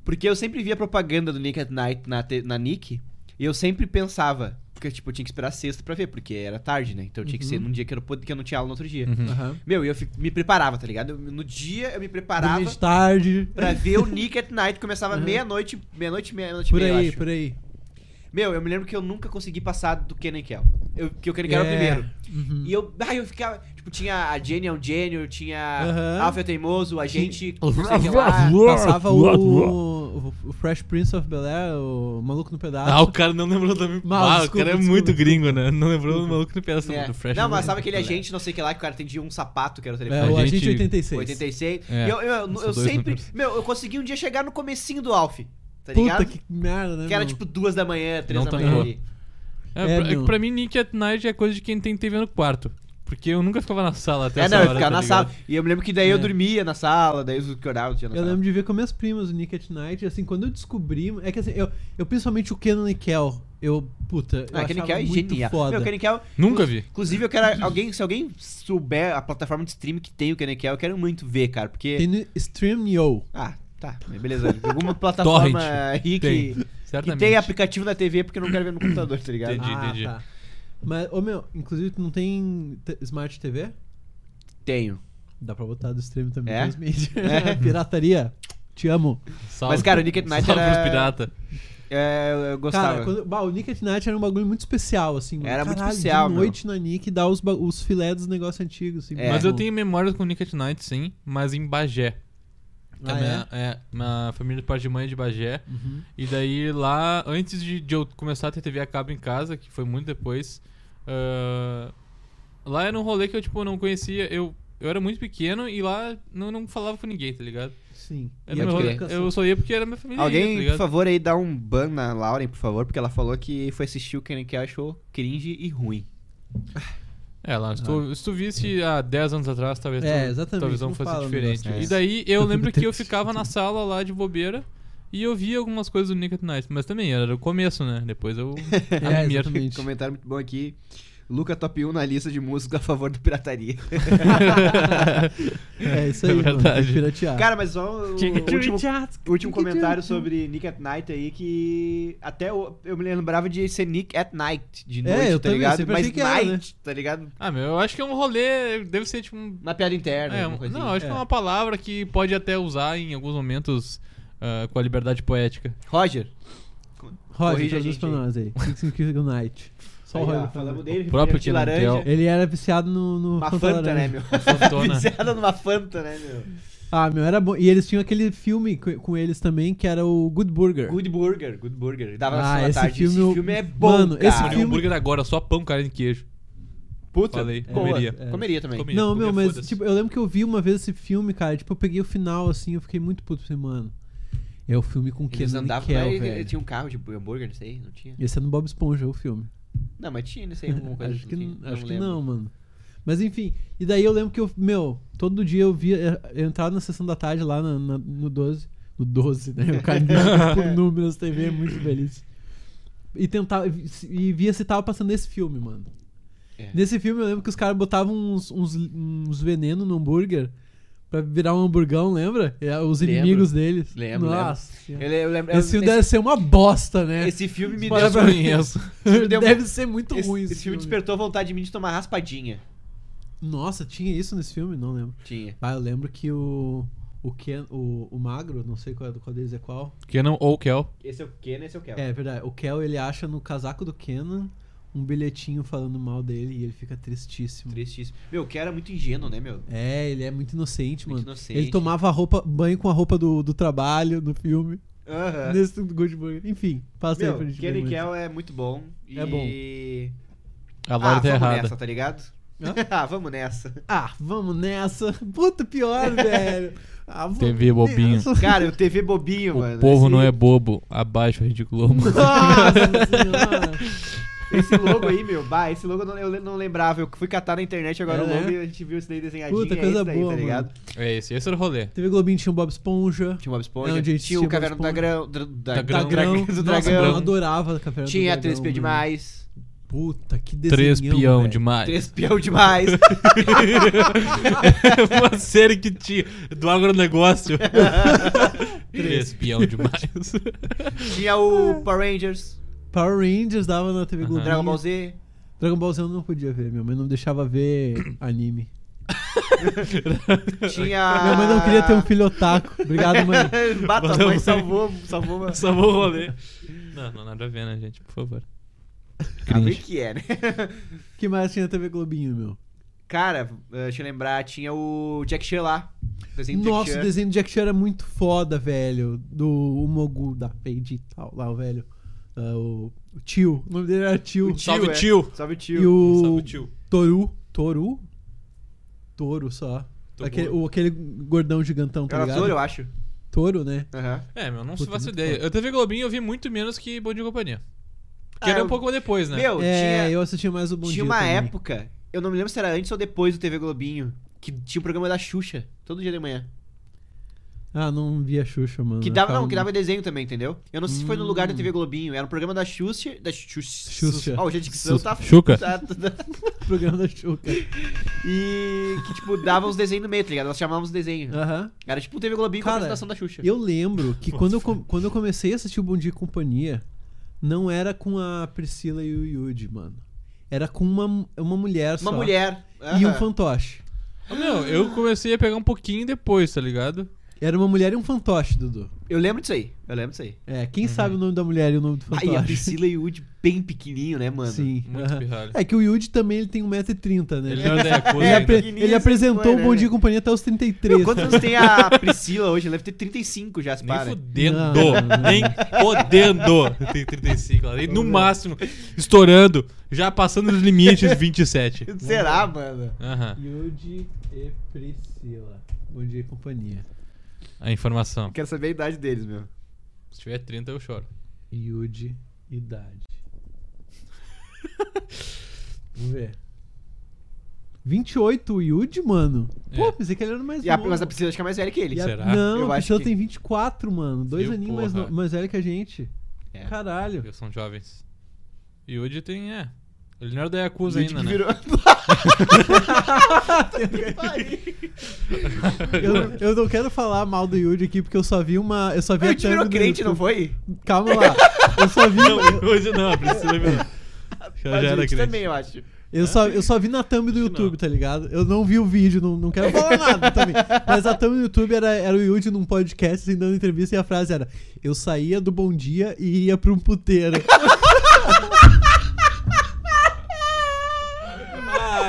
S2: Porque eu sempre via propaganda do Nick at Night na, te- na Nick e eu sempre pensava. Porque, tipo, eu tinha que esperar sexta pra ver, porque era tarde, né? Então tinha que ser
S3: Uhum.
S2: num dia que eu, não pod- que eu não tinha aula no outro dia.
S1: Uhum.
S3: Aham.
S2: Meu, e eu fi- me preparava, tá ligado? Eu- no dia eu me preparava
S3: Dormia de tarde.
S2: pra ver o Nick at Night. Começava
S3: Uhum.
S2: meia-noite, meia-noite, meia-noite,
S3: Por
S2: meia, eu
S3: aí,
S2: acho.
S3: por aí.
S2: Meu, eu me lembro que eu nunca consegui passar do Kenan Kell. Eu, que o Kenan Kell era o
S3: É.
S2: primeiro.
S3: Uhum.
S2: E eu, ai, eu ficava. Tipo, tinha a Jenny é um gênio, tinha
S3: Aham. é
S2: Alfio Teimoso, a gente. não sei o que lá.
S3: Passava o, o Fresh Prince of Bel-Air, o Maluco no Pedaço.
S1: Ah, o cara não lembrou da minha.
S3: Mal,
S1: ah,
S3: desculpa,
S1: o cara é
S3: desculpa,
S1: muito
S3: desculpa.
S1: gringo, né? Não lembrou do maluco no pedaço
S2: É.
S1: do Fresh. né? Tá
S2: Não, mas sabe aquele agente, não sei o que lá, que o cara atendia um sapato, que era o
S3: É, o
S2: telefone.
S1: A gente-
S3: Agente 86.
S2: 86.
S1: É.
S2: E Eu, eu, eu,
S1: Esses dois
S2: sempre.
S1: números.
S2: Meu, eu consegui um dia chegar no comecinho do Alf. Tá
S3: Puta
S2: ligado?
S3: que merda, né?
S2: Que era
S3: meu?
S2: tipo duas da manhã, três
S1: Não
S2: da
S1: tá
S2: manhã
S1: errado.
S2: ali.
S1: É,
S3: É,
S1: pra, é que
S3: meu.
S1: pra mim, Nick at Night é coisa de quem tem TV no quarto. Porque eu nunca ficava na sala até
S2: É,
S1: essa
S2: não, eu
S1: hora,
S2: ficava
S1: tá
S2: na
S1: ligado?
S2: sala. E eu me lembro que daí
S3: É.
S2: eu dormia na sala, daí os que oravam tinha na
S3: Eu
S2: sala.
S3: lembro de ver com minhas primas o Nick at Night. Assim, quando eu descobri. É que assim, eu, eu principalmente o Kenan e Kel. Eu, puta. Eu
S2: Ah, Kenny Kell
S3: achava
S2: é
S3: muito
S2: genial.
S3: foda.
S2: Meu, Kenny Kell.
S1: Nunca vi.
S2: Inclusive, eu quero. Alguém, se alguém souber a plataforma de stream que tem o Kenny Kell, eu quero muito ver, cara. Porque.
S3: Tem no Streamio.
S2: Ah, tá. Beleza. Alguma plataforma aí que.
S1: Tem.
S2: Que
S1: Certamente.
S2: tem aplicativo na TV porque eu não quero ver no computador, tá ligado?
S1: Entendi, entendi.
S3: Tá. Mas, ô meu, inclusive tu não tem t- Smart TV?
S2: Ah, Tenho.
S3: Dá pra botar do stream também.
S2: É?
S3: transmite.
S2: É.
S3: Pirataria. Te amo.
S1: Salve-
S2: Mas, cara, o Nick at Night
S1: salve
S2: era-
S1: pros pirata.
S2: É, eu- eu gostava.
S3: Cara, quando, bah, o Nick at Night era um bagulho muito especial, assim. mano.
S2: Era muito
S3: Caralho,
S2: especial,
S3: De
S2: meu.
S3: noite na Nick dá os, ba- os filé dos negócios antigos, assim.
S2: É.
S1: Mas eu tenho memórias com o Nick at Night, sim. Mas em Bagé. Que a
S3: Ah,
S1: minha, é, minha família de parte de mãe é de Bagé.
S3: Uhum.
S1: E daí lá, antes de, de eu começar a ter TV a cabo em casa, que foi muito depois, ah, lá era um rolê que eu, tipo, não conhecia. Eu, eu era muito pequeno e lá não, não falava com ninguém, tá ligado?
S3: Sim.
S1: Era
S2: Pode
S1: meu rolê-
S2: crer.
S1: eu só ia porque era minha família. ia,
S2: Alguém,
S1: tá
S2: por
S1: ligado?
S2: favor, aí dá um ban na Lauren, por favor, porque ela falou que foi assistir o Kenny Kell e achou cringe e ruim.
S1: É, lá, se tu, se tu visse há 10 anos atrás, talvez
S3: É,
S1: tu,
S3: exatamente,
S1: tua visão
S3: não
S1: fosse
S3: fala um
S1: diferente.
S2: negócio
S1: E
S2: desse.
S1: daí eu lembro que eu ficava na sala lá de bobeira e eu via algumas coisas do Nick at Night, mas também era o começo, né? Depois eu.
S3: É,
S1: a minha-
S3: exatamente.
S2: Comentário é muito bom aqui. Luca top 1 na lista de música a favor do pirataria.
S3: É isso aí,
S1: É
S3: mano.
S1: verdade.
S3: tem que piratear.
S2: Cara, mas só o último, último comentário sobre Nick at Night aí que até eu, eu me lembrava de ser Nick at Night, de noite,
S3: eu
S2: tá
S3: também,
S2: ligado?
S3: sempre
S2: Mas
S3: achei que era,
S2: night, tá ligado?
S1: ah, meu, eu acho que é um rolê. Deve ser tipo um.
S2: Uma piada interna,
S1: É,
S2: alguma
S1: um-
S2: coisa assim.
S1: não, acho que é uma palavra que
S2: É.
S1: pode até usar em alguns momentos ah, com a liberdade poética.
S2: Roger,
S3: Roger,
S2: Corrige a
S3: traduz
S2: gente
S3: pra
S2: aí.
S3: nós aí. O que que significa Ignite? Só o
S2: Aí, ó,
S3: Roger. pra
S2: falamos
S3: nós.
S2: dele,
S1: O próprio
S2: refrigerante de
S1: Tirantel.
S2: laranja.
S3: Ele era viciado no, no
S2: Uma
S3: Fanta
S2: Fanta, né,
S3: Laranja.
S2: meu?
S1: Fantona.
S2: Viciada numa Fanta, né, meu?
S3: Ah, meu, era bom. E eles tinham aquele filme co- com eles também, que era o Good Burger.
S2: Good Burger, Good Burger. Dava na
S3: Ah,
S2: sessão da
S3: esse
S2: tarde.
S3: filme-
S2: esse filme é bom,
S3: Mano,
S2: cara.
S3: esse
S1: Comi um
S3: filme-
S1: hambúrguer agora, só pão, carne e queijo.
S2: Puta,
S1: Falei,
S2: boa.
S1: comeria.
S2: Comeria também.
S1: Comi,
S3: Não,
S1: comi,
S3: meu, mas
S1: foda-se.
S3: tipo, eu lembro que eu vi uma vez esse filme, cara. Tipo, eu peguei o final assim, eu fiquei muito puto. Falei, mano, é o filme com
S2: Eles
S3: Kenan
S2: andavam,
S3: Nickel,
S2: mas
S3: velho.
S2: tinha um carro de hambúrguer, não sei, não tinha?
S3: Esse é no Bob Esponja, o filme.
S2: Não, mas tinha, não sei, alguma coisa.
S3: acho que,
S2: tinha,
S3: n- acho que
S2: lembro.
S3: não, mano. Mas enfim, e daí eu lembro que eu, meu, todo dia eu via, eu entrava na sessão da tarde lá na- na- no 12, no 12, né? Eu caí por números TV, é muito feliz. E tentava, e vi- e via se tava passando esse filme, mano.
S2: É.
S3: Nesse filme eu lembro que os caras botavam uns, uns, uns veneno no hambúrguer pra virar um hamburgão, lembra? E, ah, Os
S2: Lembro.
S3: inimigos deles.
S2: Lembro,
S3: Nossa.
S2: Eu,
S3: Senhora.
S2: le- eu lembro.
S3: Esse
S2: eu,
S3: filme deve ser uma bosta, né?
S2: esse filme me
S3: Bora
S2: deu.
S1: Eu
S3: pra mim.
S1: conheço.
S2: filme deu-
S3: deve ser muito
S2: Esse,
S3: ruim
S2: esse filme despertou vontade em mim de tomar raspadinha.
S3: Nossa, tinha isso nesse filme? Não lembro.
S2: Tinha.
S3: Ah, eu lembro que o. O Ken. O, o Magro, não sei qual, é- qual deles é qual.
S1: Kenan ou Kel.
S2: Esse é o Ken, esse é o Kel.
S3: É, verdade. O Kel ele acha no casaco do Kenan um bilhetinho falando mal dele e ele fica tristíssimo.
S2: Tristíssimo. Meu, o Ken era muito ingênuo, né, meu?
S3: É, ele é muito inocente,
S2: Muito
S3: mano.
S2: inocente.
S3: Ele tomava a roupa, banho com a roupa do, do trabalho no filme.
S2: Aham.
S3: Nesse Good Burger. Enfim, passa aí pra
S2: É. Meu,
S3: gente.
S2: Ken
S3: ver
S2: e
S3: mais.
S2: Kel é muito bom. E...
S3: É bom.
S1: A Laura tá
S2: Ah, vamos
S1: errada.
S2: nessa, tá ligado?
S3: Hã?
S2: ah, vamos nessa.
S3: Ah, vamos nessa. Puta, pior, velho. Ah, vamos
S1: TV bobinho.
S3: nessa.
S2: Cara, o TV bobinho,
S1: O
S2: mano.
S1: povo
S2: Esse-
S1: não é bobo. Abaixo, ridículo.
S3: Nossa senhora.
S2: Esse logo aí, meu, bah, esse logo eu não, eu não lembrava. Eu fui catar na internet agora
S3: É,
S2: o logo
S3: né?
S2: e a gente viu isso daí desenhadinho.
S3: Puta,
S2: é
S3: coisa
S2: esse daí,
S3: boa,
S2: tá ligado?
S1: É esse, esse era o rolê.
S3: TV Globinho tinha o Bob Esponja.
S2: Tinha o Bob Esponja,
S3: Não, gente,
S2: tinha
S3: É tinha
S2: o
S3: o
S2: Caverna do
S3: Bob
S2: Dragão, dra- da-
S1: Dragão.
S2: dragão, do
S3: Nossa, eu
S2: Dragão,
S3: adorava a Caverna do
S2: tinha a
S3: Dragão,
S2: 3P
S3: meu.
S2: demais,
S3: Puta, que desenhão.
S1: Três peão
S3: velho.
S1: demais.
S2: 3P é demais,
S1: Uma série que tinha do agronegócio. Três peão demais.
S2: tinha o Power Rangers,
S3: Power Rangers dava na TV Globinho.
S2: Dragon Ball Z,
S3: Dragon Ball Z eu não podia ver. Minha mãe não deixava ver anime.
S2: tinha...
S3: Minha mãe não queria ter um filho otaku. Obrigado, mãe.
S2: Bata,
S1: Valeu,
S2: mãe,
S1: mãe.
S2: salvou, salvou, mano.
S1: Só vou rolê. Não, não nada a ver, né, gente? Por favor.
S2: Ah, bem
S1: Cringe.
S2: que é, né?
S3: que mais tinha na TV Globinho, meu?
S2: Cara, eh, deixa eu lembrar, tinha o Jack Chan lá, desenho do
S3: Nossa, o
S2: Jack Chan.
S3: desenho do Jack Chan era muito foda, velho. Do o Mogu, da Paige e tal, lá, o velho. Ah, o, o tio. O nome dele era tio.
S2: O
S1: Salve,
S2: é.
S1: tio.
S2: Salve, tio.
S3: E o
S1: Salve, tio.
S3: Toru. Toru? Toru só.
S1: Toburo.
S3: Aquele, o, aquele gordão gigantão, tá
S2: Era
S3: ligado?
S2: Zoro, eu acho.
S3: Touro, né?
S2: Aham.
S1: É, meu, não se
S3: Puta,
S1: faço
S3: muito
S1: ideia.
S3: foda.
S1: Eu TV Globinho eu vi muito menos que Bom Dia e Companhia. Que
S2: Ah,
S1: era
S2: eu-
S1: um pouco depois, né?
S2: Meu,
S3: é,
S2: tinha...
S3: eu assistia mais o Bom
S2: tinha
S3: Dia
S2: uma
S3: também.
S2: época, eu não me lembro se era antes ou depois do TV Globinho, que tinha o programa da Xuxa, todo dia de manhã.
S3: Ah, não via Xuxa, mano.
S2: Que dava,
S3: Ficava-
S2: não, que dava desenho também, entendeu? Eu não sei se foi no lugar da TV Globinho, era um programa da Xuxa. Da Xuxa.
S3: Hum. Xuxa.
S2: Ó, gente, que são tá.
S1: Xuca.
S2: tá- tá-
S3: programa da Xuxa.
S2: E que, tipo, dava uns desenhos no meio, tá ligado? Elas chamavam os desenhos.
S3: Aham.
S2: Era tipo o TV Globinho com a
S3: Ah. Cara,
S2: apresentação da Xuxa.
S3: Eu lembro que quando eu, com- quando eu comecei a assistir o Bom Dia e Companhia, não era com a Priscila e o Yudi, mano. Era com uma, uma mulher só.
S2: Uma mulher.
S3: E um
S2: aham.
S3: fantoche.
S1: Meu, eu comecei a pegar um pouquinho depois, tá ligado?
S3: Era uma mulher e um fantoche, Dudu.
S2: Eu lembro disso aí. Eu lembro disso aí.
S3: É, quem sabe o nome da mulher e o nome do
S2: Uhum. Aí
S3: fantoche?
S2: a Priscila e o Woody bem pequenininho, né, mano?
S3: Sim.
S1: Muito
S3: aham.
S1: pirralho.
S3: É que o Yudi também ele tem 1,30m, né?
S1: Ele não é da
S3: Ele,
S1: coisa
S3: apre-
S1: ainda.
S2: pequenininho,
S3: ele
S2: sempre foi,
S3: apresentou
S2: né,
S3: o Bom Dia
S2: velho?
S3: e Companhia até os 33.
S2: Meu, quantos anos tem a Priscila hoje? Ela deve ter 35 já, se
S1: Nem
S2: para.
S1: fudendo,
S3: Não, não, não.
S1: nem podendo. Tem 35 lá. E no máximo, estourando, já passando dos limites, 27.
S2: Será, mano?
S1: Aham,
S3: Yudi e Priscila. Bom dia, companhia.
S1: a informação.
S2: Quero saber a idade deles, meu.
S1: Se tiver 30, eu choro.
S3: Yudi, idade. Vamos ver. 28 o Yudi, mano? Pô,
S1: É.
S3: pensei que ele era mais
S2: E a,
S3: novo.
S2: mas a Priscila acho que é mais velha que ele.
S3: E a-
S1: será?
S3: Não,
S2: Eu
S3: o
S2: acho
S3: Priscila
S2: que-
S3: tem 24, mano. Dois
S1: Viu,
S3: aninhos mais,
S1: porra?
S3: no- mais velho que a gente.
S2: É.
S3: Caralho.
S1: Eles são jovens. E hoje tem, é. Ele não era da Yakuza
S2: Woody
S1: ainda,
S2: que
S1: né?
S2: virou-
S3: Eu, eu não quero falar mal do Yudi aqui, porque eu só vi uma. Eu só
S2: Mas o
S3: vi a
S2: Woody virou
S3: thumb no
S2: crente, não
S3: YouTube.
S2: foi?
S3: Calma lá. Eu só vi.
S1: Não, hoje não, a Priscila virou. Já
S2: Mas o
S1: era
S2: Woody
S1: crente.
S2: também, eu acho.
S3: Eu, só, eu só vi na thumb do YouTube, tá ligado? Eu não vi o vídeo, não, não quero falar nada também. Mas a thumb do YouTube era, era o Yuji num podcast, assim, dando entrevista, e a frase era: Eu saía do Bom Dia e ia pra um puteiro.
S1: Ah,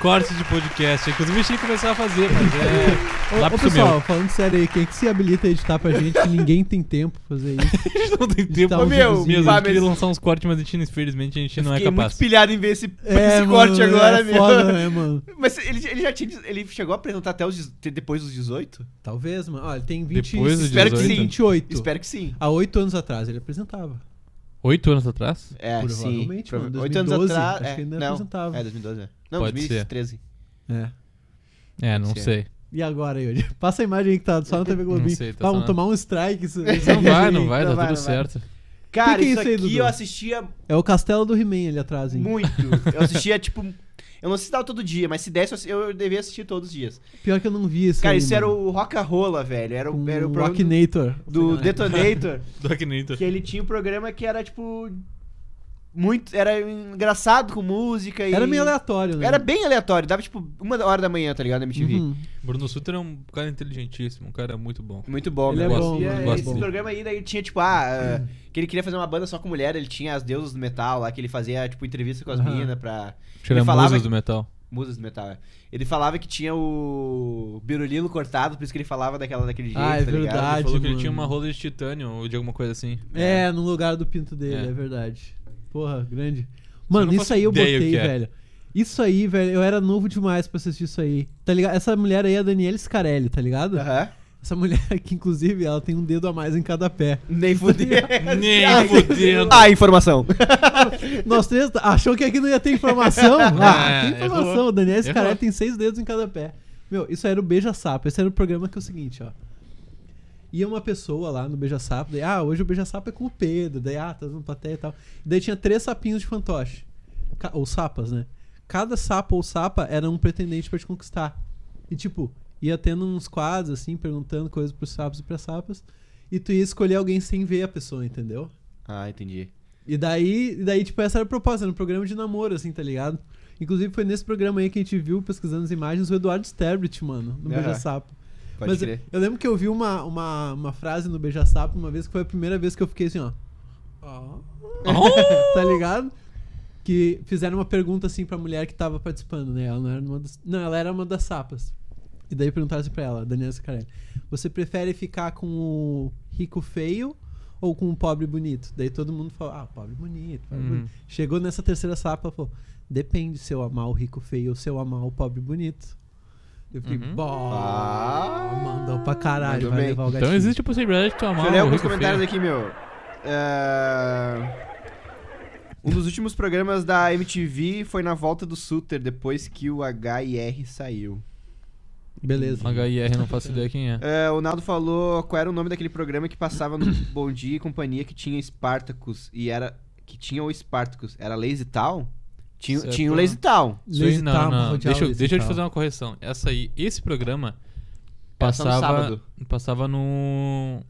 S1: Corte de podcast. É que os bichos têm que começar a fazer, mas é.
S3: Ô,
S1: Lá
S3: ô,
S1: pro
S3: pessoal, falando sério aí, quem é que se habilita a editar pra gente? que Ninguém tem tempo pra fazer isso.
S1: gente não tem tempo.
S3: Tá um
S2: meu,
S1: Meu,
S2: bah,
S1: a gente queria
S2: mas
S1: lançar uns cortes, mas a gente, infelizmente, a gente não é
S2: fiquei
S1: capaz.
S2: muito pilhado em ver esse, esse
S3: É, mano,
S2: corte agora,
S3: é
S2: meu.
S3: Foda, né, mano?
S2: Mas ele, ele já tinha. Ele chegou a apresentar até os, de- depois dos 18?
S3: Talvez, mano. Olha, ele tem 20,
S1: Depois do
S2: Espero que
S1: 18.
S2: sim.
S3: 28.
S2: Espero que sim.
S3: Há oito anos atrás ele apresentava.
S1: Oito anos atrás?
S2: É,
S3: Provavelmente,
S2: sim.
S3: mano,
S2: Prova- Oito anos
S3: 2012,
S2: atrás.
S3: acho
S2: é,
S3: que ainda
S2: não,
S3: apresentava.
S2: É, 2012. é. Não,
S1: Pode ser.
S2: 2013.
S3: É.
S1: É, não
S2: Sim.
S1: sei.
S3: E agora, Yuri? Passa a imagem aí que tá só na TV Globinho.
S1: sei, tá só
S3: Vamos
S1: na-
S3: tomar um strike. Isso, isso
S1: Não
S3: aí.
S1: vai, não vai,
S2: Não
S1: tá
S2: vai,
S1: tudo
S2: não vai.
S1: certo.
S2: Cara,
S3: que é
S2: isso,
S3: isso aí,
S2: aqui
S3: Dudu?
S2: eu assistia
S3: É o castelo do He-Man ali atrás, hein?
S2: muito. Eu assistia, tipo. Eu não assistava todo dia, mas se desse, eu assi- eu devia assistir todos os dias.
S3: Pior que eu não vi isso.
S2: Cara,
S3: aí,
S2: isso era
S3: mano.
S2: o Rock Rola, velho. Era o,
S3: Com
S2: era o
S3: o
S2: programa do-
S3: Akinator.
S2: do Detonator.
S1: Do Akinator.
S2: Que ele tinha um programa que era, tipo. Muito. Era engraçado com música e.
S3: Era meio aleatório, né?
S2: Era bem aleatório, dava tipo uma hora da manhã, tá ligado? Na MTV.
S3: Uhum.
S1: Bruno Sutter é um cara inteligentíssimo, um cara muito bom.
S2: Muito bom,
S3: Ele
S2: meu.
S3: é
S2: Eu
S3: bom,
S2: assistia
S3: mano,
S1: gosto
S2: Esse
S1: dele.
S2: programa aí, daí tinha, tipo, ah, ah, que ele queria fazer uma banda só com mulher, ele tinha as deusas do metal lá, que ele fazia, tipo, entrevista com as
S3: Aham.
S2: minas pra.
S1: Chega
S2: falava
S1: musas
S2: que-
S1: é um do metal.
S2: Musas do metal, é. Ele falava que tinha o birulino cortado, por isso que ele falava daquela, daquele jeito,
S3: Ah, é
S2: tá ligado?
S3: verdade.
S1: Ele falou que ele tinha
S3: mano.
S1: uma rola de titânio ou de alguma coisa assim.
S3: É, no lugar do pinto dele,
S1: É.
S3: é, verdade. Porra, grande.
S1: Eu
S3: Mano,
S1: não
S3: isso
S1: faço
S3: aí eu
S1: ideia o
S3: botei,
S1: que é.
S3: velho. Isso aí, velho, eu era novo demais pra assistir isso aí. Tá ligado? Essa mulher aí é a Daniela Scarelli, tá ligado?
S2: Aham.
S3: Essa mulher aqui, inclusive, ela tem um dedo a mais em cada pé.
S2: Nem fudeu.
S1: Nem
S2: Ai,
S1: fudendo.
S2: Ah, informação.
S3: Nós três tá- achou que aqui não ia ter informação? Ah,
S1: É,
S3: tem informação.
S1: errou.
S3: O Daniel
S1: Errou.
S3: Scarelli tem seis dedos em cada pé. Meu, isso era o Beija-Sapo. Esse era o programa que é o seguinte, ó. Ia uma pessoa lá no Beija-Sapo, daí, ah, hoje o Beija-Sapo é com o Pedro, daí, ah, tá dando plateia e tal. daí tinha três sapinhos de fantoche. Ca- Ou sapas, né? Cada sapo ou sapa era um pretendente pra te conquistar. E tipo, ia tendo uns quadros, assim, perguntando coisas pros sapos e pras sapas. E tu ia escolher alguém sem ver a pessoa, entendeu?
S2: Ah, entendi.
S3: E daí, e daí, tipo, essa era a proposta, era um programa de namoro, assim, tá ligado? Inclusive, foi nesse programa aí que a gente viu, pesquisando as imagens, o Eduardo Sterblit, mano, no
S2: Aham.
S3: Beija-Sapo.
S2: Pode
S3: Mas é eu,
S2: crer.
S3: eu lembro que eu vi uma, uma, uma frase no Beija-Sapo uma vez que foi a primeira vez que eu fiquei assim, ó. Ó. tá ligado? Que fizeram uma pergunta assim pra mulher que tava participando, né? Ela não era uma das, Não, ela era uma das sapas. E daí perguntaram assim pra ela, Daniela Sacarelli, você prefere ficar com o rico feio ou com o pobre bonito? Daí todo mundo falou, ah, pobre bonito, pobre
S1: Uhum.
S3: bonito. Chegou nessa terceira sapa, falou, depende se eu amar o rico feio ou se eu amar o pobre bonito. Eu fiquei,
S1: Uhum.
S3: "Bó,
S2: Ah,
S3: mandou pra caralho,
S2: mandou
S3: vai
S2: bem.
S3: levar o gatinho.
S1: Então existe a possibilidade de tomar
S2: Deixa eu ler
S1: um
S2: alguns
S1: rico feio.
S2: comentários aqui, meu. É, Um dos últimos programas da MTV foi na volta do Suter, depois que o HIR saiu.
S3: Beleza.
S1: HIR, não faço ideia quem é.
S2: É, o Naldo falou qual era o nome daquele programa que passava no Bom Dia e Companhia que tinha Spartacus e era. Que tinha o Spartacus. Era Lazy Town? Tinha,
S1: Certo.
S2: tinha o Lazy Town.
S1: Isso aí
S3: Lazy
S1: não,
S3: Town,
S1: não.
S3: rodear o
S1: Deixa, eu-
S3: Lazy
S1: deixa eu te
S3: Town.
S1: fazer uma correção. Essa aí, esse programa
S2: Passa no
S1: passava,
S2: sábado.
S1: passava no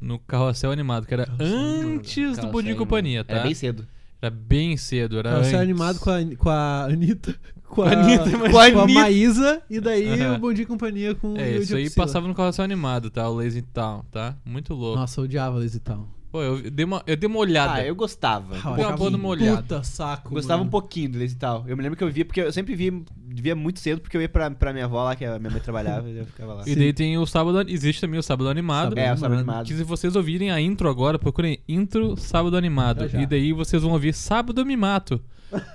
S1: no Carrossel Animado, que era antes do Bom Dia e Companhia, tá?
S2: Era É, bem cedo.
S1: Era bem cedo, era
S3: Carrossel
S1: antes.
S3: é animado com a, com a Anitta. Com a,
S1: Anitta,
S3: com
S1: imagina.
S3: a Maísa. E daí
S1: Aham.
S3: o Bom Dia e Companhia com o
S1: É,
S3: Yuri
S1: isso aí
S3: Apicila.
S1: passava no Carrossel Animado, tá? O Lazy Town, tá? Muito louco.
S3: Nossa, eu odiava Lazy Town.
S1: Pô, eu dei uma, eu dei uma olhada.
S2: Ah, eu gostava.
S3: Ah, eu
S1: Pô,
S3: achava
S1: boa
S3: um
S1: numa olhada.
S3: Puta saco.
S2: Gostava
S3: mano.
S2: um pouquinho do Lazy Town. Eu me lembro que eu via, porque eu sempre via, via muito cedo, porque eu ia pra, pra minha avó lá, que a minha mãe trabalhava, e eu ficava lá.
S1: E daí tem o sábado. Existe também o sábado animado.
S3: Sábado
S2: É, eu estava
S3: Mano,
S2: animado.
S1: Que se vocês ouvirem a intro agora, procurem intro sábado animado.
S3: Já, já.
S1: E daí vocês vão ouvir sábado me mato.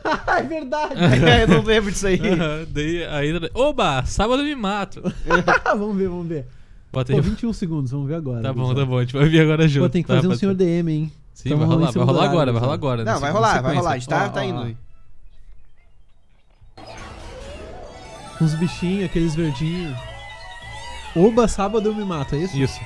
S3: Ah, é verdade.
S2: eu não lembro disso aí.
S1: Aham, daí a intro. Oba! Sábado me mato!
S3: Ah, vamos ver, vamos ver.
S1: Bota aí.
S3: Pô, 21 segundos, vamos ver agora.
S1: Tá bom,
S3: gurizada.
S1: tá bom. A gente vai vir agora junto.
S3: Pô, tem que
S1: tá,
S3: fazer um
S1: rapaziada?
S3: senhor DM, hein?
S1: Sim,
S3: Tamo
S1: vai
S3: rolando
S1: rolar,
S3: em cima
S1: vai rolar
S3: do
S1: agora,
S3: horário,
S1: vai rolar agora.
S3: gurizada.
S2: Não,
S1: na
S2: vai
S1: sequ-
S2: rolar,
S1: na
S2: vai rolar. A
S1: sequência.
S2: gente tá,
S3: Ó,
S2: tá
S3: ó,
S2: indo
S3: ó.
S2: aí.
S3: Uns bichinhos, aqueles verdinhos. Oba, sábado eu me mato, é isso?
S1: Isso.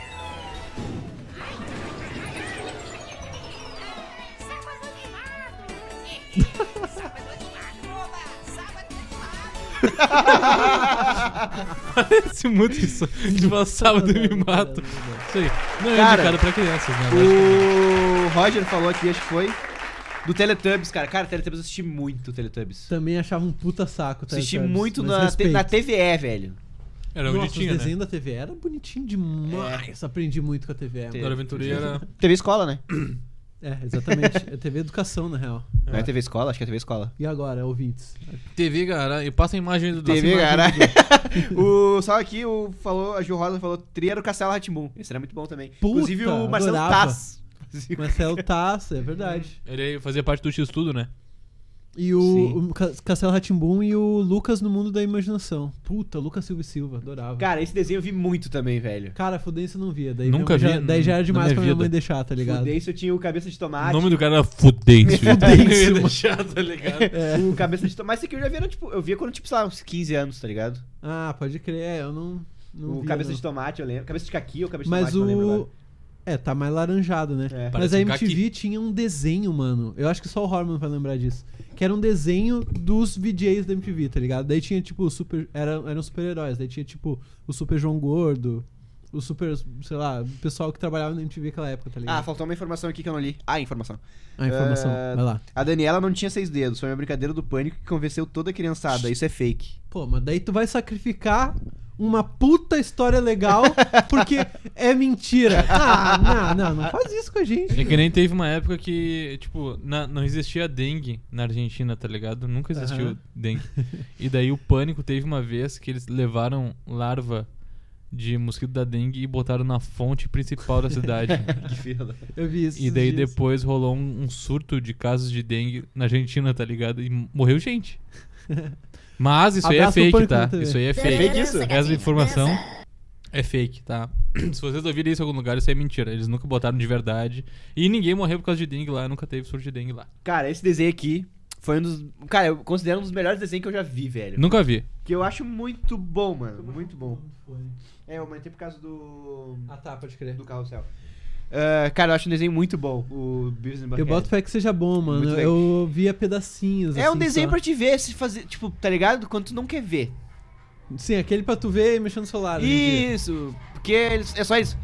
S1: Parece muito isso. De uma sábado eu me mato. Isso aí. Não é
S2: Cara,
S1: indicado pra crianças, né?
S2: O Roger falou aqui, acho que foi, do Teletubbies, cara. Cara, Teletubbies eu assisti muito Teletubbies.
S3: Também achava um puta saco, tá?
S2: assisti
S3: sabe?
S2: muito
S3: Mas
S2: na, te-
S3: respeito.
S2: na TVE, velho.
S1: Era
S3: Nossa,
S1: bonitinho,
S3: os
S1: né?
S3: desenhos da TV era bonitinho
S2: É.
S3: demais. Aprendi muito com a TV.
S2: Te-
S3: mano.
S1: Dora Aventureira era...
S2: TV Escola, né?
S3: É, exatamente. É TV Educação, na real.
S2: Não é TV Escola? Acho que é TV Escola.
S3: E agora, ouvintes?
S1: TV, cara. E passa a imagem do...
S2: TV,
S1: passa a
S2: cara.
S1: imagem do-
S2: o, só aqui, o, falou, a Ju Rosa falou Triero Castelo Ratimbum. Esse era muito bom também.
S3: Puta,
S2: Inclusive o Marcelo
S3: adorava.
S2: Tass.
S3: Marcelo Taça, é verdade.
S1: Ele fazia parte do X-Tudo, né?
S3: E
S2: Sim.
S3: o, o Ca- Castelo Ratimbum e o Lucas no Mundo da Imaginação. Puta, Lucas Silva e Silva, adorava.
S2: Cara, esse desenho eu vi muito também, velho.
S3: Cara, Fudência eu não via. Daí
S1: Nunca
S3: minha mãe
S1: vi
S3: Já, daí já era
S1: na
S3: demais
S1: minha
S3: pra minha
S1: vida.
S3: mãe deixar, tá ligado?
S2: Fudêncio tinha o Cabeça Ah, de
S1: O
S2: Tomate.
S1: nome do cara era Fudêncio.
S3: Fudêncio, mano.
S1: chato, tá ligado?
S3: É.
S2: O Cabeça de Tomate. Mas esse aqui eu já vi, era, tipo, eu via quando eu tinha, sei lá, uns 15 anos, tá ligado?
S3: Ah, pode crer, é, eu não. não
S2: o
S3: via,
S2: Cabeça
S3: não.
S2: de Tomate, eu lembro. Cabeça de Caqui ou Cabeça
S3: Mas
S2: de Tomate, não lembro
S3: o.
S2: agora.
S3: É, tá mais laranjado, né?
S2: É.
S3: Mas
S1: Parece
S3: a
S1: um
S3: MTV
S1: caqui.
S3: tinha um desenho, mano. Eu acho que só o Horman vai lembrar disso. Que era um desenho dos VJs da MTV, tá ligado? Daí tinha, tipo, o super. Era, eram super-heróis. Daí tinha, tipo, o Super João Gordo. O super, sei lá, o pessoal que trabalhava na MTV naquela época, tá
S2: Ah,
S3: ligado?
S2: faltou uma informação aqui que eu não li. Ah, informação.
S3: a informação.
S2: é,
S3: Vai lá.
S2: A Daniela não tinha seis dedos, foi uma brincadeira do pânico que convenceu toda a criançada. Isso é fake.
S3: Pô, mas daí tu vai sacrificar uma puta história legal porque é mentira. Ah, não, não, não faz isso com a gente.
S1: É que nem teve uma época que, tipo, na- não existia dengue na Argentina, tá ligado? Nunca existiu
S3: Aham.
S1: dengue. E daí o pânico teve uma vez que eles levaram larva de mosquito da dengue e botaram na fonte principal da cidade.
S2: Que fila.
S3: Eu vi isso.
S1: e daí depois rolou um, um surto de casos de dengue na Argentina, tá ligado? E morreu gente. Mas isso aí é
S3: Abraço pro
S1: fake,
S3: Pânico
S1: tá?
S3: na TV.
S1: Isso aí é fake.
S6: fake isso?
S1: Essa informação é fake, tá? Se vocês ouvirem isso em algum lugar, isso é mentira. Eles nunca botaram de verdade. E ninguém morreu por causa de dengue lá, nunca teve surto de dengue lá.
S2: Cara, esse desenho aqui foi um dos. Cara, eu considero um dos melhores desenhos que eu já vi, velho.
S1: Nunca vi.
S2: Que eu acho muito bom, mano. Muito bom. É, eu mantei por causa do.
S3: Ah, tá, pode crer.
S2: do carrossel. Ah, cara, eu acho um desenho muito bom, o Beavis and
S3: Eu
S2: Butthead.
S3: boto fé que seja bom,
S1: é
S3: mano.
S2: Muito bem.
S3: Eu via pedacinhos.
S2: É um
S3: assim,
S2: desenho
S3: só.
S2: pra te ver, se fazer, tipo, tá ligado? Quando tu não quer ver.
S3: Sim, aquele pra tu ver e mexendo no celular. né, hoje em dia.
S2: Isso, porque eles- é só isso.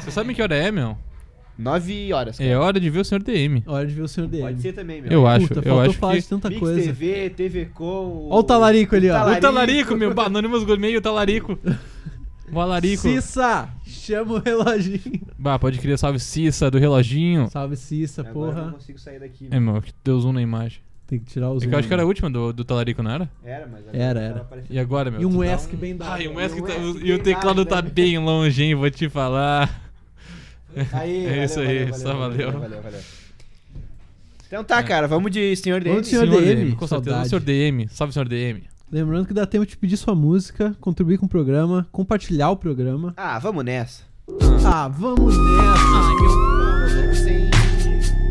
S1: Você sabe que hora é, meu?
S2: Nove horas.
S1: É hora de ver o Sr. DM.
S3: Hora de ver o senhor dele.
S2: Pode ser também, meu.
S1: Eu acho, eu
S3: faltou
S1: acho
S3: falar
S1: que...
S3: de tanta
S2: Mix
S3: coisa.
S2: TV, TV Com.
S3: Olha o talarico ali, ó.
S1: O talarico, meu. Bah, Anonymous Gourmet e o talarico. O alarico.
S3: Cissa! Chama o reloginho.
S1: Bah, pode criar salve Cissa do reloginho.
S3: Salve, Cissa,
S2: É, Agora eu não
S3: porra.
S2: consigo sair daqui.
S1: É, meu, que deu zoom na imagem.
S3: Tem que tirar os. um.
S1: É que eu acho que era a última do, do talarico, não era?
S2: Era, mas tava
S3: Era, era.
S2: aparecendo.
S1: E agora, meu?
S3: E
S1: tu
S3: um
S1: dá
S3: ESC bem dado.
S1: Ah, e um
S2: E
S1: ESC
S2: um
S1: tá-
S2: ESC
S1: E o
S2: bem
S1: teclado
S2: dado,
S1: tá
S2: né?
S1: bem longe, hein? Vou te falar.
S2: Aí,
S1: É
S2: valeu,
S1: isso aí, só valeu.
S2: valeu, valeu. Então tá, cara, vamos de Senhor DM.
S3: Vamos de Senhor DM,
S1: com certeza.
S3: saudade.
S1: Senhor DM. Salve, Senhor DM.
S3: Lembrando que dá tempo de pedir sua música, contribuir com o programa, compartilhar o programa.
S2: Ah, vamos nessa.
S3: Ah, vamos nessa!
S2: Nós vamos sem,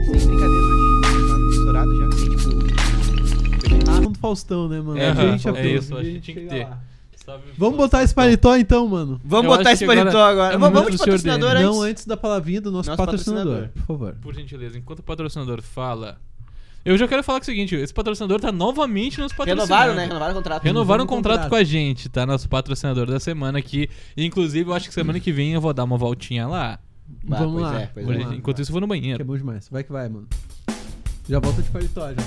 S2: sem brincadeira hoje. Tá misturado já. Tem, tipo,
S3: Ah, do Faustão, né, mano?
S1: É,
S3: A gente
S1: é
S3: aprende,
S1: isso,
S3: a
S1: acho que
S3: gente
S1: tinha que
S3: chega
S1: ter.
S3: lá. Vamos botar esse paletó então, mano.
S2: Vamos
S1: Eu
S2: botar
S1: acho
S2: esse
S1: que agora
S2: paletó agora.
S1: é o
S2: Vamos,
S1: momento
S2: vamos de
S1: do Senhor
S2: patrocinador
S1: DM.
S2: antes.
S3: Não antes da palavrinha do nosso,
S2: Nosso
S3: patrocinador,
S2: patrocinador.
S3: por favor.
S1: Por gentileza, enquanto o patrocinador fala. Eu já quero falar que é o seguinte: esse patrocinador tá novamente nos patrocinando.
S2: Renovaram, né? Renovaram o contrato.
S1: Renovaram o
S3: Renovamos o
S1: contrato
S3: contrato.
S1: com a gente, tá? Nosso patrocinador da semana aqui. Inclusive, eu acho que semana que vem eu vou dar uma voltinha lá.
S2: Bah,
S3: Vamos
S2: pois
S3: lá.
S2: é, pois
S3: Vamos
S2: é.
S3: lá.
S1: Enquanto isso, eu vou no
S3: Que é
S1: banheiro.
S3: bom demais. Vai que vai, mano. Já volta de paletó, já.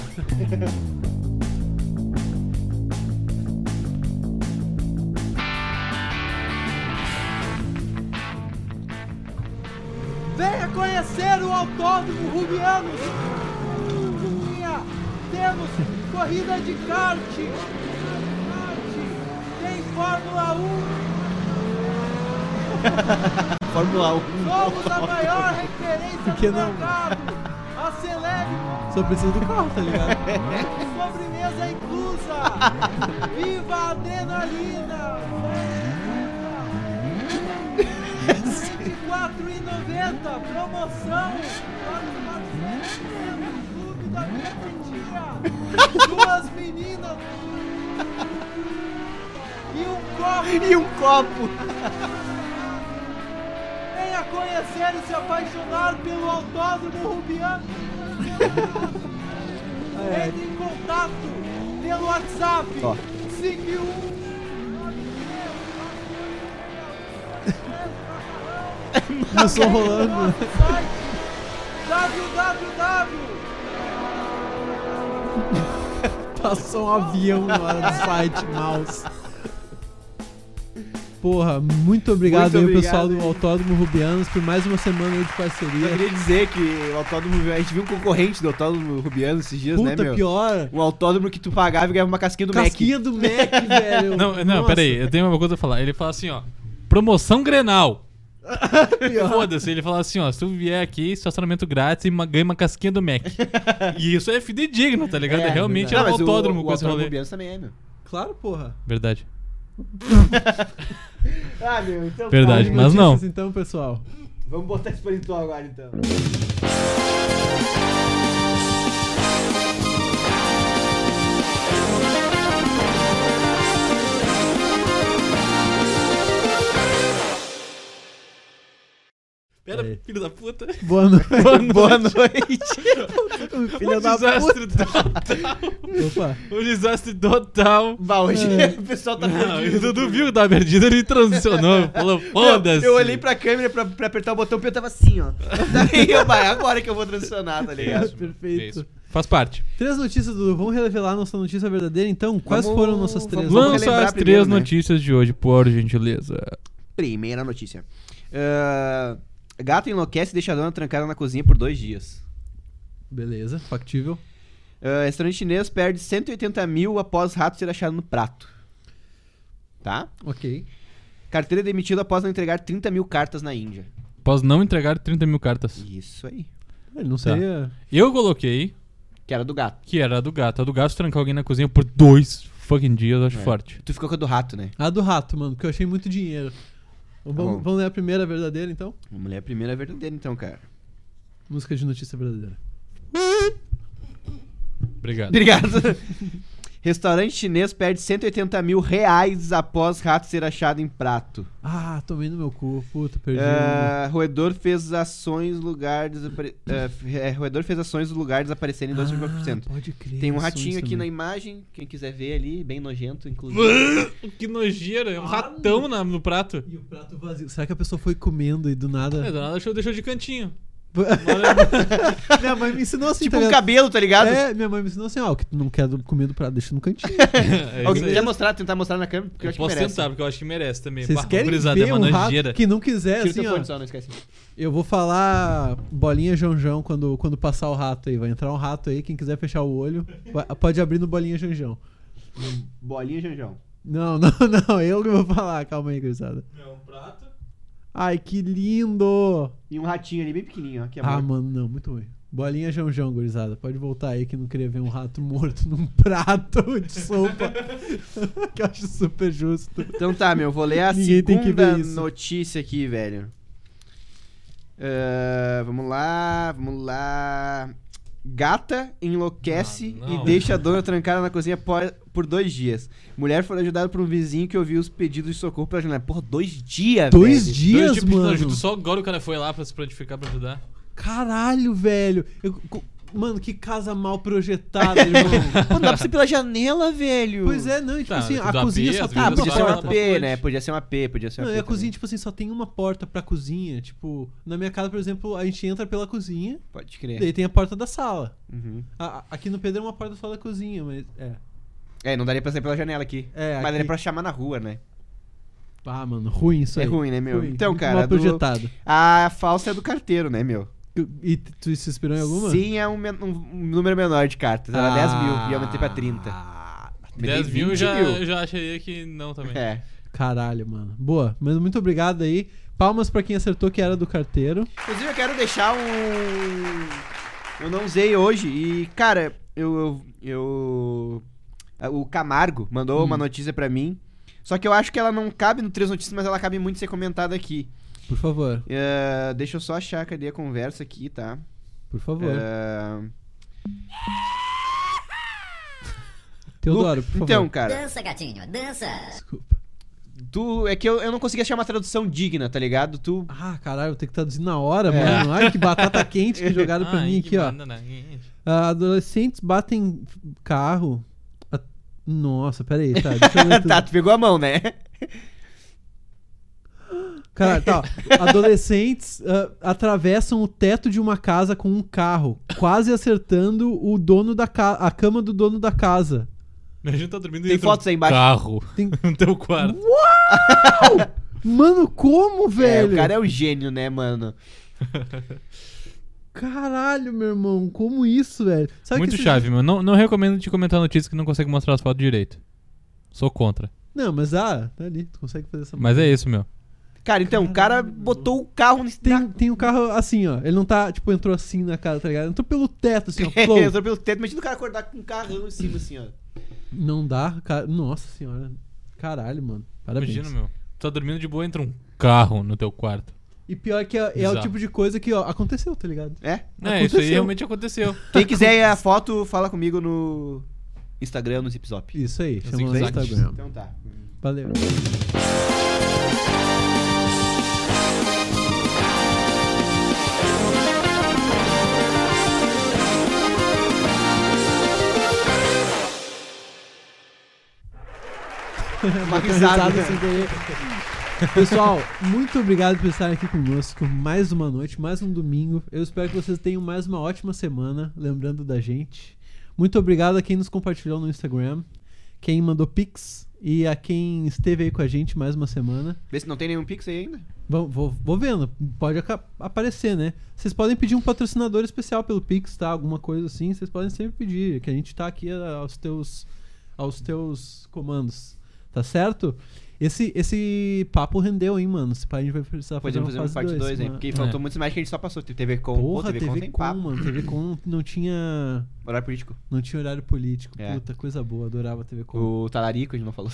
S3: Venha conhecer o Autódromo Rubiano. Minha. Temos corrida de kart. Tem Fórmula 1.
S2: Fórmula 1.
S3: Somos a maior referência do mercado! Acelere! Só precisa do carro, tá ligado? Sobremesa inclusa! Viva a adrenalina! 24,90 promoção para os parceiros do Clube da Minha Tia. Duas meninas e um copo!
S2: E um copo.
S3: Venha conhecer e se apaixonar pelo Autódromo Rubiano. Entre em contato pelo WhatsApp.
S2: Ó.
S3: 51. Não rolando. www. Passou um avião na hora do site, mouse. Porra, muito obrigado
S2: Muito
S3: aí,
S2: obrigado
S3: pessoal do
S2: aí.
S3: Autódromo Rubianos, por mais uma semana aí de
S2: Eu
S3: parceria.
S2: queria dizer que o autódromo. A gente viu um concorrente do autódromo Rubiano esses dias, né,
S3: Puta,
S2: meu?
S3: pior.
S2: O autódromo que tu pagava e ganhava uma casquinha do
S3: Casquinha do Mac, velho.
S1: Não, não, peraí, eu tenho uma coisa pra falar. Ele fala assim, ó. Promoção Grenal. Foda-se, ele fala assim, ó, se tu vier aqui, estacionamento grátis e ma- ganha uma casquinha do Mac. e isso é fidedigno, tá ligado?
S2: É,
S1: Realmente
S2: Mac.
S1: era
S2: Não,
S1: um
S2: mas o-
S1: autódromo
S2: o,
S1: com esse
S2: autódromo
S1: rolê.
S2: Rubianos também é, meu.
S3: Claro, porra.
S1: Verdade.
S2: Ah, meu, então.
S1: Verdade,
S3: Vamos de
S1: mas não.
S3: notícias Então, pessoal.
S2: Vamos botar esse paletó agora, então.
S1: Pera,
S3: Aí.
S1: filho da puta.
S3: Boa noite.
S2: Boa noite.
S1: Um
S3: Filha da puta.
S1: desastre total.
S3: Opa.
S1: Um desastre total.
S2: bah, hoje o pessoal tá
S1: Não,
S2: perdido.
S1: o Dudu viu que tava perdido, ele transicionou. Falou,
S2: Meu,
S1: foda-se.
S2: Eu olhei pra câmera pra, pra apertar o botão, eu tava assim, ó. Daí eu, vai, agora que eu vou transicionar, tá ligado?
S1: É Isso.
S3: Perfeito.
S1: Faz parte.
S3: Três notícias, Dudu. Vamos revelar nossa notícia verdadeira, então? Quais
S2: Vamos-
S3: foram nossas três?
S2: vamos- Vamos-
S1: Lança
S2: relembrar
S1: as
S2: primeiro,
S1: três
S2: né?
S1: notícias de hoje, por gentileza.
S2: Primeira notícia. Ah, gato enlouquece e deixa a dona trancada na cozinha por dois dias.
S3: Beleza, factível.
S2: Ah, restaurante chinês perde 180 mil após rato ser achado no prato. Tá?
S3: Ok.
S2: Carteira demitida após não entregar 30 mil cartas na Índia.
S1: Após não entregar 30 mil cartas.
S2: Isso aí.
S3: Ele não
S1: Tá.
S3: seria.
S1: Eu coloquei
S2: Que era do gato.
S1: que era a do gato. A do gato trancar alguém na cozinha por dois fucking dias, eu acho
S2: É.
S1: forte.
S2: Tu ficou com a do rato, né?
S3: A do rato, mano, porque eu achei muito dinheiro. Vamos,
S2: Tá bom.
S3: vamos ler a primeira verdadeira, então?
S2: Vamos ler a primeira verdadeira, então, cara.
S3: Música de notícia verdadeira.
S1: Obrigado.
S2: Obrigado. Restaurante chinês perde 180 mil reais após rato ser achado em prato.
S3: Ah, tomei no meu cu. Puta, perdi.
S2: Ah, roedor fez ações lugar desapare... ah, é, roedor fez ações do lugar desaparecerem em 2,9%.
S3: Ah, pode crer.
S2: Tem um
S3: ações
S2: ratinho aqui na
S3: também.
S2: imagem, quem quiser ver ali, bem nojento, inclusive.
S1: que nojeira, é um ratão na- no prato.
S3: E o prato vazio. Será que a pessoa foi comendo e do
S1: É,
S3: nada.
S1: do nada deixou, deixou de cantinho.
S3: minha mãe me ensinou assim,
S2: tipo
S3: tá
S2: um
S3: ligado?
S2: cabelo, tá ligado?
S3: É, minha mãe me ensinou assim, ó, o que tu não quer do- comer do prato, deixa no cantinho.
S1: É
S2: Alguém
S1: isso aí.
S2: quer mostrar, tentar mostrar na câmera? Porque eu,
S1: Eu
S2: acho que
S1: posso
S2: merece.
S1: tentar, porque eu acho que merece também.
S3: Vocês
S1: Bah,
S3: querem
S1: gurizada,
S3: ver
S1: é
S3: um
S1: uma
S3: rato
S1: nojeira.
S3: que não quiser,
S2: Tira o
S3: assim,
S2: teu
S3: ó.
S2: fone só, não esquece.
S3: Eu vou falar bolinha Jonjão quando, quando passar o rato aí. Vai entrar um rato aí, quem quiser fechar o olho, vai- pode abrir no bolinha Jonjão.
S2: Bolinha, Janjão.
S3: Não, não, não, eu que vou falar. Calma aí, gurizada.
S1: É um prato.
S3: Ai, que lindo!
S2: E um ratinho ali, bem pequenininho, ó. Que é
S3: Ah,
S2: amor.
S3: mano, não, muito ruim. Bolinha Jonjão, gurizada. Pode voltar aí que não queria ver um rato morto num prato de sopa. que eu acho super justo.
S2: Então tá, meu, vou ler a
S3: Ninguém tem que
S2: segunda
S3: ver isso.
S2: notícia aqui, velho. Ah, vamos lá, vamos lá. Gata enlouquece
S1: Ah, não.
S2: e deixa a dona trancada na cozinha por, por dois dias. Mulher foi ajudada por um vizinho que ouviu os pedidos de socorro pela janela. Porra, dois dias,
S3: Dois
S1: Dois
S2: velho.
S3: dias,
S1: tipos de
S3: mano.
S1: ajuda, Só agora o cara foi lá pra se prontificar pra ajudar.
S3: Caralho, velho. Eu- co- mano, que casa mal projetada, irmão.
S2: Pô, não dá pra ser pela janela, velho.
S3: pois é, não, e tipo
S1: Tá,
S3: assim,
S1: tudo
S3: a
S1: a
S3: cozinha
S1: pé,
S3: só
S1: às
S3: tem
S2: Ah,
S1: vezes
S3: uma
S2: podia ser uma
S1: Porta.
S2: P, né? Podia ser uma P, podia ser uma
S3: Não,
S2: P.
S3: e a
S2: também.
S3: cozinha, tipo assim, só tem uma porta pra cozinha. Tipo, na minha casa, por exemplo, a gente entra pela cozinha,
S2: Pode crer.
S3: daí tem a porta da sala.
S2: Uhum.
S3: A- a- aqui no Pedro é uma porta só da cozinha, mas. É.
S2: É, não daria pra ser pela janela aqui.
S3: É,
S2: Mas
S3: aqui-
S2: daria pra chamar na rua, né?
S3: Ah, mano, ruim isso
S2: É
S3: aí.
S2: ruim, né, meu? Então,
S3: muito
S2: cara,
S3: Mal
S2: do-
S3: projetado.
S2: A falsa é do carteiro, né, meu?
S3: E t- tu se inspirou em alguma?
S2: Sim, é um, men- um- um número menor de cartas. Era 10 mil e eu aumentei pra 30.
S3: Ah,
S2: Aumentei
S1: 10 mil eu
S2: 20
S1: já,
S3: é
S1: eu já acharia que não também.
S2: É.
S3: Caralho, mano. Boa. Mas muito obrigado aí. Palmas pra quem acertou que era do carteiro.
S2: Inclusive, eu quero deixar um. Eu não usei hoje e, cara, eu. eu, eu- O Camargo mandou
S3: Hum.
S2: uma notícia pra mim. Só que eu acho que ela não cabe no Três Notícias, mas ela cabe muito ser comentada aqui.
S3: Por favor,
S2: Eh, deixa eu só achar, cadê a conversa aqui, tá?
S3: por favor.
S2: Eh,
S3: Teodoro, por favor.
S2: então, cara,
S6: Dança, gatinho, dança.
S3: Desculpa.
S2: tu. É que eu, eu não consegui achar uma tradução digna, tá ligado? Tu
S3: Ah, caralho, vou ter que traduzir na hora,
S2: É.
S3: mano. Ai, que batata quente que jogaram pra
S1: Ai,
S3: mim
S1: que né?
S3: aqui, ó.
S1: banana.
S3: Ah, adolescentes batem carro. Ah, a- tá, Nossa, peraí, tá. Deixa eu ler tudo.
S2: tá, tu pegou a mão, né?
S3: Cara, tá. ó. Adolescentes ah, atravessam o teto de uma casa com um carro, quase acertando o dono da ca a cama do dono da casa.
S1: Imagina tá dormindo e
S2: Tem
S1: entra um
S2: fotos aí embaixo.
S1: Carro.
S3: Tem-
S1: no teu quarto.
S3: Mano, como,
S2: É,
S3: velho?
S2: o cara é um gênio, né, mano?
S3: Caralho, meu irmão, como isso, velho? Sabe
S1: Muito
S3: que Tá esse-
S1: chave, meu. Não, não recomendo te comentar notícias que não consegue mostrar as fotos direito. Sou contra.
S3: Não, mas ah, tá ali, tu consegue fazer essa
S1: Mas é isso, meu.
S2: Cara, então, o cara botou o carro no
S3: Tem, tem um carro assim, ó. Ele não tá, tipo, entrou assim na casa, tá ligado? Entrou pelo teto, assim, ó. plou.
S2: Entrou pelo teto, imagina o cara acordar com um carrão em cima, assim, ó.
S3: não dá, cara. Nossa senhora. Caralho, mano. Parabéns.
S1: Imagina, meu. Tu tá dormindo de boa, entra um carro no teu quarto.
S3: E pior que é, é o
S1: Bizarro.
S3: tipo de coisa que, ó, aconteceu, tá ligado?
S2: É.
S1: É, isso aí
S3: Aconteceu.
S1: realmente aconteceu.
S2: Quem quiser a foto, fala comigo no Instagram, no Zipzop.
S3: Isso aí,
S1: Os
S3: chamamos no
S1: zigzags.
S3: Instagram.
S2: Então tá.
S3: Valeu.
S2: Uma
S3: risada assim.
S2: risada. assim.
S3: sem querer. Pessoal, muito obrigado por estarem aqui conosco. Mais uma noite, mais um domingo. Eu espero que vocês tenham mais uma ótima semana, lembrando da gente. Muito obrigado a quem nos compartilhou no Instagram, quem mandou pix e a quem esteve aí com a gente mais uma semana.
S2: Vê se não tem nenhum pix aí ainda.
S3: Vou, vou- vou vendo, pode aca- aparecer, né? Vocês podem pedir um patrocinador especial pelo Pix, tá? Alguma coisa assim, vocês podem sempre pedir, que a gente tá aqui a- aos teus, aos teus comandos, tá certo? Esse, esse papo rendeu, hein, mano? Se pá, a gente vai precisar fazer,
S2: Podemos fazer uma parte 2 aí,
S3: mano.
S2: porque faltou
S1: É.
S2: muitas mais que a gente só passou. Teve TV com, pô,
S3: né? Porra,
S2: TV, com
S3: TV
S2: tem
S3: Com,
S2: papo. é
S3: mano. TV Com não tinha,
S2: Horário político.
S3: não tinha horário político.
S2: É.
S3: Puta, coisa boa, adorava TV Com.
S2: O Talarico, a gente não falou.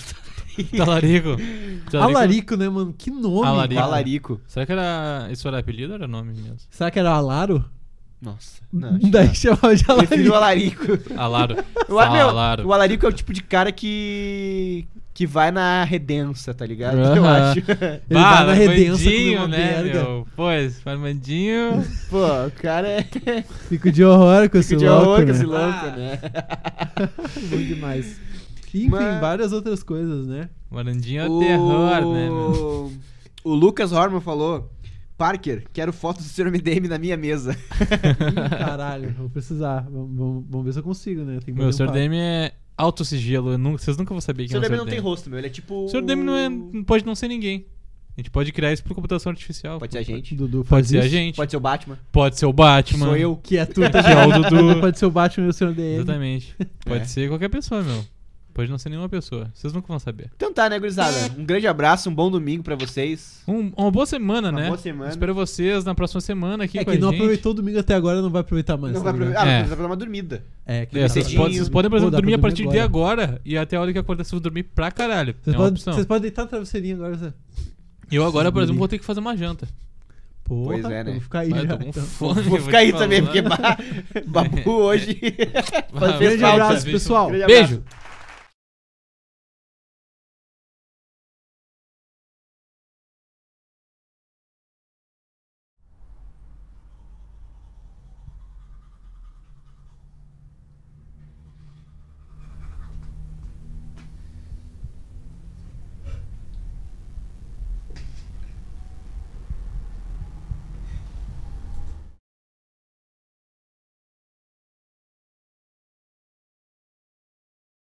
S1: Talarico.
S3: Alarico, né, mano? Que nome!
S1: Alarico.
S2: Talarico.
S1: Será que era. Isso era apelido ou era nome mesmo?
S3: Será que era Alaro?
S2: Nossa.
S3: Daí chamava de Alarico.
S2: Prefiro o Alarico.
S1: Alaro.
S2: O, Al- meu,
S1: Alaro.
S2: o Alarico é o tipo de cara que. que vai na redença, tá ligado? Eu
S1: Aham.
S2: acho.
S3: Ele
S1: Bah,
S3: vai na redença comer
S1: Armandinho,
S3: uma
S1: né,
S3: merda.
S1: meu? Pois, Armandinho.
S2: Pô, o cara é.
S3: Fico de horror com esse
S2: de
S3: louco,
S2: louco,
S3: né?
S2: esse louco, né?
S3: Bom demais. E, Enfim,
S2: Mas-
S3: várias outras coisas, né?
S1: Armandinho é o terror, né, meu?
S2: O Lucas Horman falou: Parker, quero fotos do Sr. MDM na minha mesa.
S3: Ih, caralho, vou precisar. Vamos, vamos- vamos ver se eu consigo, né? Tem que
S1: Meu, o
S3: fazer um
S1: Sr. DM é alto sigilo. eu nunca- Vocês nunca vão saber
S2: O
S1: quem é
S2: Sr.
S1: o
S2: DM
S1: Sr.
S2: não tem
S1: DM.
S2: rosto, meu. Ele é tipo.
S1: O Sr. DM não, é, não pode não ser ninguém. A gente pode criar isso por computação artificial.
S2: Pode ser a
S3: papo.
S2: gente.
S3: Dudu,
S1: Pode
S3: faz
S1: ser a
S3: isso.
S1: gente. Pode,
S2: Pode ser o Batman.
S1: ser o Batman.
S2: Sou eu.
S3: Que é tu,
S1: Que é o Dudu.
S3: Pode ser o Batman e o Sr. DM.
S1: Exatamente. Pode
S2: É.
S1: ser qualquer pessoa, meu. Pode não ser nenhuma pessoa. Vocês nunca vão saber.
S2: Então tá, né, gurizada?
S1: É.
S2: Um grande abraço, um bom domingo pra vocês.
S1: Um- uma boa semana,
S2: Uma
S1: né?
S2: boa semana.
S1: Espero vocês na próxima semana aqui
S3: É
S1: com
S3: que
S1: a
S3: não
S1: gente.
S3: aproveitou o domingo até agora, não vai aproveitar mais.
S2: Não
S3: tá
S2: vai
S3: ligado?
S2: aproveitar.
S1: É.
S2: Ah, mas vai dar uma dormida.
S3: É, que
S1: É, vocês,
S2: Cedinho.
S1: podem, vocês podem, por
S3: Pô,
S1: exemplo,
S3: dá pra
S1: dormir a
S3: dormir
S1: partir de agora e até a hora que acordar vocês vão dormir pra caralho.
S3: Vocês,
S1: é uma
S3: podem,
S1: opção.
S3: vocês podem deitar a travesseirinha agora. Zé.
S1: Eu agora, por
S3: vocês
S1: exemplo, vou ter que fazer uma janta.
S3: Porra,
S2: Pois é, né?
S3: eu Vou ficar aí
S1: Vai, tá eu
S3: já.
S1: tô com
S3: então.
S1: fome.
S2: Vou
S1: te
S2: ficar aí
S1: falar.
S2: também, porque bah, Babu hoje.
S1: Vai,
S2: Grande
S1: falta,
S3: abraço,
S1: bicho.
S3: pessoal.
S2: Grande abraço.
S1: Beijo.